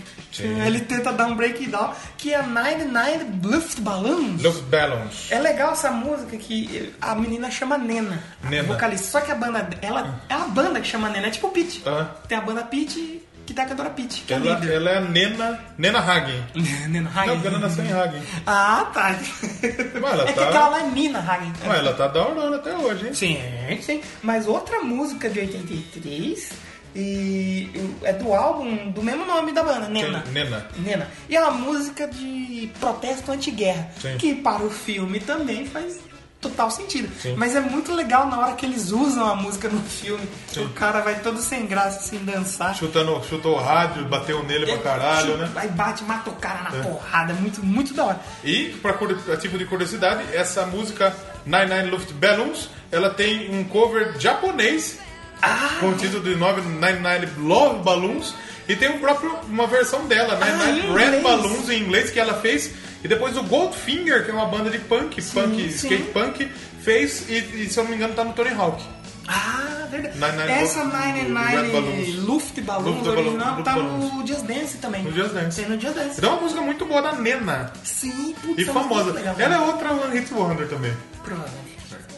Speaker 2: Ele tenta dar um breakdown, que é Nine Nine Bluffed Balloons.
Speaker 1: Love Balance.
Speaker 2: É legal essa música que a menina chama Nena,
Speaker 1: Nena.
Speaker 2: A vocalista. Só que a banda, ela é a banda que chama Nena, é tipo o Pete.
Speaker 1: Ah.
Speaker 2: Tem a banda Pete, que tá com a Dora Pete, que é a
Speaker 1: Ela,
Speaker 2: líder.
Speaker 1: ela é a Nena, Nena Hagen.
Speaker 2: [laughs] Nena
Speaker 1: Não,
Speaker 2: Hagen.
Speaker 1: porque ela nasceu em Hagen.
Speaker 2: Ah, tá.
Speaker 1: ela
Speaker 2: é que
Speaker 1: tá-
Speaker 2: aquela lá é Nina Hagen.
Speaker 1: Ué, ela tá da hora até hoje, hein?
Speaker 2: Sim, é. sim. Mas outra música de 83 e é do álbum do mesmo nome da banda, Nena.
Speaker 1: Sim, Nena.
Speaker 2: Nena. E é uma música de protesto anti-guerra,
Speaker 1: Sim.
Speaker 2: que para o filme também faz total sentido. Mas é muito legal na hora que eles usam a música no filme. O cara vai todo sem graça, assim, dançar.
Speaker 1: Chutando, chutou o rádio, bateu nele pra caralho, né? É.
Speaker 2: Aí bate, mata o cara na porrada. É Muito, muito da hora.
Speaker 1: E, para tipo de curiosidade, essa música Nine Nine Luft Balloons, ela tem um cover japonês
Speaker 2: Ah!
Speaker 1: com o título de nove- Nine Nine Love Balloons e tem um próprio, uma versão dela, Nine
Speaker 2: Ah,
Speaker 1: Nine
Speaker 2: em
Speaker 1: Red
Speaker 2: inglês.
Speaker 1: Balloons em inglês, que ela fez. E depois o Goldfinger, que é uma banda de punk, punk, skate
Speaker 2: sim.
Speaker 1: punk, fez e, e, se eu não me engano, tá no Tony Hawk.
Speaker 2: Ah, verdade.
Speaker 1: Nine Nine
Speaker 2: Essa
Speaker 1: Balloons, Red
Speaker 2: 99
Speaker 1: Balloons.
Speaker 2: Luftballons
Speaker 1: Luftballons,
Speaker 2: original tá
Speaker 1: Luftballons.
Speaker 2: no Just Dance também.
Speaker 1: No Just Dance.
Speaker 2: Tem no Just Dance.
Speaker 1: Então é uma música muito boa da Nena.
Speaker 2: Sim, putz,
Speaker 1: E
Speaker 2: é uma
Speaker 1: famosa.
Speaker 2: música legal.
Speaker 1: Ela é outra One Hit Wonder também.
Speaker 2: Provavelmente.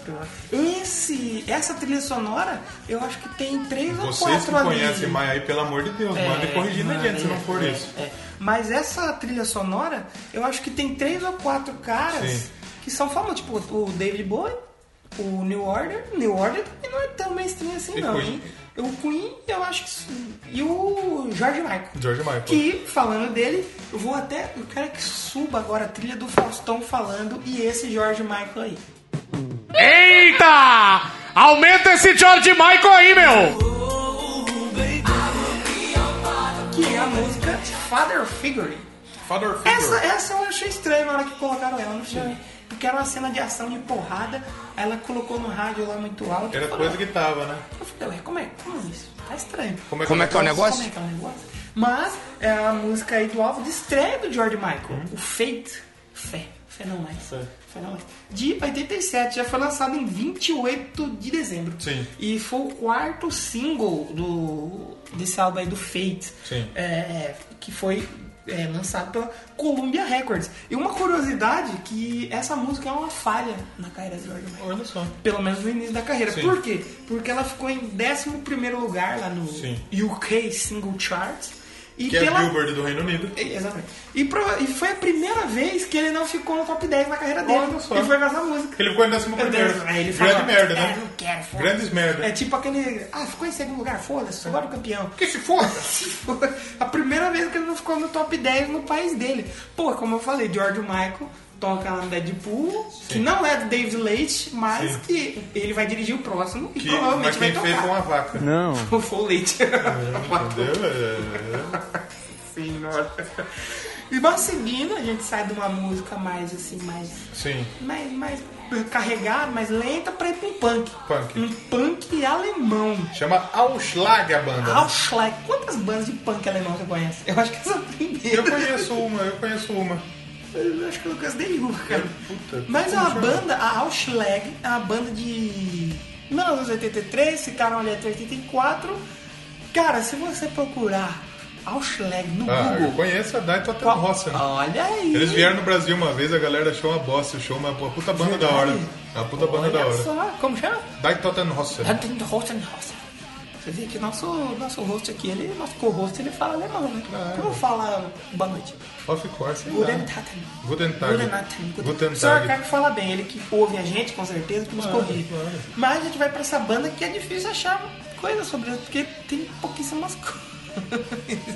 Speaker 2: Provavelmente. Esse, essa trilha sonora, eu acho que tem três ou
Speaker 1: Vocês que
Speaker 2: quatro ali.
Speaker 1: conhecem Maia aí, pelo amor de Deus,
Speaker 2: É,
Speaker 1: manda corrigir na
Speaker 2: manda
Speaker 1: gente se
Speaker 2: aí,
Speaker 1: não for
Speaker 2: é,
Speaker 1: isso.
Speaker 2: é. Mas essa trilha sonora, eu acho que tem três ou quatro caras
Speaker 1: Sim.
Speaker 2: que são famosos, tipo o David Bowie, o New Order. New Order também não é tão mainstream assim,
Speaker 1: E
Speaker 2: não,
Speaker 1: Queen.
Speaker 2: hein? O Queen, eu acho que. isso- E o George Michael.
Speaker 1: George Michael.
Speaker 2: Que, falando dele, eu vou até. Eu quero que suba agora a trilha do Faustão falando e esse George Michael aí.
Speaker 4: Eita! Aumenta esse George Michael aí, meu!
Speaker 2: Que é a música Father Figure.
Speaker 1: Father Figure.
Speaker 2: Essa, essa eu achei estranha na hora que colocaram ela no filme. Porque era uma cena de ação de porrada, aí ela colocou no rádio lá muito alto. "Ah,
Speaker 1: Era
Speaker 2: eu falei,
Speaker 1: coisa que tava, né?
Speaker 2: Eu falei, ué, como é, como é isso? Tá estranho.
Speaker 1: Como é que, Como é, que é o
Speaker 2: Como é que é o negócio? Mas é a música aí do álbum de estreia do George Michael,
Speaker 1: Uhum.
Speaker 2: o Fate. Fé. Fé não mais. Fé. não mais. De 87, já foi lançado em 28 de dezembro.
Speaker 1: Sim.
Speaker 2: E foi o quarto single do, desse álbum aí do Fate.
Speaker 1: Sim.
Speaker 2: É, que foi é, lançado pela Columbia Records. E uma curiosidade que essa música é uma falha na carreira do George Michael.
Speaker 1: Olha só.
Speaker 2: Pelo menos no início da carreira.
Speaker 1: Sim.
Speaker 2: Por quê? Porque ela ficou em 11 lugar lá no
Speaker 1: Sim.
Speaker 2: UK Single Chart. E
Speaker 1: Que é
Speaker 2: pela...
Speaker 1: a Billboard do Reino Unido.
Speaker 2: Exatamente. E, pro- e foi a primeira vez que ele não ficou no top 10 na carreira dele.
Speaker 1: Olha só.
Speaker 2: E foi com essa música.
Speaker 1: Ele ficou em décimo
Speaker 2: Meu
Speaker 1: primeiro.
Speaker 2: Deus, aí ele
Speaker 1: Grande
Speaker 2: falou,
Speaker 1: merda,
Speaker 2: "É,
Speaker 1: né?
Speaker 2: não quero, foda-se."
Speaker 1: Grandes merda.
Speaker 2: É tipo aquele. Ah, ficou em segundo lugar, foda-se, agora é o campeão.
Speaker 1: Que se
Speaker 2: [laughs]
Speaker 1: foda!
Speaker 2: a primeira vez que ele não ficou no top 10 no país dele. Pô, como eu falei, George Michael toca lá no Deadpool, que não é do David Leite, mas
Speaker 1: Sim.
Speaker 2: que ele vai dirigir o próximo e
Speaker 1: Que, mas
Speaker 2: provavelmente vai
Speaker 1: quem fez
Speaker 2: tocar.
Speaker 1: foi uma vaca.
Speaker 7: Não.
Speaker 2: Foi o Leite.
Speaker 1: Entendeu? É,
Speaker 2: Senhora. [laughs] E mas seguindo, a gente sai de uma música mais assim, mais.
Speaker 1: Sim.
Speaker 2: Mais, mais carregada, mais lenta pra ir pra um punk.
Speaker 1: Punk.
Speaker 2: Um punk alemão.
Speaker 1: Chama Ausschlag a banda. né?
Speaker 2: Ausschlag. Quantas bandas de punk alemão você conhece? Eu acho que essa é a primeira.
Speaker 1: Eu conheço uma, eu conheço uma.
Speaker 2: Eu acho que eu não conheço nenhuma, cara. Mas é uma banda, a Ausschlag, é uma banda de 1983, ficaram ali até 84. Cara, se você procurar Ausschlag no
Speaker 1: Ah, eu
Speaker 2: Google.
Speaker 1: conheço a Daito até a roça, né?
Speaker 2: Olha aí!
Speaker 1: Eles vieram no Brasil uma vez, a galera achou uma bosta o show, mas pô, puta banda da hora. A puta banda da
Speaker 2: tá Olha
Speaker 1: hora.
Speaker 2: só, como chama?
Speaker 1: Die Tottenhosser.
Speaker 2: Rosenhausen. Você vê que nosso, nosso host aqui, ele, nosso co-host, ele fala alemão, né?
Speaker 1: É.
Speaker 2: Como fala boa noite?
Speaker 1: Of course. sei lá.
Speaker 2: Guten Tag.
Speaker 1: Guten Tag.
Speaker 2: Guten Abend.
Speaker 1: Guten
Speaker 2: O senhor
Speaker 1: Tag.
Speaker 2: Caco fala bem, ele que ouve a gente, com certeza, que nos corrige. Mas a gente vai pra essa banda que é difícil achar coisa sobre ela, porque tem pouquíssimas [laughs] coisas.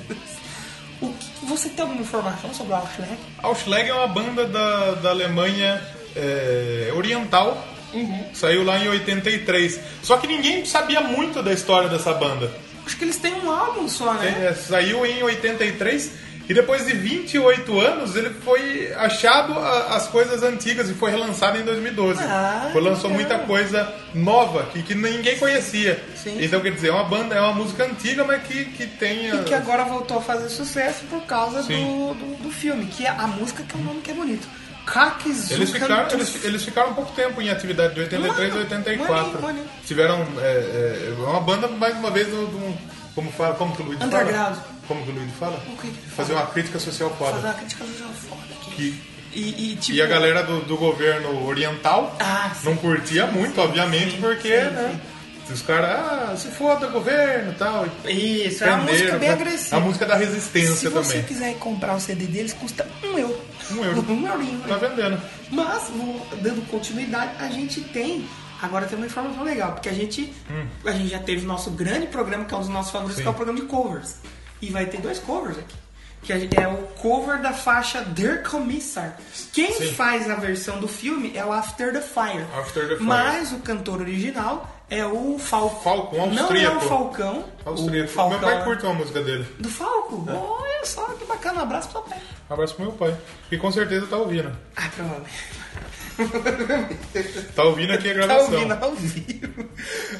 Speaker 2: O que- você tem alguma informação sobre o Outlet?
Speaker 1: Ausschlag é uma banda da, da Alemanha é, oriental.
Speaker 2: Uhum.
Speaker 1: Saiu lá em 83. Só que ninguém sabia muito da história dessa banda.
Speaker 2: Acho que eles têm um álbum só, né?
Speaker 1: É, saiu em 83 e depois de 28 anos ele foi achado a- as coisas antigas e foi relançado em 2012.
Speaker 2: Ah,
Speaker 1: foi lançou
Speaker 2: legal.
Speaker 1: muita coisa nova que, que ninguém conhecia.
Speaker 2: Sim.
Speaker 1: Então quer dizer, é uma banda, é uma música antiga, mas que, que tem.
Speaker 2: E que agora voltou a fazer sucesso por causa do,
Speaker 1: Sim.
Speaker 2: do, do filme, que é a música que é o nome que é bonito. Kakizukantuf.
Speaker 1: Eles ficaram, eles, eles ficaram pouco tempo em atividade, de 83 a
Speaker 2: Mano,
Speaker 1: 84.
Speaker 2: maneiro, maneiro.
Speaker 1: Tiveram. É, é, é uma banda, mais uma vez, do, do- como, fala, como que o Luiz
Speaker 2: Underground.
Speaker 1: fala? Como que o Luiz fala?
Speaker 2: O que que ele
Speaker 1: Fazer
Speaker 2: fala?
Speaker 1: uma crítica social
Speaker 2: Fazer
Speaker 1: foda.
Speaker 2: uma crítica social foda aqui.
Speaker 1: Que-
Speaker 2: E, e, tipo,
Speaker 1: E a galera do, do governo oriental
Speaker 2: Ah, sim.
Speaker 1: não curtia muito, obviamente, porque, né? Os caras, ah, se foda governo e tal. e
Speaker 2: Isso, é uma música
Speaker 1: prenderam,
Speaker 2: bem
Speaker 1: né?
Speaker 2: agressiva.
Speaker 1: A música da resistência
Speaker 2: Se
Speaker 1: também.
Speaker 2: você quiser comprar o CD deles, custa um euro.
Speaker 1: Um euro.
Speaker 2: [laughs] um eurinho.
Speaker 1: Tá vendendo.
Speaker 2: Mas, vou dando continuidade, a gente tem. Agora tem uma informação legal, porque a gente,
Speaker 1: Hum.
Speaker 2: a gente já teve o nosso grande programa, que é um dos nossos favoritos, que é o programa de covers. E vai ter dois covers aqui. Que a gente- é o cover da faixa Der Commissar. Quem
Speaker 1: Sim.
Speaker 2: faz a versão do filme é o After the Fire.
Speaker 1: After the Fire.
Speaker 2: Mas o cantor original é o Falcão.
Speaker 1: Falcão,
Speaker 2: Não é o
Speaker 1: austríaco.
Speaker 2: Falcão.
Speaker 1: Austríaco.
Speaker 2: O Falcão. né?
Speaker 1: Meu pai curte É. uma música dele.
Speaker 2: Do Falco? Olha só que bacana, um abraço pro papai.
Speaker 1: Abraço pro meu pai. Que com certeza tá ouvindo.
Speaker 2: Ah, provavelmente.
Speaker 1: Tá ouvindo aqui a
Speaker 2: Tá
Speaker 1: gravação.
Speaker 2: ouvindo [laughs] ao vivo.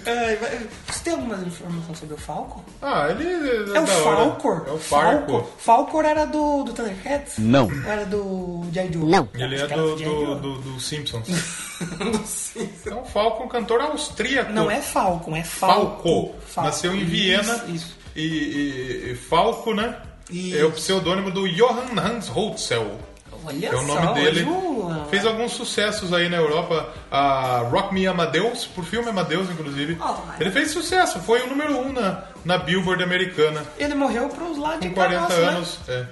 Speaker 2: Ai, vai- Você tem alguma informação sobre o Falco?
Speaker 1: Ah, ele é,
Speaker 2: É o
Speaker 1: da hora.
Speaker 2: Falcor?
Speaker 1: É o Falco.
Speaker 2: Falcor era do, do Thundercats?
Speaker 7: Não.
Speaker 2: Era do G.I. Joe? Não.
Speaker 1: Ele é do, do, do, do Simpsons.
Speaker 2: [laughs]
Speaker 1: É um Falco, um cantor austríaco.
Speaker 2: Não é Falcon, é Falco.
Speaker 1: Falco. Nasceu em Viena.
Speaker 2: Isso, isso.
Speaker 1: E, e- e Falco, né?
Speaker 2: Isso.
Speaker 1: É o pseudônimo do Johann Hans Holzel.
Speaker 2: Olha
Speaker 1: É o nome
Speaker 2: só,
Speaker 1: dele.
Speaker 2: olha o-
Speaker 1: Fez alguns sucessos aí na Europa. A Rock Me Amadeus, por filme Amadeus, inclusive.
Speaker 2: Olha.
Speaker 1: Ele fez sucesso, foi o número um na, na Billboard americana.
Speaker 2: Ele morreu pros lados
Speaker 1: Com
Speaker 2: de
Speaker 1: 40
Speaker 2: Canoas, né?
Speaker 1: anos, é.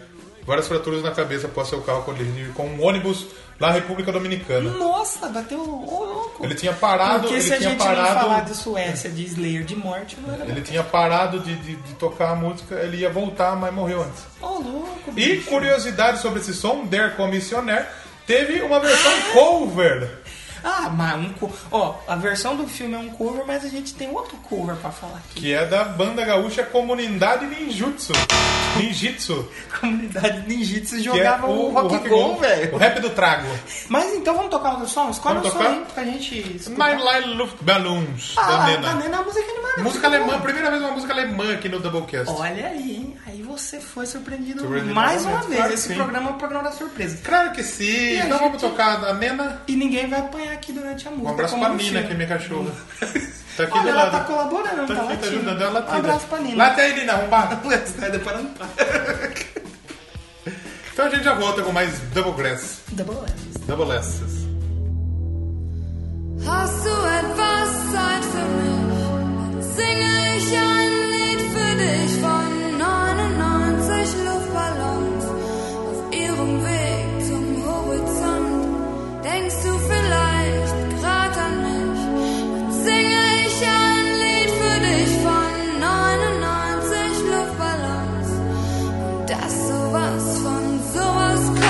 Speaker 1: várias fraturas na cabeça após seu carro colidir com um ônibus na República Dominicana.
Speaker 2: Nossa, bateu o louco.
Speaker 1: Ele tinha parado,
Speaker 2: Hum. Porque
Speaker 1: ele
Speaker 2: se a
Speaker 1: tinha
Speaker 2: gente
Speaker 1: parado-
Speaker 2: não falar de Suécia, de Slayer, de morte, não era...
Speaker 1: Ele tinha parado de, de- de tocar a música, ele ia voltar, mas morreu antes.
Speaker 2: Ô, louco,
Speaker 1: E curiosidade sobre esse som, Der Commissioner, teve uma versão cover.
Speaker 2: Ah, mas um co... Ó, a versão do filme é um cover, mas a gente tem outro cover pra falar aqui.
Speaker 1: Que é da banda gaúcha Comunidade Ninjutsu. Ninjitsu.
Speaker 2: [laughs] Comunidade ninjitsu
Speaker 1: Que é
Speaker 2: jogava o, rock, roll,
Speaker 1: O
Speaker 2: velho.
Speaker 1: rap do trago.
Speaker 2: Mas então vamos tocar outro som? Escolhe um
Speaker 1: Vamos
Speaker 2: som
Speaker 1: tocar?
Speaker 2: aí pra gente escutar.
Speaker 1: Nine Line Luftballons,
Speaker 2: ah,
Speaker 1: da
Speaker 2: a
Speaker 1: Nena.
Speaker 2: Nena é uma música animada.
Speaker 1: Música
Speaker 2: boa.
Speaker 1: alemã, primeira vez uma música alemã aqui no Doublecast.
Speaker 2: Olha aí, hein? Aí você foi surpreendido
Speaker 1: Surpreendido
Speaker 2: mais uma
Speaker 1: novamente,
Speaker 2: vez.
Speaker 1: claro que
Speaker 2: Esse
Speaker 1: sim.
Speaker 2: programa é o programa da surpresa.
Speaker 1: Claro que sim.
Speaker 2: a
Speaker 1: Então
Speaker 2: gente-
Speaker 1: vamos tocar a Nena.
Speaker 2: E ninguém vai apanhar aqui durante a música.
Speaker 1: Um abraço
Speaker 2: como
Speaker 1: pra
Speaker 2: no
Speaker 1: Nina,
Speaker 2: filme.
Speaker 1: que é minha
Speaker 2: [laughs]
Speaker 1: cachorra. Tá aqui
Speaker 2: Olha,
Speaker 1: do
Speaker 2: ela
Speaker 1: lado.
Speaker 2: tá colaborando,
Speaker 1: Tá
Speaker 2: tá,
Speaker 1: aqui, tá
Speaker 2: latindo.
Speaker 1: ajudando. Ela
Speaker 2: um
Speaker 1: latida.
Speaker 2: abraço pra Nina.
Speaker 1: Late aí, Nina, arrombada.
Speaker 2: Vai depois não tá. para.
Speaker 1: [laughs] Então a gente já volta com mais Double Grass.
Speaker 2: Double L's.
Speaker 1: Double S's.
Speaker 11: Hast du etwas Zeit für mich? Singe ich ein Lied für dich von 99 Luftballons auf ihrem Weg zum Horizont. Denkst du vielleicht grad an mich? Dann singe ich ein Lied für dich von 99 Luftballons und dass sowas von sowas kommt.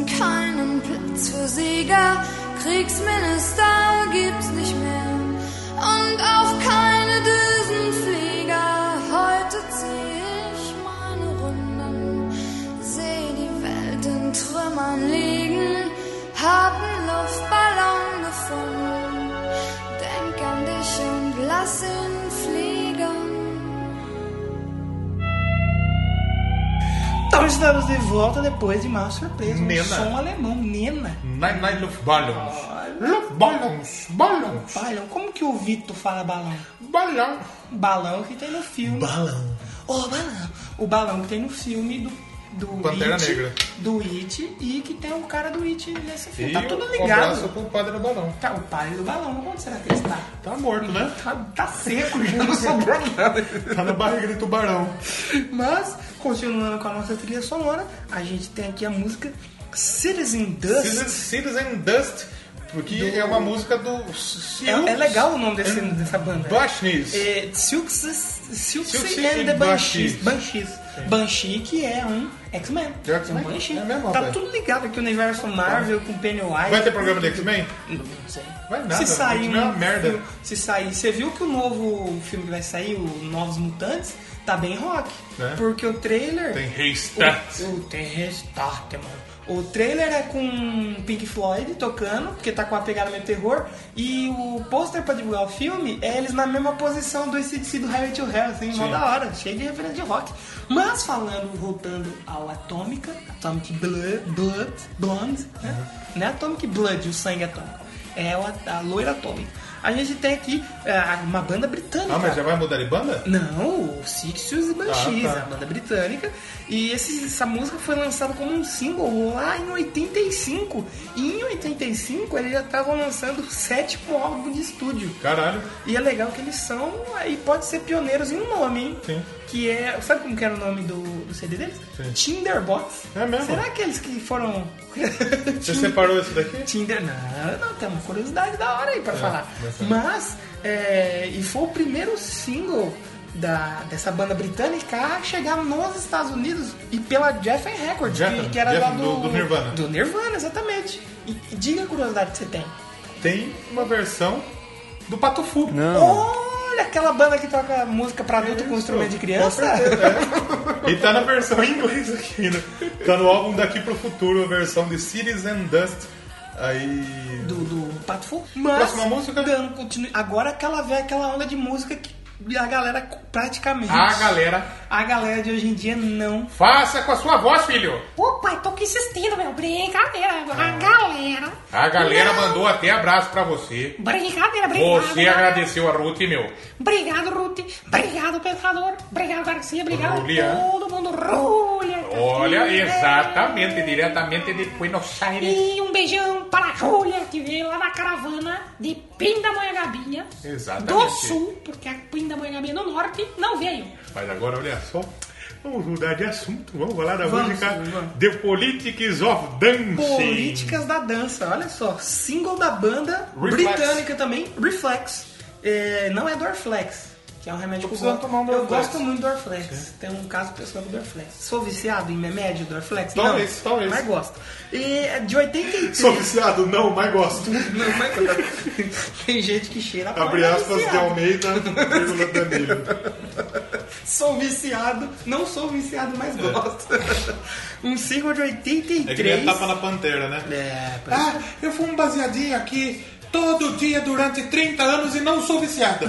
Speaker 11: Platz für Sieger, Kriegsminister gibt's nicht mehr. Und auch keine Düsenflieger. Heute zieh ich meine Runden, seh die Welt in Trümmern liegen, hab einen Luftballon gefunden. Denk an dich und lass ihn fliegen.
Speaker 2: Então estamos de volta depois de mais surpresa. Um
Speaker 1: Nena.
Speaker 2: som alemão, Nena.
Speaker 1: Nine Nine of Balloons.
Speaker 2: Balões, balões. Balão. Como que o Vitor fala balão? Balão. Balão que tem no filme. Balão. Oh, balão. O balão que tem no filme do. Do
Speaker 1: Pantera
Speaker 2: It,
Speaker 1: Negra.
Speaker 2: Do It e que tem o cara do It nesse filme.
Speaker 1: E
Speaker 2: tá tudo
Speaker 1: o abraço
Speaker 2: ligado.
Speaker 1: pro padre do balão.
Speaker 2: Tá, o pai do balão, onde será que ele está?
Speaker 1: Tá morto, né?
Speaker 2: Tá, tá seco, já não sobrou nada.
Speaker 1: Tá na barriga do tubarão.
Speaker 2: Mas, continuando com a nossa trilha sonora, a gente tem aqui a música Citizen Dust.
Speaker 1: Citizen, Citizen Dust, porque
Speaker 2: Do-
Speaker 1: é uma música do.
Speaker 2: É, é legal o nome desse, dessa banda.
Speaker 1: Bashnis.
Speaker 2: É Silks, Silks,
Speaker 1: Silks
Speaker 2: and the
Speaker 1: and
Speaker 2: Banshees.
Speaker 1: Banshees.
Speaker 2: Banshees. Banshee que é um X-Men.
Speaker 1: É X-Men.
Speaker 2: um Banshee.
Speaker 1: É mesmo,
Speaker 2: tá
Speaker 1: rapaz.
Speaker 2: tudo ligado aqui, o universo Marvel com Pennywise.
Speaker 1: Vai ter programa de X-Men?
Speaker 2: Não sei.
Speaker 1: Vai nada,
Speaker 2: Se sair
Speaker 1: X-Men é uma
Speaker 2: um-
Speaker 1: merda.
Speaker 2: Se sair. Você viu que o novo filme que vai sair, o Novos Mutantes, tá bem rock.
Speaker 1: É.
Speaker 2: Porque o trailer.
Speaker 1: Tem restart.
Speaker 2: O, o, tem restart, mano. O trailer é com Pink Floyd tocando, porque tá com a pegada meio terror. E o pôster pra divulgar o filme é eles na mesma posição do ACDC do Harry to Hell, assim, mó
Speaker 1: Sim.
Speaker 2: da hora, cheio de referência de rock. Mas falando, voltando ao Atômica, Atomic Blood, Blood Blonde, né?
Speaker 1: Uhum.
Speaker 2: Não é Atomic Blood, o sangue atômico. É o a, a loira atômica. A gente tem aqui ah, uma banda britânica.
Speaker 1: Ah, mas já vai mudar de banda?
Speaker 2: Não, o Sixers e Banshees,
Speaker 1: Ah, tá.
Speaker 2: a banda britânica. E esse- essa música foi lançada como um single lá em 85. E em 85 eles já estavam lançando o sétimo álbum de estúdio.
Speaker 1: Caralho.
Speaker 2: E é legal que eles são, e pode ser pioneiros em um nome, hein?
Speaker 1: Sim.
Speaker 2: Que é. Sabe como que era o nome do, do CD deles?
Speaker 1: Sim.
Speaker 2: Tinderbox.
Speaker 1: É mesmo?
Speaker 2: Será que eles que
Speaker 1: [laughs]
Speaker 2: foram. [laughs]
Speaker 1: Você separou isso daqui?
Speaker 2: Tinder, não, não, tem uma curiosidade da hora aí pra falar.
Speaker 1: mas é.
Speaker 2: Mas, é, e foi o primeiro single da, dessa banda britânica a chegar nos Estados Unidos e pela Jeffen Records,
Speaker 1: Jeffen,
Speaker 2: que, que era
Speaker 1: Jeffen
Speaker 2: lá do,
Speaker 1: do- do Nirvana.
Speaker 2: Do Nirvana, exatamente. E, e diga a curiosidade que você tem.
Speaker 1: Tem uma versão do Pato Fu.
Speaker 2: Olha aquela banda que toca música pra adulto com instrumento de criança.
Speaker 1: E tá na versão em inglês aqui, né? Tá no álbum Daqui pro Futuro, a versão de Cities and Dust. Aí.
Speaker 2: [laughs] do, do Pato Fu. Mas,
Speaker 1: Próxima música?
Speaker 2: Dando, continu... Agora aquela, velha- aquela onda de música que a galera praticamente.
Speaker 1: A galera.
Speaker 2: A galera de hoje em dia não.
Speaker 1: Faça com a sua voz, filho!
Speaker 6: Ô pai, tô aqui insistindo, meu. Brincadeira. A galera.
Speaker 1: A galera
Speaker 6: Não.
Speaker 1: mandou até abraço pra você.
Speaker 6: Brincadeira, obrigado.
Speaker 1: Você agradeceu a Ruth, meu.
Speaker 6: Obrigado, Ruth. Obrigado, pensador. Obrigado, Garcia. Obrigado,
Speaker 1: Juliana.
Speaker 6: todo mundo. Rúlia.
Speaker 1: Olha, exatamente, diretamente de Buenos Aires.
Speaker 6: E um beijão para a Júlia, que veio lá na caravana de Pindamonhangabinha.
Speaker 1: Exatamente.
Speaker 6: Do sul, porque a Pindamonhangabinha do norte não veio.
Speaker 1: Mas agora, olha só, vamos mudar de assunto. Vamos falar da
Speaker 2: Vamos,
Speaker 1: música
Speaker 2: vamos.
Speaker 1: The Politics of Dancing.
Speaker 2: Políticas da dança, olha só. Single da banda
Speaker 1: Reflex.
Speaker 2: britânica também, Reflex. É, não é Dorflex, que é um remédio que eu
Speaker 1: precisando
Speaker 2: gosto.
Speaker 1: tomar um
Speaker 2: Eu
Speaker 1: Dorflex.
Speaker 2: gosto muito do Dorflex. Tem um caso pessoal do Dorflex. Sou viciado em remédio Dorflex?
Speaker 1: Talvez,
Speaker 2: não,
Speaker 1: talvez.
Speaker 2: Mas gosto. E é de
Speaker 1: [laughs]
Speaker 2: 83.
Speaker 1: Sou viciado? Não, mas gosto.
Speaker 2: Não, mas- Tem gente que cheira a
Speaker 1: Abre
Speaker 2: porra,
Speaker 1: aspas um- de
Speaker 2: viciado.
Speaker 1: Almeida, vírgula Danilo.
Speaker 2: Sou viciado, não sou viciado, mas gosto. [laughs] um single de 83.
Speaker 1: É que nem a tapa na pantera, né?
Speaker 2: É, pois
Speaker 4: Ah, eu fui um baseadinho aqui todo dia durante 30 anos e não sou viciada.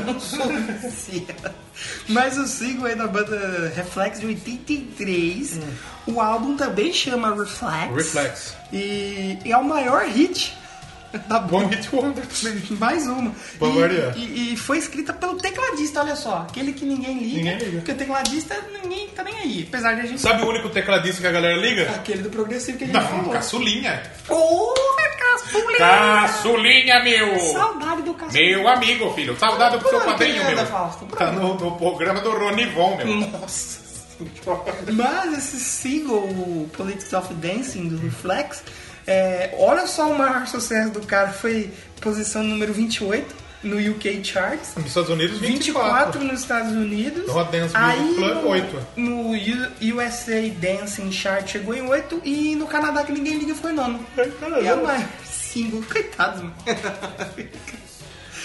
Speaker 2: Mas o single aí da banda Reflex de 83. O álbum também chama Reflex.
Speaker 1: Hum. Reflex.
Speaker 2: E é o maior hit da
Speaker 1: Bom
Speaker 2: banda.
Speaker 1: Hit Wonder.
Speaker 2: Mais uma.
Speaker 1: Pra
Speaker 2: E-
Speaker 1: variar.
Speaker 2: E, e foi escrita pelo tecladista, olha só. Aquele que ninguém liga.
Speaker 1: Ninguém liga.
Speaker 2: Porque o tecladista, ninguém tá nem aí. Apesar de a gente.
Speaker 1: Sabe o único tecladista que a galera liga?
Speaker 2: Aquele do progressivo que a gente
Speaker 1: Não, um
Speaker 2: falou.
Speaker 1: Caçulinha.
Speaker 2: Ô, Caçulinha!
Speaker 1: Caçulinha, meu!
Speaker 6: Saudade do cachorro.
Speaker 1: Meu amigo, filho. Saudade pro
Speaker 2: Por
Speaker 1: seu
Speaker 2: onde que ele
Speaker 4: é
Speaker 1: padrinho,
Speaker 2: anda,
Speaker 1: meu.
Speaker 2: Fausto? Por
Speaker 1: Tá no, no programa do Ronivon, meu.
Speaker 2: Nossa Senhora. Mas esse single, o Politics of Dancing, do Reflex, é, olha só o maior sucesso do cara, foi posição número 28. no UK Charts.
Speaker 1: Nos Estados Unidos,
Speaker 2: 24
Speaker 1: 24.
Speaker 2: nos Estados Unidos.
Speaker 1: No Hot Dance Music
Speaker 2: aí
Speaker 1: Club,
Speaker 2: no,
Speaker 1: oito.
Speaker 2: no U- USA Dancing Chart chegou em 8 e no Canadá que ninguém liga foi nono. É a maior single, coitados, mano.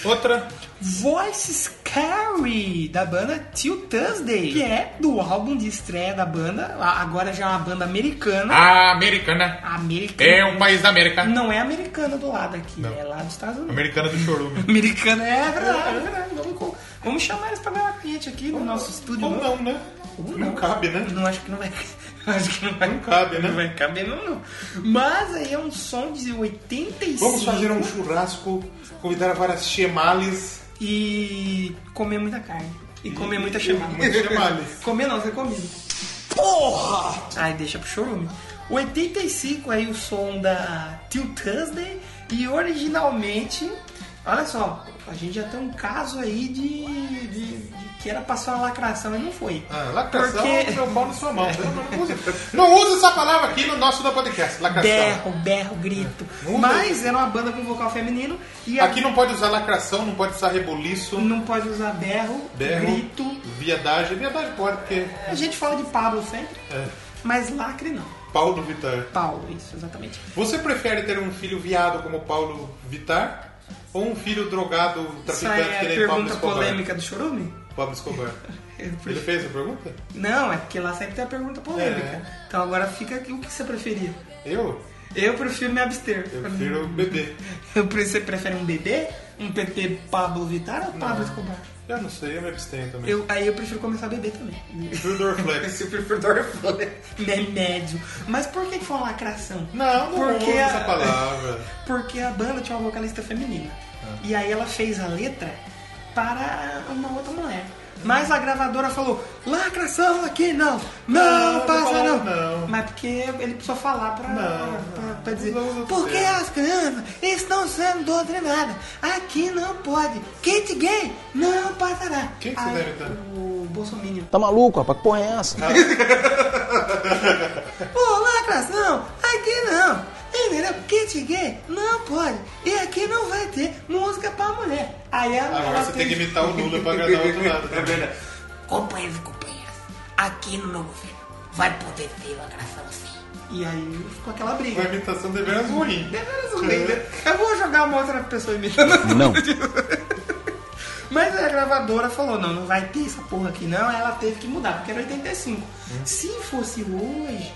Speaker 1: Outra.
Speaker 2: Voices Carry, da banda Till Thursday, que é do álbum de estreia da banda, a- agora já é uma banda americana.
Speaker 1: A americana.
Speaker 2: Americana.
Speaker 1: É um país da América.
Speaker 2: Não é americana do lado aqui, é lá dos Estados Unidos.
Speaker 1: Americana do chorume.
Speaker 2: Americana é verdade, é verdade. Vamos, co- vamos chamar eles pra gravar cliente aqui no nosso estúdio.
Speaker 1: ou não, né?
Speaker 2: Ou
Speaker 1: Não cabe, né?
Speaker 2: Não, acho que não vai. [laughs] Acho que não vai. Não
Speaker 1: cabe, né?
Speaker 2: Não vai caber, não, não. Mas aí é um som de 85.
Speaker 1: Vamos fazer um churrasco, convidar várias chemales.
Speaker 2: E comer muita carne. E comer muita
Speaker 1: e-
Speaker 2: chamada.
Speaker 1: muita [laughs] chamales.
Speaker 2: comer não, ser comido. Porra! Ai, deixa pro chorume. 85 aí o som da Till Thursday. E originalmente, olha só, a gente já tem um caso aí de, de, de que era pra ser uma lacração e não foi.
Speaker 1: Ah, lacração,
Speaker 2: Porque-
Speaker 1: meu pau na sua mão. Não use, não use essa palavra aqui no nosso da podcast. Lacração. É,
Speaker 2: Berro, berro, grito.
Speaker 1: Muda.
Speaker 2: Mas era uma banda com vocal feminino. E a-
Speaker 1: Aqui não pode usar lacração, não pode usar reboliço,
Speaker 2: não pode usar berro,
Speaker 1: berro,
Speaker 2: grito.
Speaker 1: viadagem. Viadagem pode, porque
Speaker 2: A gente fala de Pablo sempre,
Speaker 1: é
Speaker 2: mas lacre não.
Speaker 1: pau do Vitar.
Speaker 2: Paulo, isso, exatamente.
Speaker 1: Você prefere ter um filho viado como Paulo Vitar ou um filho drogado,
Speaker 2: Essa
Speaker 1: traficante, que
Speaker 2: é a
Speaker 1: nem Pablo
Speaker 2: pergunta
Speaker 1: Escobar?
Speaker 2: polêmica do Chorume?
Speaker 1: Pablo Escobar. Ele fez a pergunta?
Speaker 2: Não, é porque lá sempre tem a pergunta polêmica.
Speaker 1: É.
Speaker 2: Então agora fica aqui, o que você preferia?
Speaker 1: Eu?
Speaker 2: Eu prefiro me abster.
Speaker 1: Eu prefiro um beber.
Speaker 2: [laughs] Eu pre- Você prefere um bebê? Um PT Pablo Vittar ou Pablo Escobar?
Speaker 1: Eu não sei, eu me abstenho também.
Speaker 2: Eu, aí eu prefiro começar a beber também.
Speaker 1: Prefiro Dorflex.
Speaker 2: [laughs] Eu prefiro Dorflex. Remédio. é Mas por que que foi uma lacração?
Speaker 1: Não, não
Speaker 2: Porque
Speaker 1: usa
Speaker 2: a-
Speaker 1: essa palavra.
Speaker 2: [laughs]
Speaker 1: Ah.
Speaker 2: Porque a banda tinha uma vocalista feminina. E aí ela fez a letra para uma outra mulher. Mas a gravadora falou: lacração aqui não, não,
Speaker 1: Não,
Speaker 2: passa
Speaker 1: não
Speaker 2: não.
Speaker 1: fala não.
Speaker 2: Mas porque ele precisou falar pra,
Speaker 1: Não,
Speaker 2: pra, pra dizer:
Speaker 1: não usa
Speaker 2: porque
Speaker 1: você."
Speaker 2: as crianças estão sendo doutrinadas, aqui não pode, kit gay não passará.
Speaker 1: Quem que você
Speaker 2: Aí,
Speaker 1: deve estar?
Speaker 2: O Bolsonaro.
Speaker 9: Tá maluco, rapaz? Que porra é essa?
Speaker 2: Ô, lacração, aqui não. Entendeu? Kit gay não pode. E aqui não vai ter música pra mulher. Aí a
Speaker 1: Agora
Speaker 2: mulher
Speaker 1: você tem que imitar o Lula pra agradar o outro lado.
Speaker 2: [laughs] É verdade.
Speaker 12: Companheiros e companheiras, aqui no meu governo vai poder ter lacração assim. sim.
Speaker 2: E aí ficou aquela briga.
Speaker 1: Uma imitação de veras ruim.
Speaker 2: Deveras um bem, né? Eu vou jogar uma outra pessoa [laughs] imitando.
Speaker 7: Não.
Speaker 2: Mas a gravadora falou, não, não vai ter essa porra aqui não. Ela teve que mudar, porque era 85.
Speaker 1: Hum.
Speaker 2: Se fosse hoje,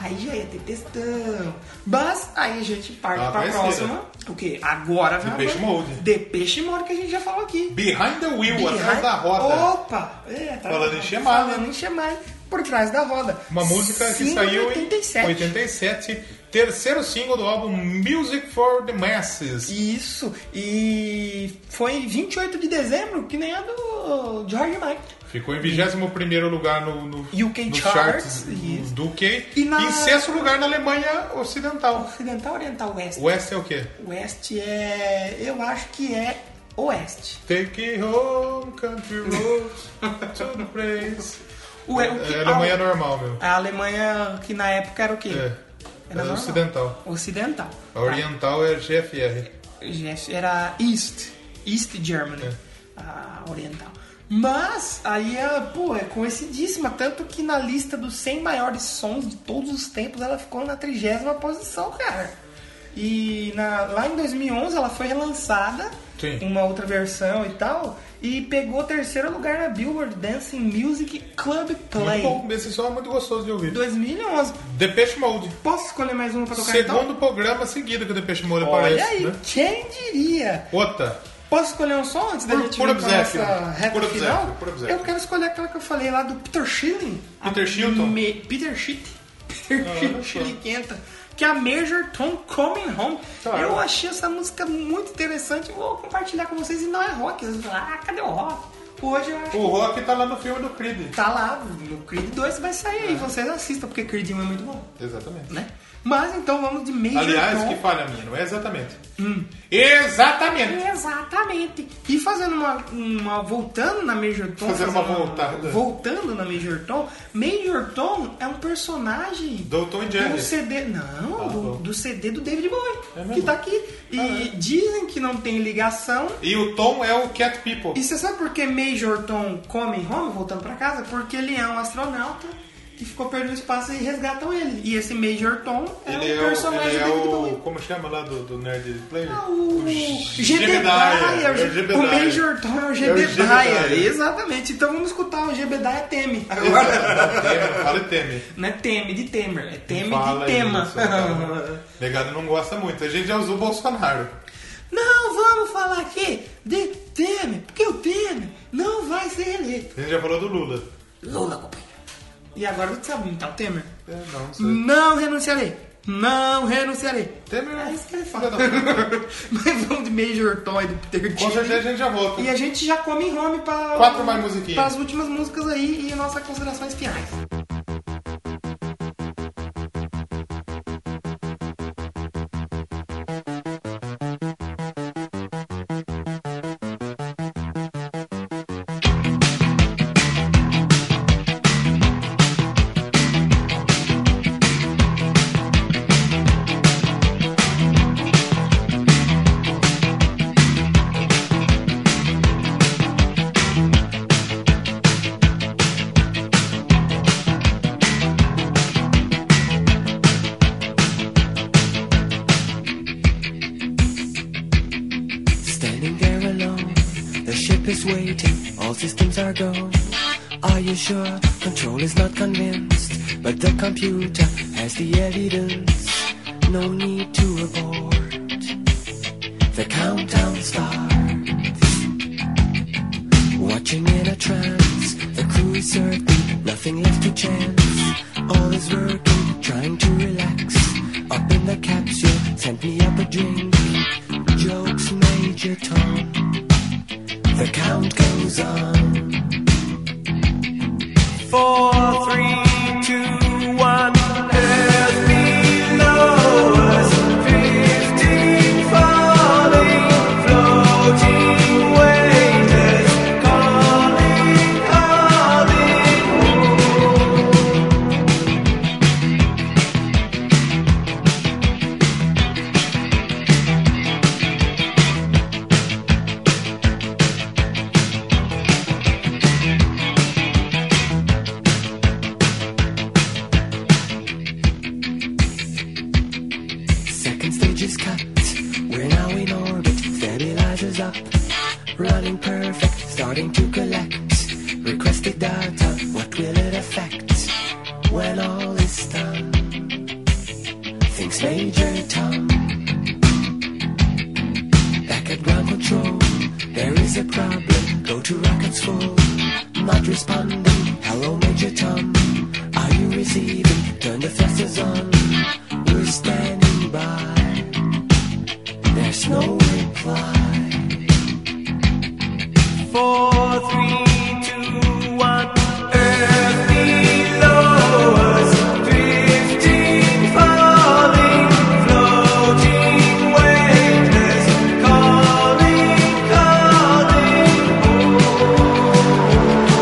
Speaker 2: aí já ia ter testão. Mas aí a gente parte
Speaker 1: Ah,
Speaker 2: pra
Speaker 1: vai ser, né?
Speaker 2: próxima. O quê? Agora vai
Speaker 1: Depeche Mode.
Speaker 2: Depeche Mode que a gente já falou aqui.
Speaker 1: Behind the wheel,
Speaker 2: Behind-
Speaker 1: atrás da roda.
Speaker 2: Opa! É, atrás
Speaker 1: Falando
Speaker 2: da-
Speaker 1: em chamar, né?
Speaker 2: Falando em chamar, por trás da roda.
Speaker 1: Uma música que
Speaker 2: Single
Speaker 1: saiu em
Speaker 2: 87.
Speaker 1: 87, terceiro single do álbum Music for the Masses.
Speaker 2: Isso, e foi em 28 de dezembro, que nem a do George Michael.
Speaker 1: Ficou em 21 lugar no, no
Speaker 2: UK
Speaker 1: nos
Speaker 2: Charts,
Speaker 1: charts,
Speaker 2: isso.
Speaker 1: do UK.
Speaker 2: E
Speaker 1: E,
Speaker 2: na-
Speaker 1: em sexto lugar na Alemanha Ocidental.
Speaker 2: Ocidental, Oriental, West.
Speaker 1: West é o quê?
Speaker 2: West é. Eu acho que é Oeste.
Speaker 1: Take it home, country roads, to the
Speaker 2: [laughs]
Speaker 1: place.
Speaker 2: O, o que-
Speaker 1: É, Alemanha
Speaker 2: a,
Speaker 1: normal, meu.
Speaker 2: a Alemanha, que na época era o quê?
Speaker 1: É.
Speaker 2: Era
Speaker 1: é
Speaker 2: normal.
Speaker 1: ocidental.
Speaker 2: Ocidental.
Speaker 1: A oriental é GFR.
Speaker 2: Yes, Era East. East Germany.
Speaker 1: É.
Speaker 2: A oriental. Mas, aí, ela, pô, é conhecidíssima. Tanto que na lista dos 100 maiores sons de todos os tempos, ela ficou na trigésima posição, cara. E na- lá em 2011 ela foi relançada,
Speaker 1: Sim.
Speaker 2: uma outra versão e tal, e pegou terceiro lugar na Billboard Dancing Music Club Play.
Speaker 1: Muito bom, esse som é muito gostoso de ouvir.
Speaker 2: 2011.
Speaker 1: Depeche Mode.
Speaker 2: Posso escolher mais uma pra tocar então?
Speaker 1: Segundo programa seguido que o Depeche Mode
Speaker 2: Olha
Speaker 1: aparece.
Speaker 2: aí,
Speaker 1: Né?
Speaker 2: quem diria?
Speaker 1: Outra.
Speaker 2: Posso escolher um som antes da
Speaker 1: Por-
Speaker 2: gente
Speaker 1: por
Speaker 2: ir pra
Speaker 1: obséquio.
Speaker 2: nossa reta
Speaker 1: Por obséquio,
Speaker 2: final?
Speaker 1: por obséquio.
Speaker 2: Eu quero escolher aquela que eu falei lá do Peter Schilling.
Speaker 1: Peter
Speaker 2: A
Speaker 1: Shilton?
Speaker 2: Me... Peter Shit. [laughs]
Speaker 1: Ah,
Speaker 2: Peter
Speaker 1: olha só.
Speaker 2: Schilling quenta. Que é a Major Tom Coming Home.
Speaker 1: Claro.
Speaker 2: Eu achei essa música muito interessante. Vou compartilhar com vocês. E não é rock. Vocês vão falar, ah, cadê o rock? Hoje eu acho
Speaker 1: O rock tá lá no filme do Creed.
Speaker 2: que tá lá. No Creed 2 vai sair aí. Vocês assistam, porque Creed 1 é muito bom.
Speaker 1: Exatamente.
Speaker 2: né? Mas então vamos de Major
Speaker 1: Aliás,
Speaker 2: Tom.
Speaker 1: que falha minha, não é exatamente.
Speaker 2: então. Hum.
Speaker 1: Exatamente.
Speaker 2: Exatamente. E fazendo uma, uma- voltando na Major Tom.
Speaker 1: Fazendo uma voltada.
Speaker 2: Voltando na Major Tom. Major Tom é um personagem.
Speaker 1: Do Tom e Jerry.
Speaker 2: Do CD. Não,
Speaker 1: Ah,
Speaker 2: do,
Speaker 1: bom. É
Speaker 2: do CD do David Bowie.
Speaker 1: mesmo? Ah, é.
Speaker 2: que tá aqui. E dizem que não tem ligação.
Speaker 1: E o Tom é o Cat People.
Speaker 2: E você sabe por que Major Tom come home, voltando pra casa? Porque ele é um astronauta que ficou perdido no espaço e resgatam ele. E esse Major Tom é
Speaker 1: Ele
Speaker 2: um
Speaker 1: é o,
Speaker 2: personagem
Speaker 1: ele é
Speaker 2: do David Bowie.
Speaker 1: o. Como chama lá do, do Nerd Player?
Speaker 2: Ah, o
Speaker 1: Jebediah. É o
Speaker 2: Gebedaia.
Speaker 1: Jebediah.
Speaker 2: O Major Tom é o Gebedaia.
Speaker 1: Jebediah.
Speaker 2: Exatamente. Então vamos escutar o Gebedaia é Teme.
Speaker 1: Fala e teme.
Speaker 2: Não é Teme de Temer, é Teme
Speaker 1: Fala
Speaker 2: de Tema.
Speaker 1: isso, cara. Negado não gosta muito. A gente já usou o Bolsonaro.
Speaker 2: [laughs] Não, vamos falar aqui de Temer, porque o Temer não vai ser eleito.
Speaker 1: A gente já falou do Lula.
Speaker 2: Lula, companheiro. E agora você sabe imitar o Temer?
Speaker 1: É, não, não sei.
Speaker 2: Não renunciarei. Não renunciarei. Temer é isso que ele fala. [laughs] Mas vamos de Major Toy do Peter
Speaker 1: tá Com certeza a gente já volta.
Speaker 2: E a gente já come em home para
Speaker 1: Quatro mais musiquinhas.
Speaker 2: Para as últimas músicas aí e nossas considerações finais.
Speaker 13: Standing there alone, the ship is waiting, all systems are go. Are you sure? Control is not convinced, but the computer has the evidence. No need to report. The countdown starts. Watching in a trance, the crew is certain, nothing left to chance. All is working, trying to relax. Up in the capsule, sent me up a drink. Jokes Major Tom. The count goes on.
Speaker 8: Four, three, two, one. Earth below us, drifting, falling, floating waiters, calling, calling. home.
Speaker 13: Second stage is cut. We're now in orbit. Stabilizers up. Running perfect. Starting to collect. Requested data. What will it affect? When all is done. Things major Tom. Back at ground control. There is a problem. Go to rockets full. Not responding. Hello, Major Tom. Are you receiving? Turn the thrusters on. We're standing by. There's no reply.
Speaker 8: Four, three, two, one. Earth below us, drifting, falling, floating, weightless, calling, calling home.
Speaker 13: Major Tom.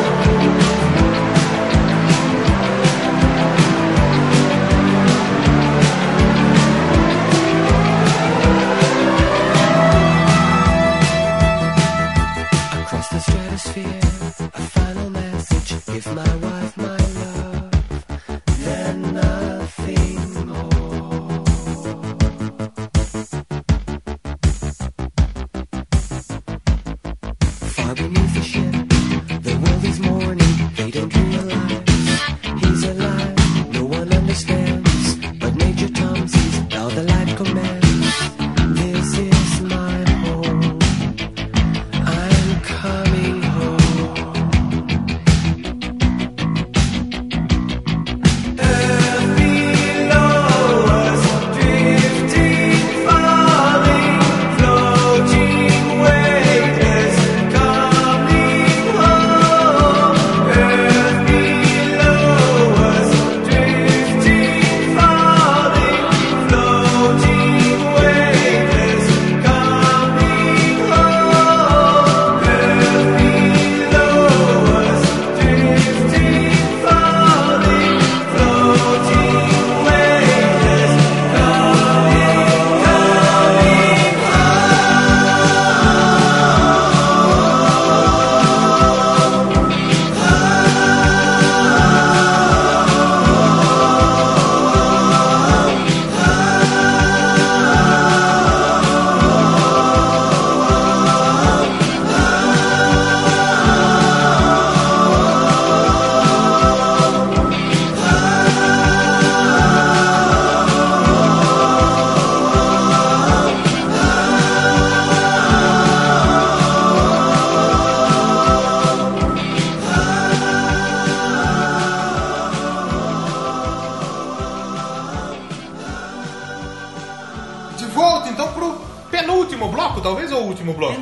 Speaker 1: De volta então pro penúltimo bloco, talvez, ou último bloco?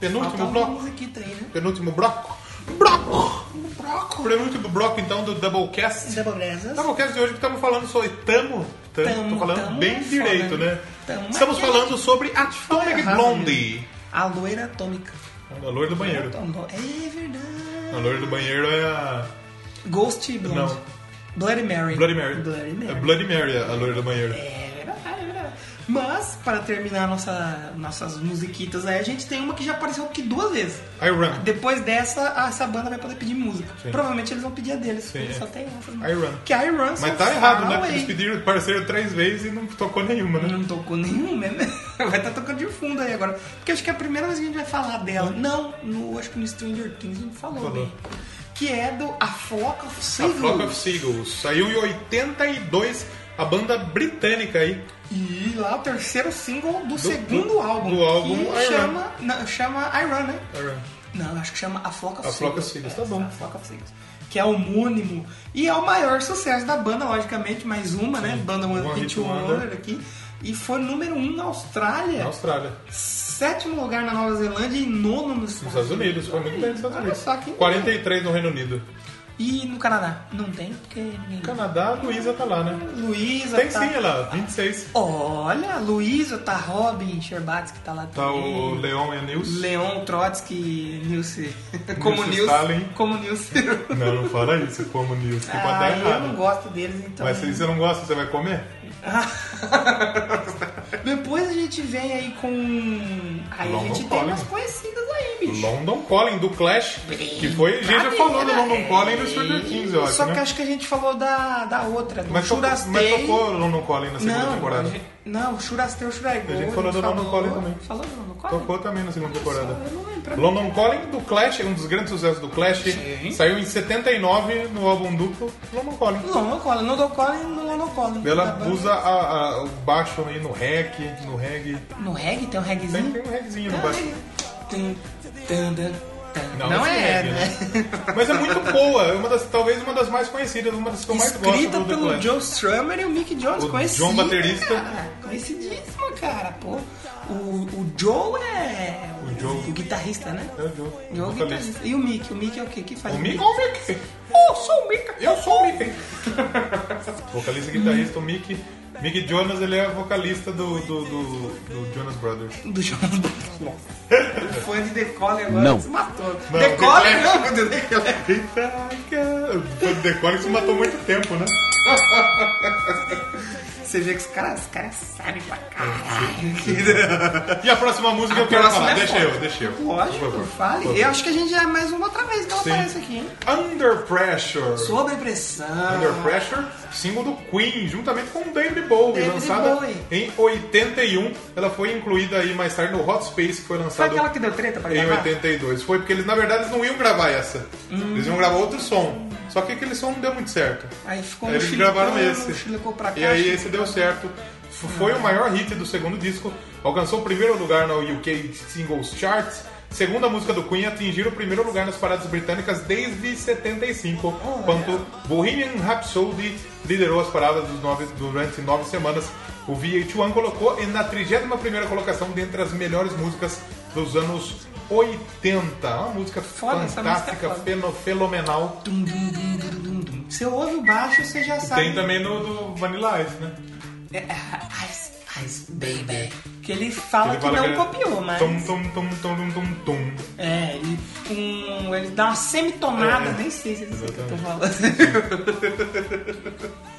Speaker 1: Penúltimo. [laughs]
Speaker 2: Falta
Speaker 1: Penúltimo
Speaker 2: um
Speaker 1: bloco.
Speaker 2: bônus aqui, três, né?
Speaker 1: Penúltimo bloco. Bloco! Bloco! Penúltimo bloco então do Doublecast.
Speaker 2: Doublecast.
Speaker 1: Doublecast de hoje que estamos falando sobre. Tamo? Tamo, tô falando
Speaker 2: tamo
Speaker 1: bem
Speaker 2: é foda,
Speaker 1: direito,
Speaker 2: né?
Speaker 1: né?
Speaker 2: Tamo, mas
Speaker 1: Estamos
Speaker 2: que
Speaker 1: falando sobre Atomic
Speaker 2: errado, né?
Speaker 1: Blondie.
Speaker 2: A loira atômica.
Speaker 1: A loira do banheiro.
Speaker 2: É verdade.
Speaker 1: A loira do banheiro é a.
Speaker 2: Ghost Blonde.
Speaker 1: Não.
Speaker 2: Bloody Mary.
Speaker 1: Bloody Mary.
Speaker 2: Bloody Mary.
Speaker 1: É Bloody Mary, a loira do banheiro.
Speaker 2: É verdade, é verdade. Mas, para terminar nossa, nossas musiquitas aí, a gente tem uma que já apareceu aqui duas vezes.
Speaker 1: I Run.
Speaker 2: Depois dessa, a- essa banda vai poder pedir música.
Speaker 1: Sim.
Speaker 2: Provavelmente eles vão pedir a deles,
Speaker 1: Sim,
Speaker 2: porque
Speaker 1: é.
Speaker 2: só tem essa.
Speaker 1: I Run.
Speaker 2: Que a I Run só
Speaker 1: Mas tá errado, né?
Speaker 2: fala,
Speaker 1: Porque eles
Speaker 2: "Ei,
Speaker 1: pediram, apareceram três vezes e não tocou nenhuma, né?
Speaker 2: Não tocou nenhuma, né? [laughs] Vai estar tocando de fundo aí agora. Porque acho que é a primeira vez que a gente vai falar dela. Não, no, acho que no Stranger Things a gente falou,
Speaker 1: Hum. Falou.
Speaker 2: bem. Que é do A Flock of
Speaker 1: A
Speaker 2: Seagulls.
Speaker 1: Flock of Seagulls. Saiu em 82, a banda britânica aí.
Speaker 2: E lá o terceiro single do, segundo álbum.
Speaker 1: do álbum
Speaker 2: que
Speaker 1: I Run.
Speaker 2: chama, não, chama I Run, né? Não, acho que chama A Flock of
Speaker 1: A Flock of
Speaker 2: Seagulls.
Speaker 1: Seagulls, tá bom.
Speaker 2: A Flock of Seagulls. Que é homônimo. E é o maior sucesso da banda, logicamente, mais uma, né? Banda One,
Speaker 1: One
Speaker 2: Hit
Speaker 1: Hit
Speaker 2: Wonder
Speaker 1: Wonder.
Speaker 2: aqui. E foi número um na Austrália.
Speaker 1: Na Austrália.
Speaker 2: Sétimo lugar na Nova Zelândia e nono nos
Speaker 1: Nos Estados Unidos. Foi muito bem nos Estados
Speaker 2: Olha
Speaker 1: Unidos.
Speaker 2: só que-
Speaker 1: 43 no Reino Unido.
Speaker 2: E no Canadá? Não tem, porque ninguém.
Speaker 1: Canadá, a Luísa tá lá, né?
Speaker 2: Luísa.
Speaker 1: Tem
Speaker 2: tá...
Speaker 1: sim, ela, 26.
Speaker 2: Olha, Luísa, tá Robin, Sherbatsky tá lá
Speaker 1: Tá
Speaker 2: também.
Speaker 1: o Leon e a Nilce.
Speaker 2: Leon Trotsky, Nilce. [laughs] Como
Speaker 1: Nilce
Speaker 2: Nilce.
Speaker 1: Stalin.
Speaker 2: Como
Speaker 1: [laughs]
Speaker 2: Nilce.
Speaker 1: Não, não fala isso, como Nilce, que pode
Speaker 2: ah,
Speaker 1: dar
Speaker 2: eu não
Speaker 1: errado.
Speaker 2: gosto deles, então.
Speaker 1: Mas se você não gosta, você vai comer?
Speaker 2: Depois a gente vem aí com. Aí
Speaker 1: London
Speaker 2: a gente tem
Speaker 1: Calling.
Speaker 2: umas conhecidas aí, bicho.
Speaker 1: London Calling, do Clash, que foi... A gente já falou do London Calling e do Stranger Things, eu acho,
Speaker 2: Tá é, né? Só que
Speaker 1: né?
Speaker 2: acho que a gente falou da, da outra, do
Speaker 1: Mas tocou,
Speaker 2: Churastei.
Speaker 1: mas tocou London Calling na segunda
Speaker 2: não,
Speaker 1: temporada.
Speaker 2: a gente- Não, Churastei, o Churagol.
Speaker 1: A gente falou do London Calling também.
Speaker 2: Falou do London Calling?
Speaker 1: Tocou também na segunda temporada.
Speaker 2: Eu não lembro.
Speaker 1: London Calling do Clash, um dos grandes sucessos do Clash. Saiu em 79 no álbum duplo London Calling.
Speaker 2: London Calling, London Calling no London Calling. Tá Da
Speaker 1: Ela
Speaker 2: banda.
Speaker 1: usa a- a- o baixo aí no rec, no reggae.
Speaker 2: No reggae? Tem um reggaezinho?
Speaker 1: Tem um reggaezinho no
Speaker 2: Tem um
Speaker 1: baixo.
Speaker 2: Tum, tum, tum, tum. Não,
Speaker 1: esse
Speaker 2: é,
Speaker 1: reggae,
Speaker 2: né?
Speaker 1: Mas é muito boa, é uma das, talvez uma das mais conhecidas, uma das que eu mais gosto.
Speaker 2: Escrita
Speaker 1: do The
Speaker 2: pelo
Speaker 1: Clash.
Speaker 2: John Strummer e o Mick Jones,
Speaker 1: O
Speaker 2: conhecido.
Speaker 1: John baterista.
Speaker 2: Cara, conhecidíssimo, cara, pô. O, o Joe é. O,
Speaker 1: Joe.
Speaker 2: o guitarrista, né?
Speaker 1: É o Joe.
Speaker 2: O Joe é o guitarrista. E o Mick? O Mick é o quê? que faz?
Speaker 1: O Mick?
Speaker 2: Eu sou o Mick!
Speaker 1: Eu sou o Mick! vocalista e guitarrista, o Mick. Mick Jonas, ele é vocalista do, do, do, do Jonas Brothers.
Speaker 2: Do Jonas O fã de Decole agora
Speaker 1: Não.
Speaker 2: se matou. é
Speaker 1: Não,
Speaker 2: Decole
Speaker 1: Decole.
Speaker 2: não, meu Deus, Decole.
Speaker 1: Foi do Decole que se matou muito tempo,
Speaker 2: [laughs]
Speaker 1: né?
Speaker 2: Você vê que os caras, os caras sabem pra caralho.
Speaker 1: E a próxima música eu quero
Speaker 2: próxima
Speaker 1: falar.
Speaker 2: é
Speaker 1: deixa
Speaker 2: foda.
Speaker 1: eu, deixa eu.
Speaker 2: Lógico,
Speaker 1: Por favor.
Speaker 2: fale.
Speaker 1: Por
Speaker 2: Eu
Speaker 1: favor.
Speaker 2: acho que a gente já é mais uma outra vez que ela
Speaker 1: Sim.
Speaker 2: aparece aqui, hein?
Speaker 1: Under Pressure.
Speaker 2: Sobre pressão.
Speaker 1: Under Pressure, single do Queen, juntamente com David Bowie,
Speaker 2: David
Speaker 1: lançada
Speaker 2: Bowie.
Speaker 1: em 81. Ela foi incluída aí mais tarde no Hot Space, que foi
Speaker 2: Foi
Speaker 1: lançado
Speaker 2: aquela que deu treta pra
Speaker 1: em
Speaker 2: gravar?
Speaker 1: 82. Foi porque eles, na verdade, eles não iam gravar essa. Eles iam gravar outro som. Só que aquele som não deu muito certo.
Speaker 2: Aí ficou
Speaker 1: Aí
Speaker 2: um
Speaker 1: eles
Speaker 2: chilicão,
Speaker 1: gravaram
Speaker 2: um
Speaker 1: esse.
Speaker 2: chilicão pra cá. Uhum.
Speaker 1: E aí
Speaker 2: chilicão
Speaker 1: esse deu certo. F- Foi o maior hit do segundo disco. Alcançou o primeiro lugar na UK Singles Charts. Segunda música do Queen atingiu o primeiro lugar nas paradas britânicas desde 75, quando Bohemian Rhapsody liderou as paradas dos nove- durante nove semanas. O VH1 colocou em- na 31ª colocação dentre as melhores músicas dos anos 80. Uma música
Speaker 2: Foda, essa música
Speaker 1: fantástica,
Speaker 2: é foda.
Speaker 1: feno- fenomenal.
Speaker 2: Dum, dum, dum, dum, dum, dum. Você ouve o baixo, você já sabe.
Speaker 1: Tem também no do Vanilla Ice, né?
Speaker 2: É, é, Ice, Ice, baby. Que né? ele fala que,
Speaker 1: é
Speaker 2: não copiou, mas...
Speaker 1: Tum, tum, tum, tum, tum, tum, tum.
Speaker 2: É, ele, um, ele dá uma semitonada,
Speaker 1: É,
Speaker 2: nem sei se é isso que eu tô falando. [laughs]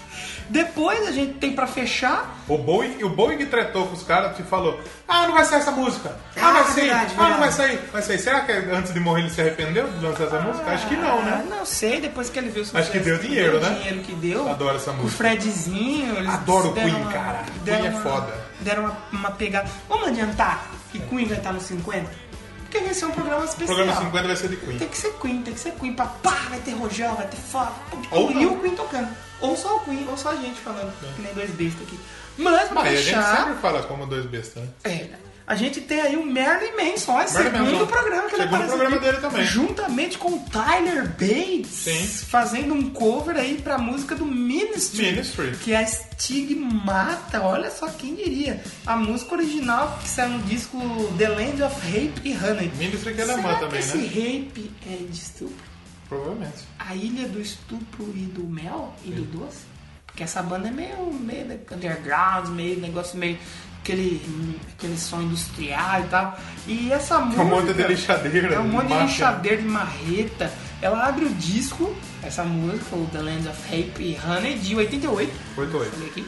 Speaker 2: Depois a gente tem pra fechar...
Speaker 1: O Boeing, o Boeing que tretou com os caras e falou: Ah, não vai sair essa música! Ah, vai
Speaker 2: Ah,
Speaker 1: sair!
Speaker 2: verdade,
Speaker 1: ah, não
Speaker 2: verdade.
Speaker 1: vai sair! Vai sair! Será que antes de morrer ele se arrependeu de lançar essa música? Acho que não,
Speaker 2: Ah,
Speaker 1: né?
Speaker 2: não sei, depois que ele viu o
Speaker 1: Acho que deu dinheiro, né?
Speaker 2: O dinheiro que deu.
Speaker 1: Adoro essa
Speaker 2: O
Speaker 1: música.
Speaker 2: Fredzinho, eles
Speaker 1: Adoro o
Speaker 2: deram
Speaker 1: Queen,
Speaker 2: uma-
Speaker 1: cara.
Speaker 2: deram
Speaker 1: Queen é
Speaker 2: uma-
Speaker 1: foda.
Speaker 2: Deram uma, uma pegada. Vamos adiantar que Queen vai estar no 50? Porque vai ser um programa
Speaker 1: O
Speaker 2: especial.
Speaker 1: programa 50 vai ser de Queen.
Speaker 2: Tem que ser Queen, tem que ser Queen. Pra pá, vai ter rojão, vai ter foda.
Speaker 1: Ou
Speaker 2: e
Speaker 1: não.
Speaker 2: o Queen tocando. Ou só o Queen, ou só a gente falando. Que nem dois bestas aqui. Mas pra
Speaker 1: Ah, e a gente
Speaker 2: fechar.
Speaker 1: sempre fala como dois bestas, né?
Speaker 2: É. A gente tem aí o Merlin Manson, olha,
Speaker 1: Merlin
Speaker 2: segundo
Speaker 1: Manson.
Speaker 2: programa que ele
Speaker 1: Segundo
Speaker 2: aparece
Speaker 1: programa
Speaker 2: aqui,
Speaker 1: dele também.
Speaker 2: Juntamente com o Tyler Bates,
Speaker 1: Sim.
Speaker 2: fazendo um cover aí pra música do Ministry.
Speaker 1: Ministry.
Speaker 2: Que é Stigmata, olha só quem diria. A música original que saiu no disco The Land of Rape e Honey.
Speaker 1: Ministry que é
Speaker 2: Será
Speaker 1: alemã também,
Speaker 2: esse
Speaker 1: né?
Speaker 2: rape é de estupro?
Speaker 1: Provavelmente.
Speaker 2: A Ilha do Estupro e do Mel e do Doce? Porque essa banda é meio, meio underground, meio negócio meio. Aquele, aquele som industrial e tal. E essa música.
Speaker 1: um monte de lixadeira,
Speaker 2: É um monte
Speaker 1: de
Speaker 2: de
Speaker 1: máquina.
Speaker 2: lixadeira de marreta. Ela abre o disco, essa música, o The Land of Rape and Honey, de 88.
Speaker 1: 88.
Speaker 2: Olha aqui.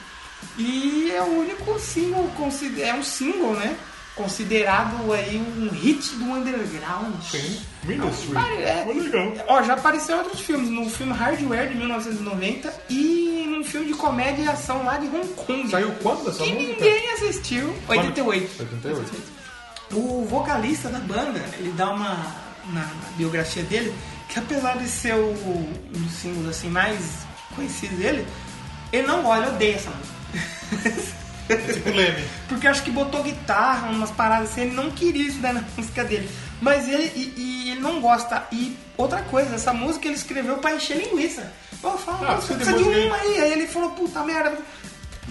Speaker 2: E é o único single, consider- é um single, né? Considerado aí um hit do underground. Sim,
Speaker 1: Ministry.
Speaker 2: é, Ó, já apareceu em outros filmes, no filme Hardware de 1990 e num filme de comédia e ação lá de Hong Kong.
Speaker 1: Saiu quando essa
Speaker 2: Que
Speaker 1: música?
Speaker 2: ninguém assistiu.
Speaker 1: Quando?
Speaker 2: 88.
Speaker 1: 88.
Speaker 2: O vocalista da banda, ele dá uma. na, na biografia dele, que apesar de ser o, um dos singles assim, mais conhecidos dele, ele não gosta, ele odeia essa música.
Speaker 1: [laughs] Tipo Leme.
Speaker 2: Porque acho que botou guitarra, umas paradas assim, ele não queria isso daí na música dele. Mas ele, e, e ele não gosta. E outra coisa, essa música ele escreveu pra encher linguiça. Eu falo,
Speaker 1: Ah,
Speaker 2: "Nossa,
Speaker 1: precisa de
Speaker 2: precisa de
Speaker 1: música, hein?"
Speaker 2: uma aí. Aí ele falou, puta merda.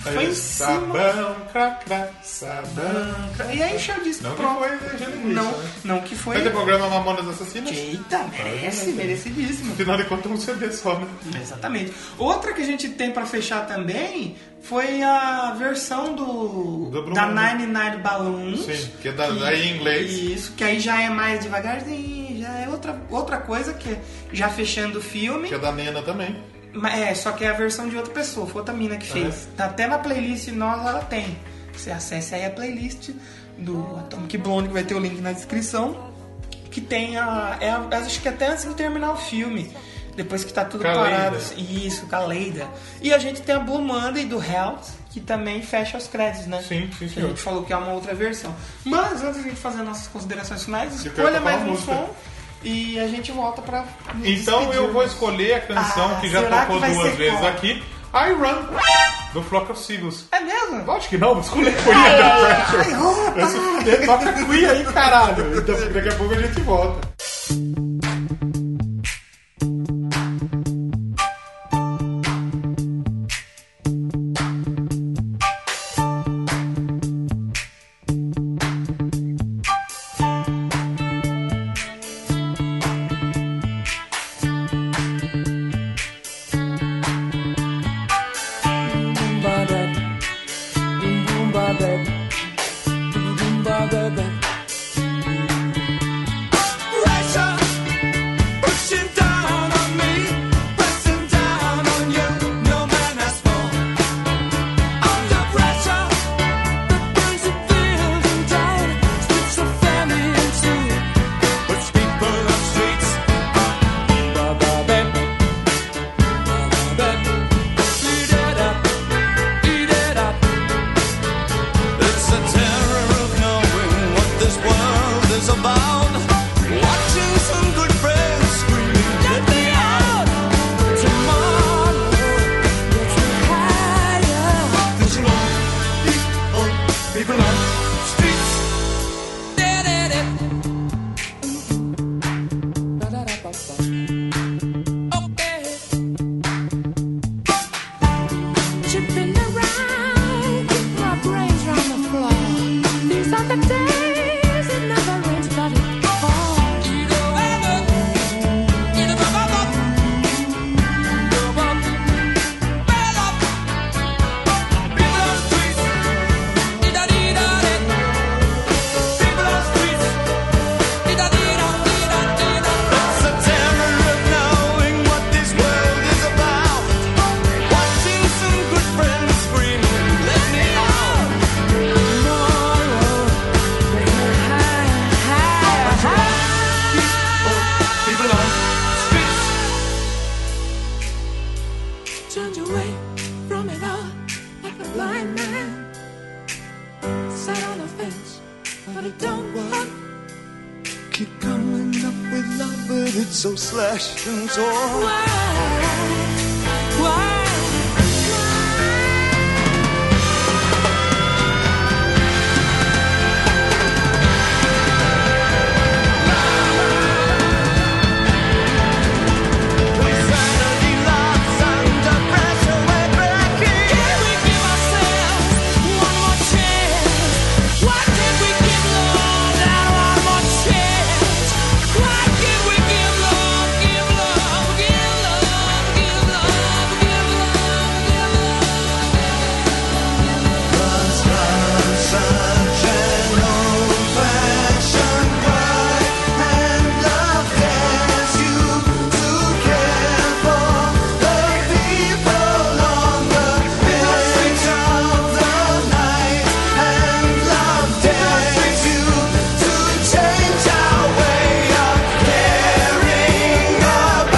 Speaker 2: Foi
Speaker 1: Aí,
Speaker 2: em cima.
Speaker 1: Sabão, cracra, sabão.
Speaker 2: E aí encheu disso.
Speaker 1: Não que
Speaker 2: Pronto.
Speaker 1: foi encher linguiça,
Speaker 2: Não,
Speaker 1: né?
Speaker 2: não que foi.
Speaker 1: Vai ter programa Mamonas Assassinas?
Speaker 2: Eita, merece, merecidíssimo.
Speaker 1: Afinal de contas, um CD só, né?
Speaker 2: Exatamente. Outra que a gente tem pra fechar também foi a versão do, da Nine Nine Balloons.
Speaker 1: Sim, que é da- daí em inglês.
Speaker 2: Isso, que aí já é mais devagarzinho, já é outra, outra coisa que é já fechando o filme.
Speaker 1: Que é da Nena também.
Speaker 2: Mas é, só que é a versão de outra pessoa, foi outra mina que fez. Tá até na playlist nós ela tem. Você acesse aí a playlist do Atomic Blonde, que vai ter o link na descrição. Que tem a. É a- acho que até antes de terminar o filme. Depois que tá tudo
Speaker 1: Caleida.
Speaker 2: parado. Isso, Caleida. E a gente tem a Blue Monday do Hells, que também fecha os créditos, né? Sim, sim, sim. A gente falou que é uma outra versão. Mas antes de a gente fazer nossas considerações finais,
Speaker 1: Eu
Speaker 2: escolha
Speaker 1: quero tocar
Speaker 2: mais
Speaker 1: uma
Speaker 2: um
Speaker 1: música.
Speaker 2: som e a gente volta pra. nos
Speaker 1: Então eu
Speaker 2: despedir.
Speaker 1: vou escolher a canção
Speaker 2: Ah,
Speaker 1: que já
Speaker 2: será
Speaker 1: tocou
Speaker 2: que vai
Speaker 1: duas
Speaker 2: ser
Speaker 1: vezes
Speaker 2: qual?
Speaker 1: aqui. I Run, do Flock of Seagulls.
Speaker 2: É mesmo?
Speaker 1: Lógico que não, vou escolher Queen Under Pressure.
Speaker 2: Ai, opa!
Speaker 1: Eu sou- eu Toca Queen aí, caralho. Então daqui a pouco a gente volta.
Speaker 14: It's the terror of knowing what this world is about. Watching some good friends screaming, let me out. Tomorrow gets me higher. Vigilant, people, people on streets. Da-da-da. Okay.
Speaker 11: Chipping around, my brains round the floor. These are the days it never rains, but it pours.
Speaker 14: It's the terror of knowing what this world is about. Watching some good friends screaming, let me out. Tomorrow, they will hide, hide, hide. People on streets.
Speaker 11: Turned away from it all like a blind man. Sat on a fence, but it don't work.
Speaker 14: Keep coming up with love, but it's so slashed and torn. Why? Why? Why can't we give love that one more chance? Why can't we give love, give love, give love, give love, give love, give love? Love's got such an old-fashioned pride, and love dares you to care for the people on the edge of the night, and love dares you to change our way of caring about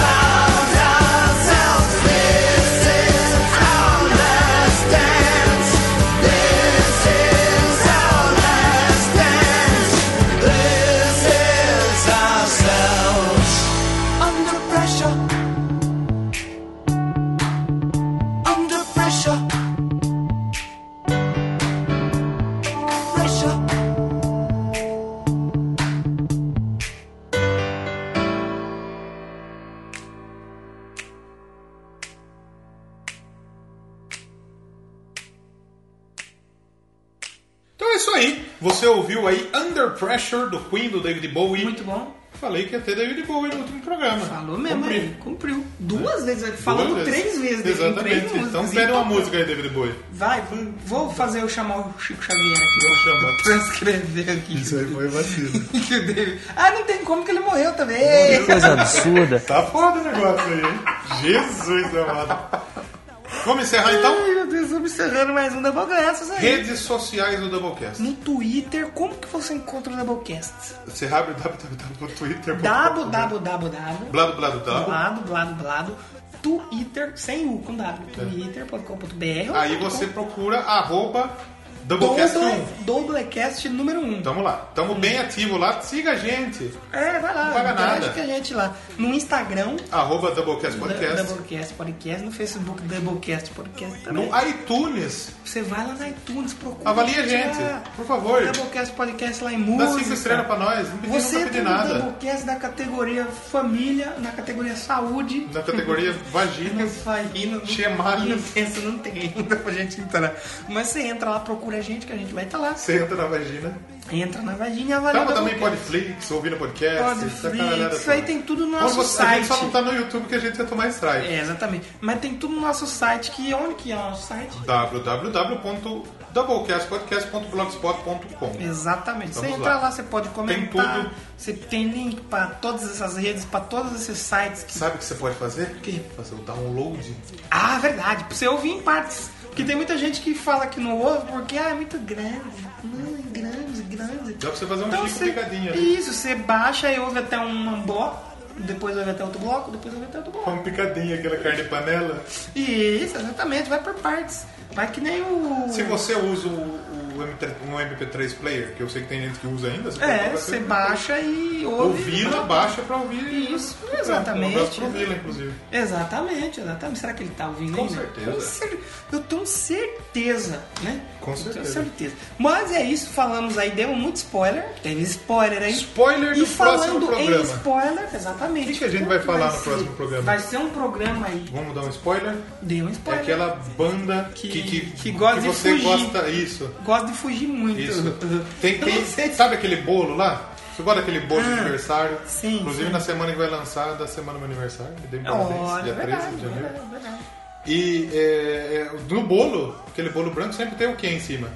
Speaker 14: ourselves. This is our last dance. This is our last dance. This is ourselves under pressure. Under pressure. Pressure.
Speaker 1: Então é isso aí. Você ouviu aí Under Pressure do Queen, do David Bowie. Muito
Speaker 2: bom.
Speaker 1: Falei que ia ter David Bowie no último programa.
Speaker 2: Falou mesmo, é.
Speaker 1: Cumpri.
Speaker 2: hein? Cumpriu. Duas vezes, né? falou
Speaker 1: É. Duas
Speaker 2: três vezes. em três
Speaker 1: Exatamente.
Speaker 2: músicas,
Speaker 1: Então
Speaker 2: e
Speaker 1: pede uma
Speaker 2: tocou.
Speaker 1: música aí, David Bowie.
Speaker 2: Vai, vou- vou fazer eu chamar o Chico Xavier aqui.
Speaker 1: Vou chamar.
Speaker 2: Transcrever aqui.
Speaker 1: Isso aí foi vacilo.
Speaker 2: [laughs] Ah, não tem como que ele morreu também.
Speaker 1: Que coisa
Speaker 7: absurda.
Speaker 1: Tá foda o negócio aí, hein? Jesus amado. Vamos encerrar então?
Speaker 2: Ai, meu Deus, estamos encerrando mais um Doublecast. isso aí.
Speaker 1: Redes sociais do Doublecast.
Speaker 2: No Twitter, como que você encontra o Doublecast?
Speaker 1: Você abre www.twitter.com.
Speaker 2: www.
Speaker 1: Blado, blado, blado.
Speaker 2: Blado, blado, blado. Twitter, sem U, com W. Twitter.com.br.
Speaker 1: É. Aí você procura arroba Doublecast 1.
Speaker 2: Double- Doublecast número 1.
Speaker 1: Tamo lá. Tamo bem ativo lá. Siga a gente.
Speaker 2: É, vai lá,
Speaker 1: Não paga
Speaker 2: interage
Speaker 1: nada.
Speaker 2: com a gente lá. No Instagram,
Speaker 1: Arroba Doublecast Podcast.
Speaker 2: Doublecast Podcast. No Facebook, Doublecast Podcast também.
Speaker 1: No iTunes.
Speaker 2: Você vai lá na iTunes, procura.
Speaker 1: Avalia a
Speaker 2: lá.
Speaker 1: gente, por favor.
Speaker 2: Doublecast Podcast lá em
Speaker 1: Dá
Speaker 2: música.
Speaker 1: cinco estrelas pra nós. Não precisa
Speaker 2: Você
Speaker 1: pedir
Speaker 2: tem o
Speaker 1: nada.
Speaker 2: Doublecast da categoria família, na categoria saúde.
Speaker 1: Na categoria vagina.
Speaker 2: Vagina.
Speaker 1: Chemada.
Speaker 2: Não pensa, não tem ainda pra gente entrar. Mas você entra lá, procura a gente, que a gente vai estar lá.
Speaker 1: Você entra na vagina.
Speaker 2: Entra na vagina e avalia.
Speaker 1: Tamo
Speaker 2: o
Speaker 1: também
Speaker 2: Doublecast.
Speaker 1: Podflix, ouvindo podcast. tá essa
Speaker 2: Tá Podflix,
Speaker 1: caralhada
Speaker 2: isso aí
Speaker 1: toda.
Speaker 2: tem tudo no
Speaker 1: Quando
Speaker 2: nosso
Speaker 1: você- A
Speaker 2: site.
Speaker 1: gente só não tá no YouTube que a gente tenta mais strike.
Speaker 2: É, exatamente. Mas tem tudo no nosso site, que onde que é o nosso site?
Speaker 1: www.doublecastpodcast.blogspot.com
Speaker 2: É. Exatamente.
Speaker 1: Vamos
Speaker 2: você entra
Speaker 1: lá.
Speaker 2: lá. você pode comentar.
Speaker 1: tudo.
Speaker 2: Você tem link pra todas essas redes, pra todos esses sites. Que...
Speaker 1: Sabe o que você pode fazer? O quê? Fazer o download.
Speaker 2: Ah, verdade. Pra você ouvir em partes. Porque tem muita gente que fala que não ouve porque ah, é muito grande. Não, é grande, grande.
Speaker 1: Dá pra você fazer um
Speaker 2: Então
Speaker 1: chico
Speaker 2: você-
Speaker 1: picadinho ali.
Speaker 2: Isso, você baixa e ouve até um bloco, depois ouve até outro bloco, depois ouve até outro bloco.
Speaker 1: Um picadinho, aquela carne de panela.
Speaker 2: Isso, exatamente, vai por partes. Vai que nem o.
Speaker 1: Se você usa o, o MP3, um MP3 player, que eu sei que tem gente que usa ainda, você pode
Speaker 2: É,
Speaker 1: colocar
Speaker 2: você
Speaker 1: seu-
Speaker 2: baixa e
Speaker 1: O
Speaker 2: ouve.
Speaker 1: Vila baixa pra ouvir.
Speaker 2: Isso,
Speaker 1: Um abraço
Speaker 2: exatamente.
Speaker 1: pro Vila, inclusive.
Speaker 2: Exatamente, exatamente. Será que ele tá ouvindo
Speaker 1: Com
Speaker 2: ainda?
Speaker 1: certeza.
Speaker 2: Com cer- Eu tenho certeza, né?
Speaker 1: Com
Speaker 2: Eu tenho
Speaker 1: certeza.
Speaker 2: certeza. Mas é isso, falamos aí, demos muito spoiler. Teve spoiler aí.
Speaker 1: Spoiler
Speaker 2: E
Speaker 1: do próximo
Speaker 2: falando em
Speaker 1: programa.
Speaker 2: spoiler, exatamente.
Speaker 1: O que que a gente vai falar no
Speaker 2: ser?
Speaker 1: próximo programa?
Speaker 2: Vai ser um programa aí.
Speaker 1: Vamos dar um spoiler?
Speaker 2: Dei um
Speaker 1: É
Speaker 2: spoiler.
Speaker 1: aquela banda que, que,
Speaker 2: que gosta de
Speaker 1: você
Speaker 2: fugir.
Speaker 1: gosta. Isso.
Speaker 2: Gosta de fugir muito. [laughs]
Speaker 1: Isso. Tem, tem, sabe aquele bolo lá? Você gosta daquele bolo de
Speaker 2: Ah,
Speaker 1: aniversário?
Speaker 2: sim,
Speaker 1: Inclusive
Speaker 2: sim.
Speaker 1: na semana que vai lançar, da semana do meu aniversário, que dei parabéns,
Speaker 2: Olha,
Speaker 1: dia
Speaker 2: é
Speaker 1: 13
Speaker 2: verdade,
Speaker 1: de janeiro.
Speaker 2: verdade, verdade.
Speaker 1: E é, é, no bolo, aquele bolo branco sempre tem o que em cima?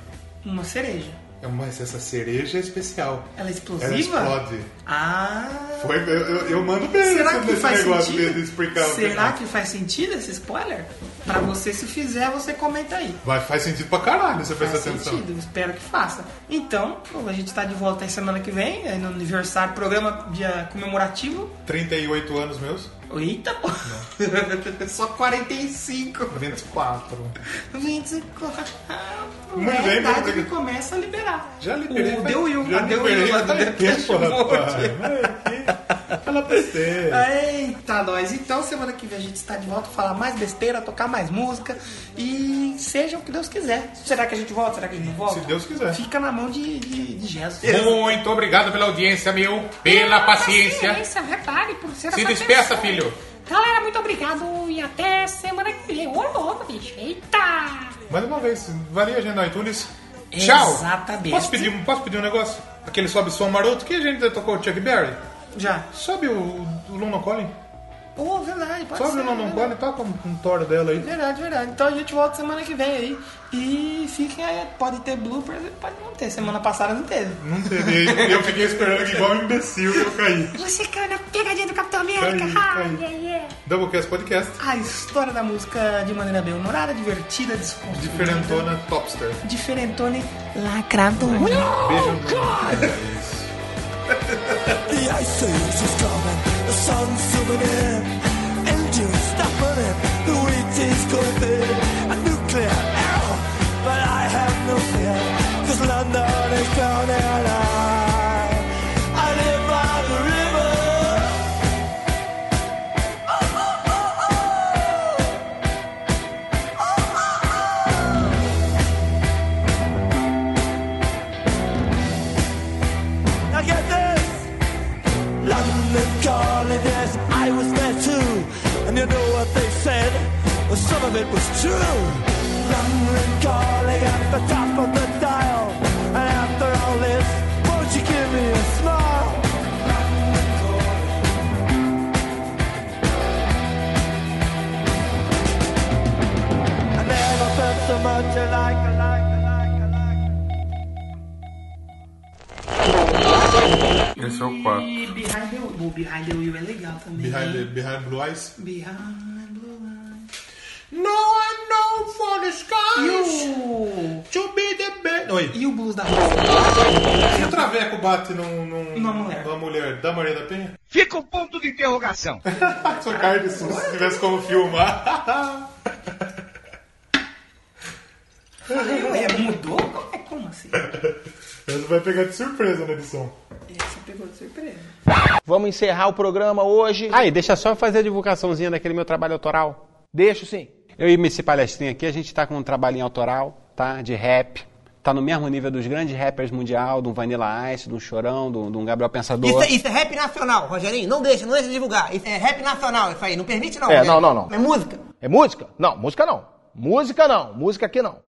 Speaker 2: Uma cereja.
Speaker 1: É, Mas essa cereja é especial.
Speaker 2: Ela é explosiva?
Speaker 1: Ela explode.
Speaker 2: Ah.
Speaker 1: Foi, eu, eu, eu mando bem
Speaker 2: Será
Speaker 1: nesse-
Speaker 2: que
Speaker 1: nesse
Speaker 2: faz
Speaker 1: negócio
Speaker 2: sentido?
Speaker 1: de- de explicar o é.
Speaker 2: Será que faz sentido esse spoiler? Pra você, se fizer, você comenta aí.
Speaker 1: Vai, faz sentido pra caralho, você presta
Speaker 2: Faz
Speaker 1: atenção.
Speaker 2: sentido, espero que faça. Então, a gente tá de volta aí semana que vem, aí no aniversário, programa dia comemorativo.
Speaker 1: 38 anos meus.
Speaker 2: Eita,
Speaker 1: [laughs]
Speaker 2: pô! Só 45.
Speaker 1: 24.
Speaker 2: 24.
Speaker 1: Muito
Speaker 2: é
Speaker 1: bem,
Speaker 2: a idade
Speaker 1: muito bem.
Speaker 2: que começa a liberar.
Speaker 1: Já liberei.
Speaker 2: O
Speaker 1: faz-
Speaker 2: Deu Will,
Speaker 1: já
Speaker 2: a Deu
Speaker 1: liberei
Speaker 2: Will lá do
Speaker 1: faz
Speaker 2: Depeche
Speaker 1: tempo, rapaz.
Speaker 2: Mode.
Speaker 1: tá.
Speaker 2: [laughs]
Speaker 1: Fala pra você.
Speaker 2: Eita, nós. Então, semana que vem a gente está de volta falar mais besteira, tocar mais música e seja o que Deus quiser. Será que a gente volta? Será que a gente não volta?
Speaker 1: Se Deus quiser.
Speaker 2: Fica na mão de, de, de Jesus.
Speaker 1: Muito obrigado pela audiência, meu. Pela paciência.
Speaker 6: Paciência, verdade, por ser
Speaker 1: Se
Speaker 6: essa
Speaker 1: despeça,
Speaker 6: pessoa.
Speaker 1: filho.
Speaker 6: Galera, muito obrigado e até semana que vem. Ô, louco, bicho. Eita!
Speaker 1: Mais uma vez, varia a agenda no iTunes. Tchau.
Speaker 2: Exatamente.
Speaker 1: Posso pedir, um- posso pedir um negócio? Aquele sobe som maroto que a gente já tocou o Chuck Berry?
Speaker 2: Já.
Speaker 1: Sobe o, o London Calling.
Speaker 2: Pô, verdade, pode
Speaker 1: Sobe
Speaker 2: ser.
Speaker 1: o London
Speaker 2: verdade.
Speaker 1: Calling, toca um, um toro dela [laughs] aí.
Speaker 2: Verdade, verdade. Então a gente volta semana que vem aí. E fiquem aí. Pode ter bloopers, pode não ter. Semana passada não teve.
Speaker 1: Não teve. Eu fiquei esperando que igual um imbecil que eu caí.
Speaker 6: Você caiu na pegadinha do Capitão
Speaker 1: América. Caiu, Ah, caiu. Doublecast Podcast.
Speaker 2: A história da música de maneira bem honorada, divertida, desconstruída.
Speaker 1: Diferentona Topster.
Speaker 2: Diferentona e lacradona.
Speaker 1: Oh,
Speaker 13: The ice age is coming, the sun's zooming in. Engines stopping it, the wheat is going thin. A nuclear arrow, but I have no fear. Cause London is drowning and I, I live by the river. Oh, oh, oh, oh. Now get this! London calling, yes, I was there too. And you know what they said? Well, some of it was true. London calling at the top of the dial. And after all this, won't you give me a smile? I never felt so much alike, alike, alike, alike.
Speaker 1: Esse é o 4.
Speaker 2: E Behind the Wheel. O Behind the Wheel é legal também.
Speaker 1: Behind, the- behind Blue Eyes.
Speaker 2: Behind Blue
Speaker 1: No, Oh, I know for the skies
Speaker 2: E o...
Speaker 1: to be the best. Oi.
Speaker 2: E o Blues da
Speaker 1: Se o Traveco bate num, num, numa, mulher. da Maria da Penha? Ah,
Speaker 15: Fica o ponto de interrogação.
Speaker 1: Só cai de susto se tivesse como filmar. [laughs]
Speaker 2: Ué, mudou? Como, é, como assim?
Speaker 1: Ela vai pegar de surpresa na edição.
Speaker 2: Essa pegou de surpresa.
Speaker 16: Vamos encerrar o programa hoje. Aí, deixa só eu fazer a divulgaçãozinha daquele meu trabalho autoral.
Speaker 10: Deixo sim.
Speaker 16: Eu e MC Palestrinha aqui, a gente tá com um trabalhinho autoral, tá? De rap. Tá no mesmo nível dos grandes rappers mundial, de um Vanilla Ice, de um Chorão, de um, de um Gabriel Pensador.
Speaker 10: Isso, é- isso é rap nacional, Rogerinho. Não deixa, não deixa de divulgar. Isso é rap nacional, isso aí. Não permite, não.
Speaker 9: É,
Speaker 10: Rogerinho.
Speaker 9: não, não, não.
Speaker 10: É música.
Speaker 9: É música? Não, música não. Música não, música aqui não.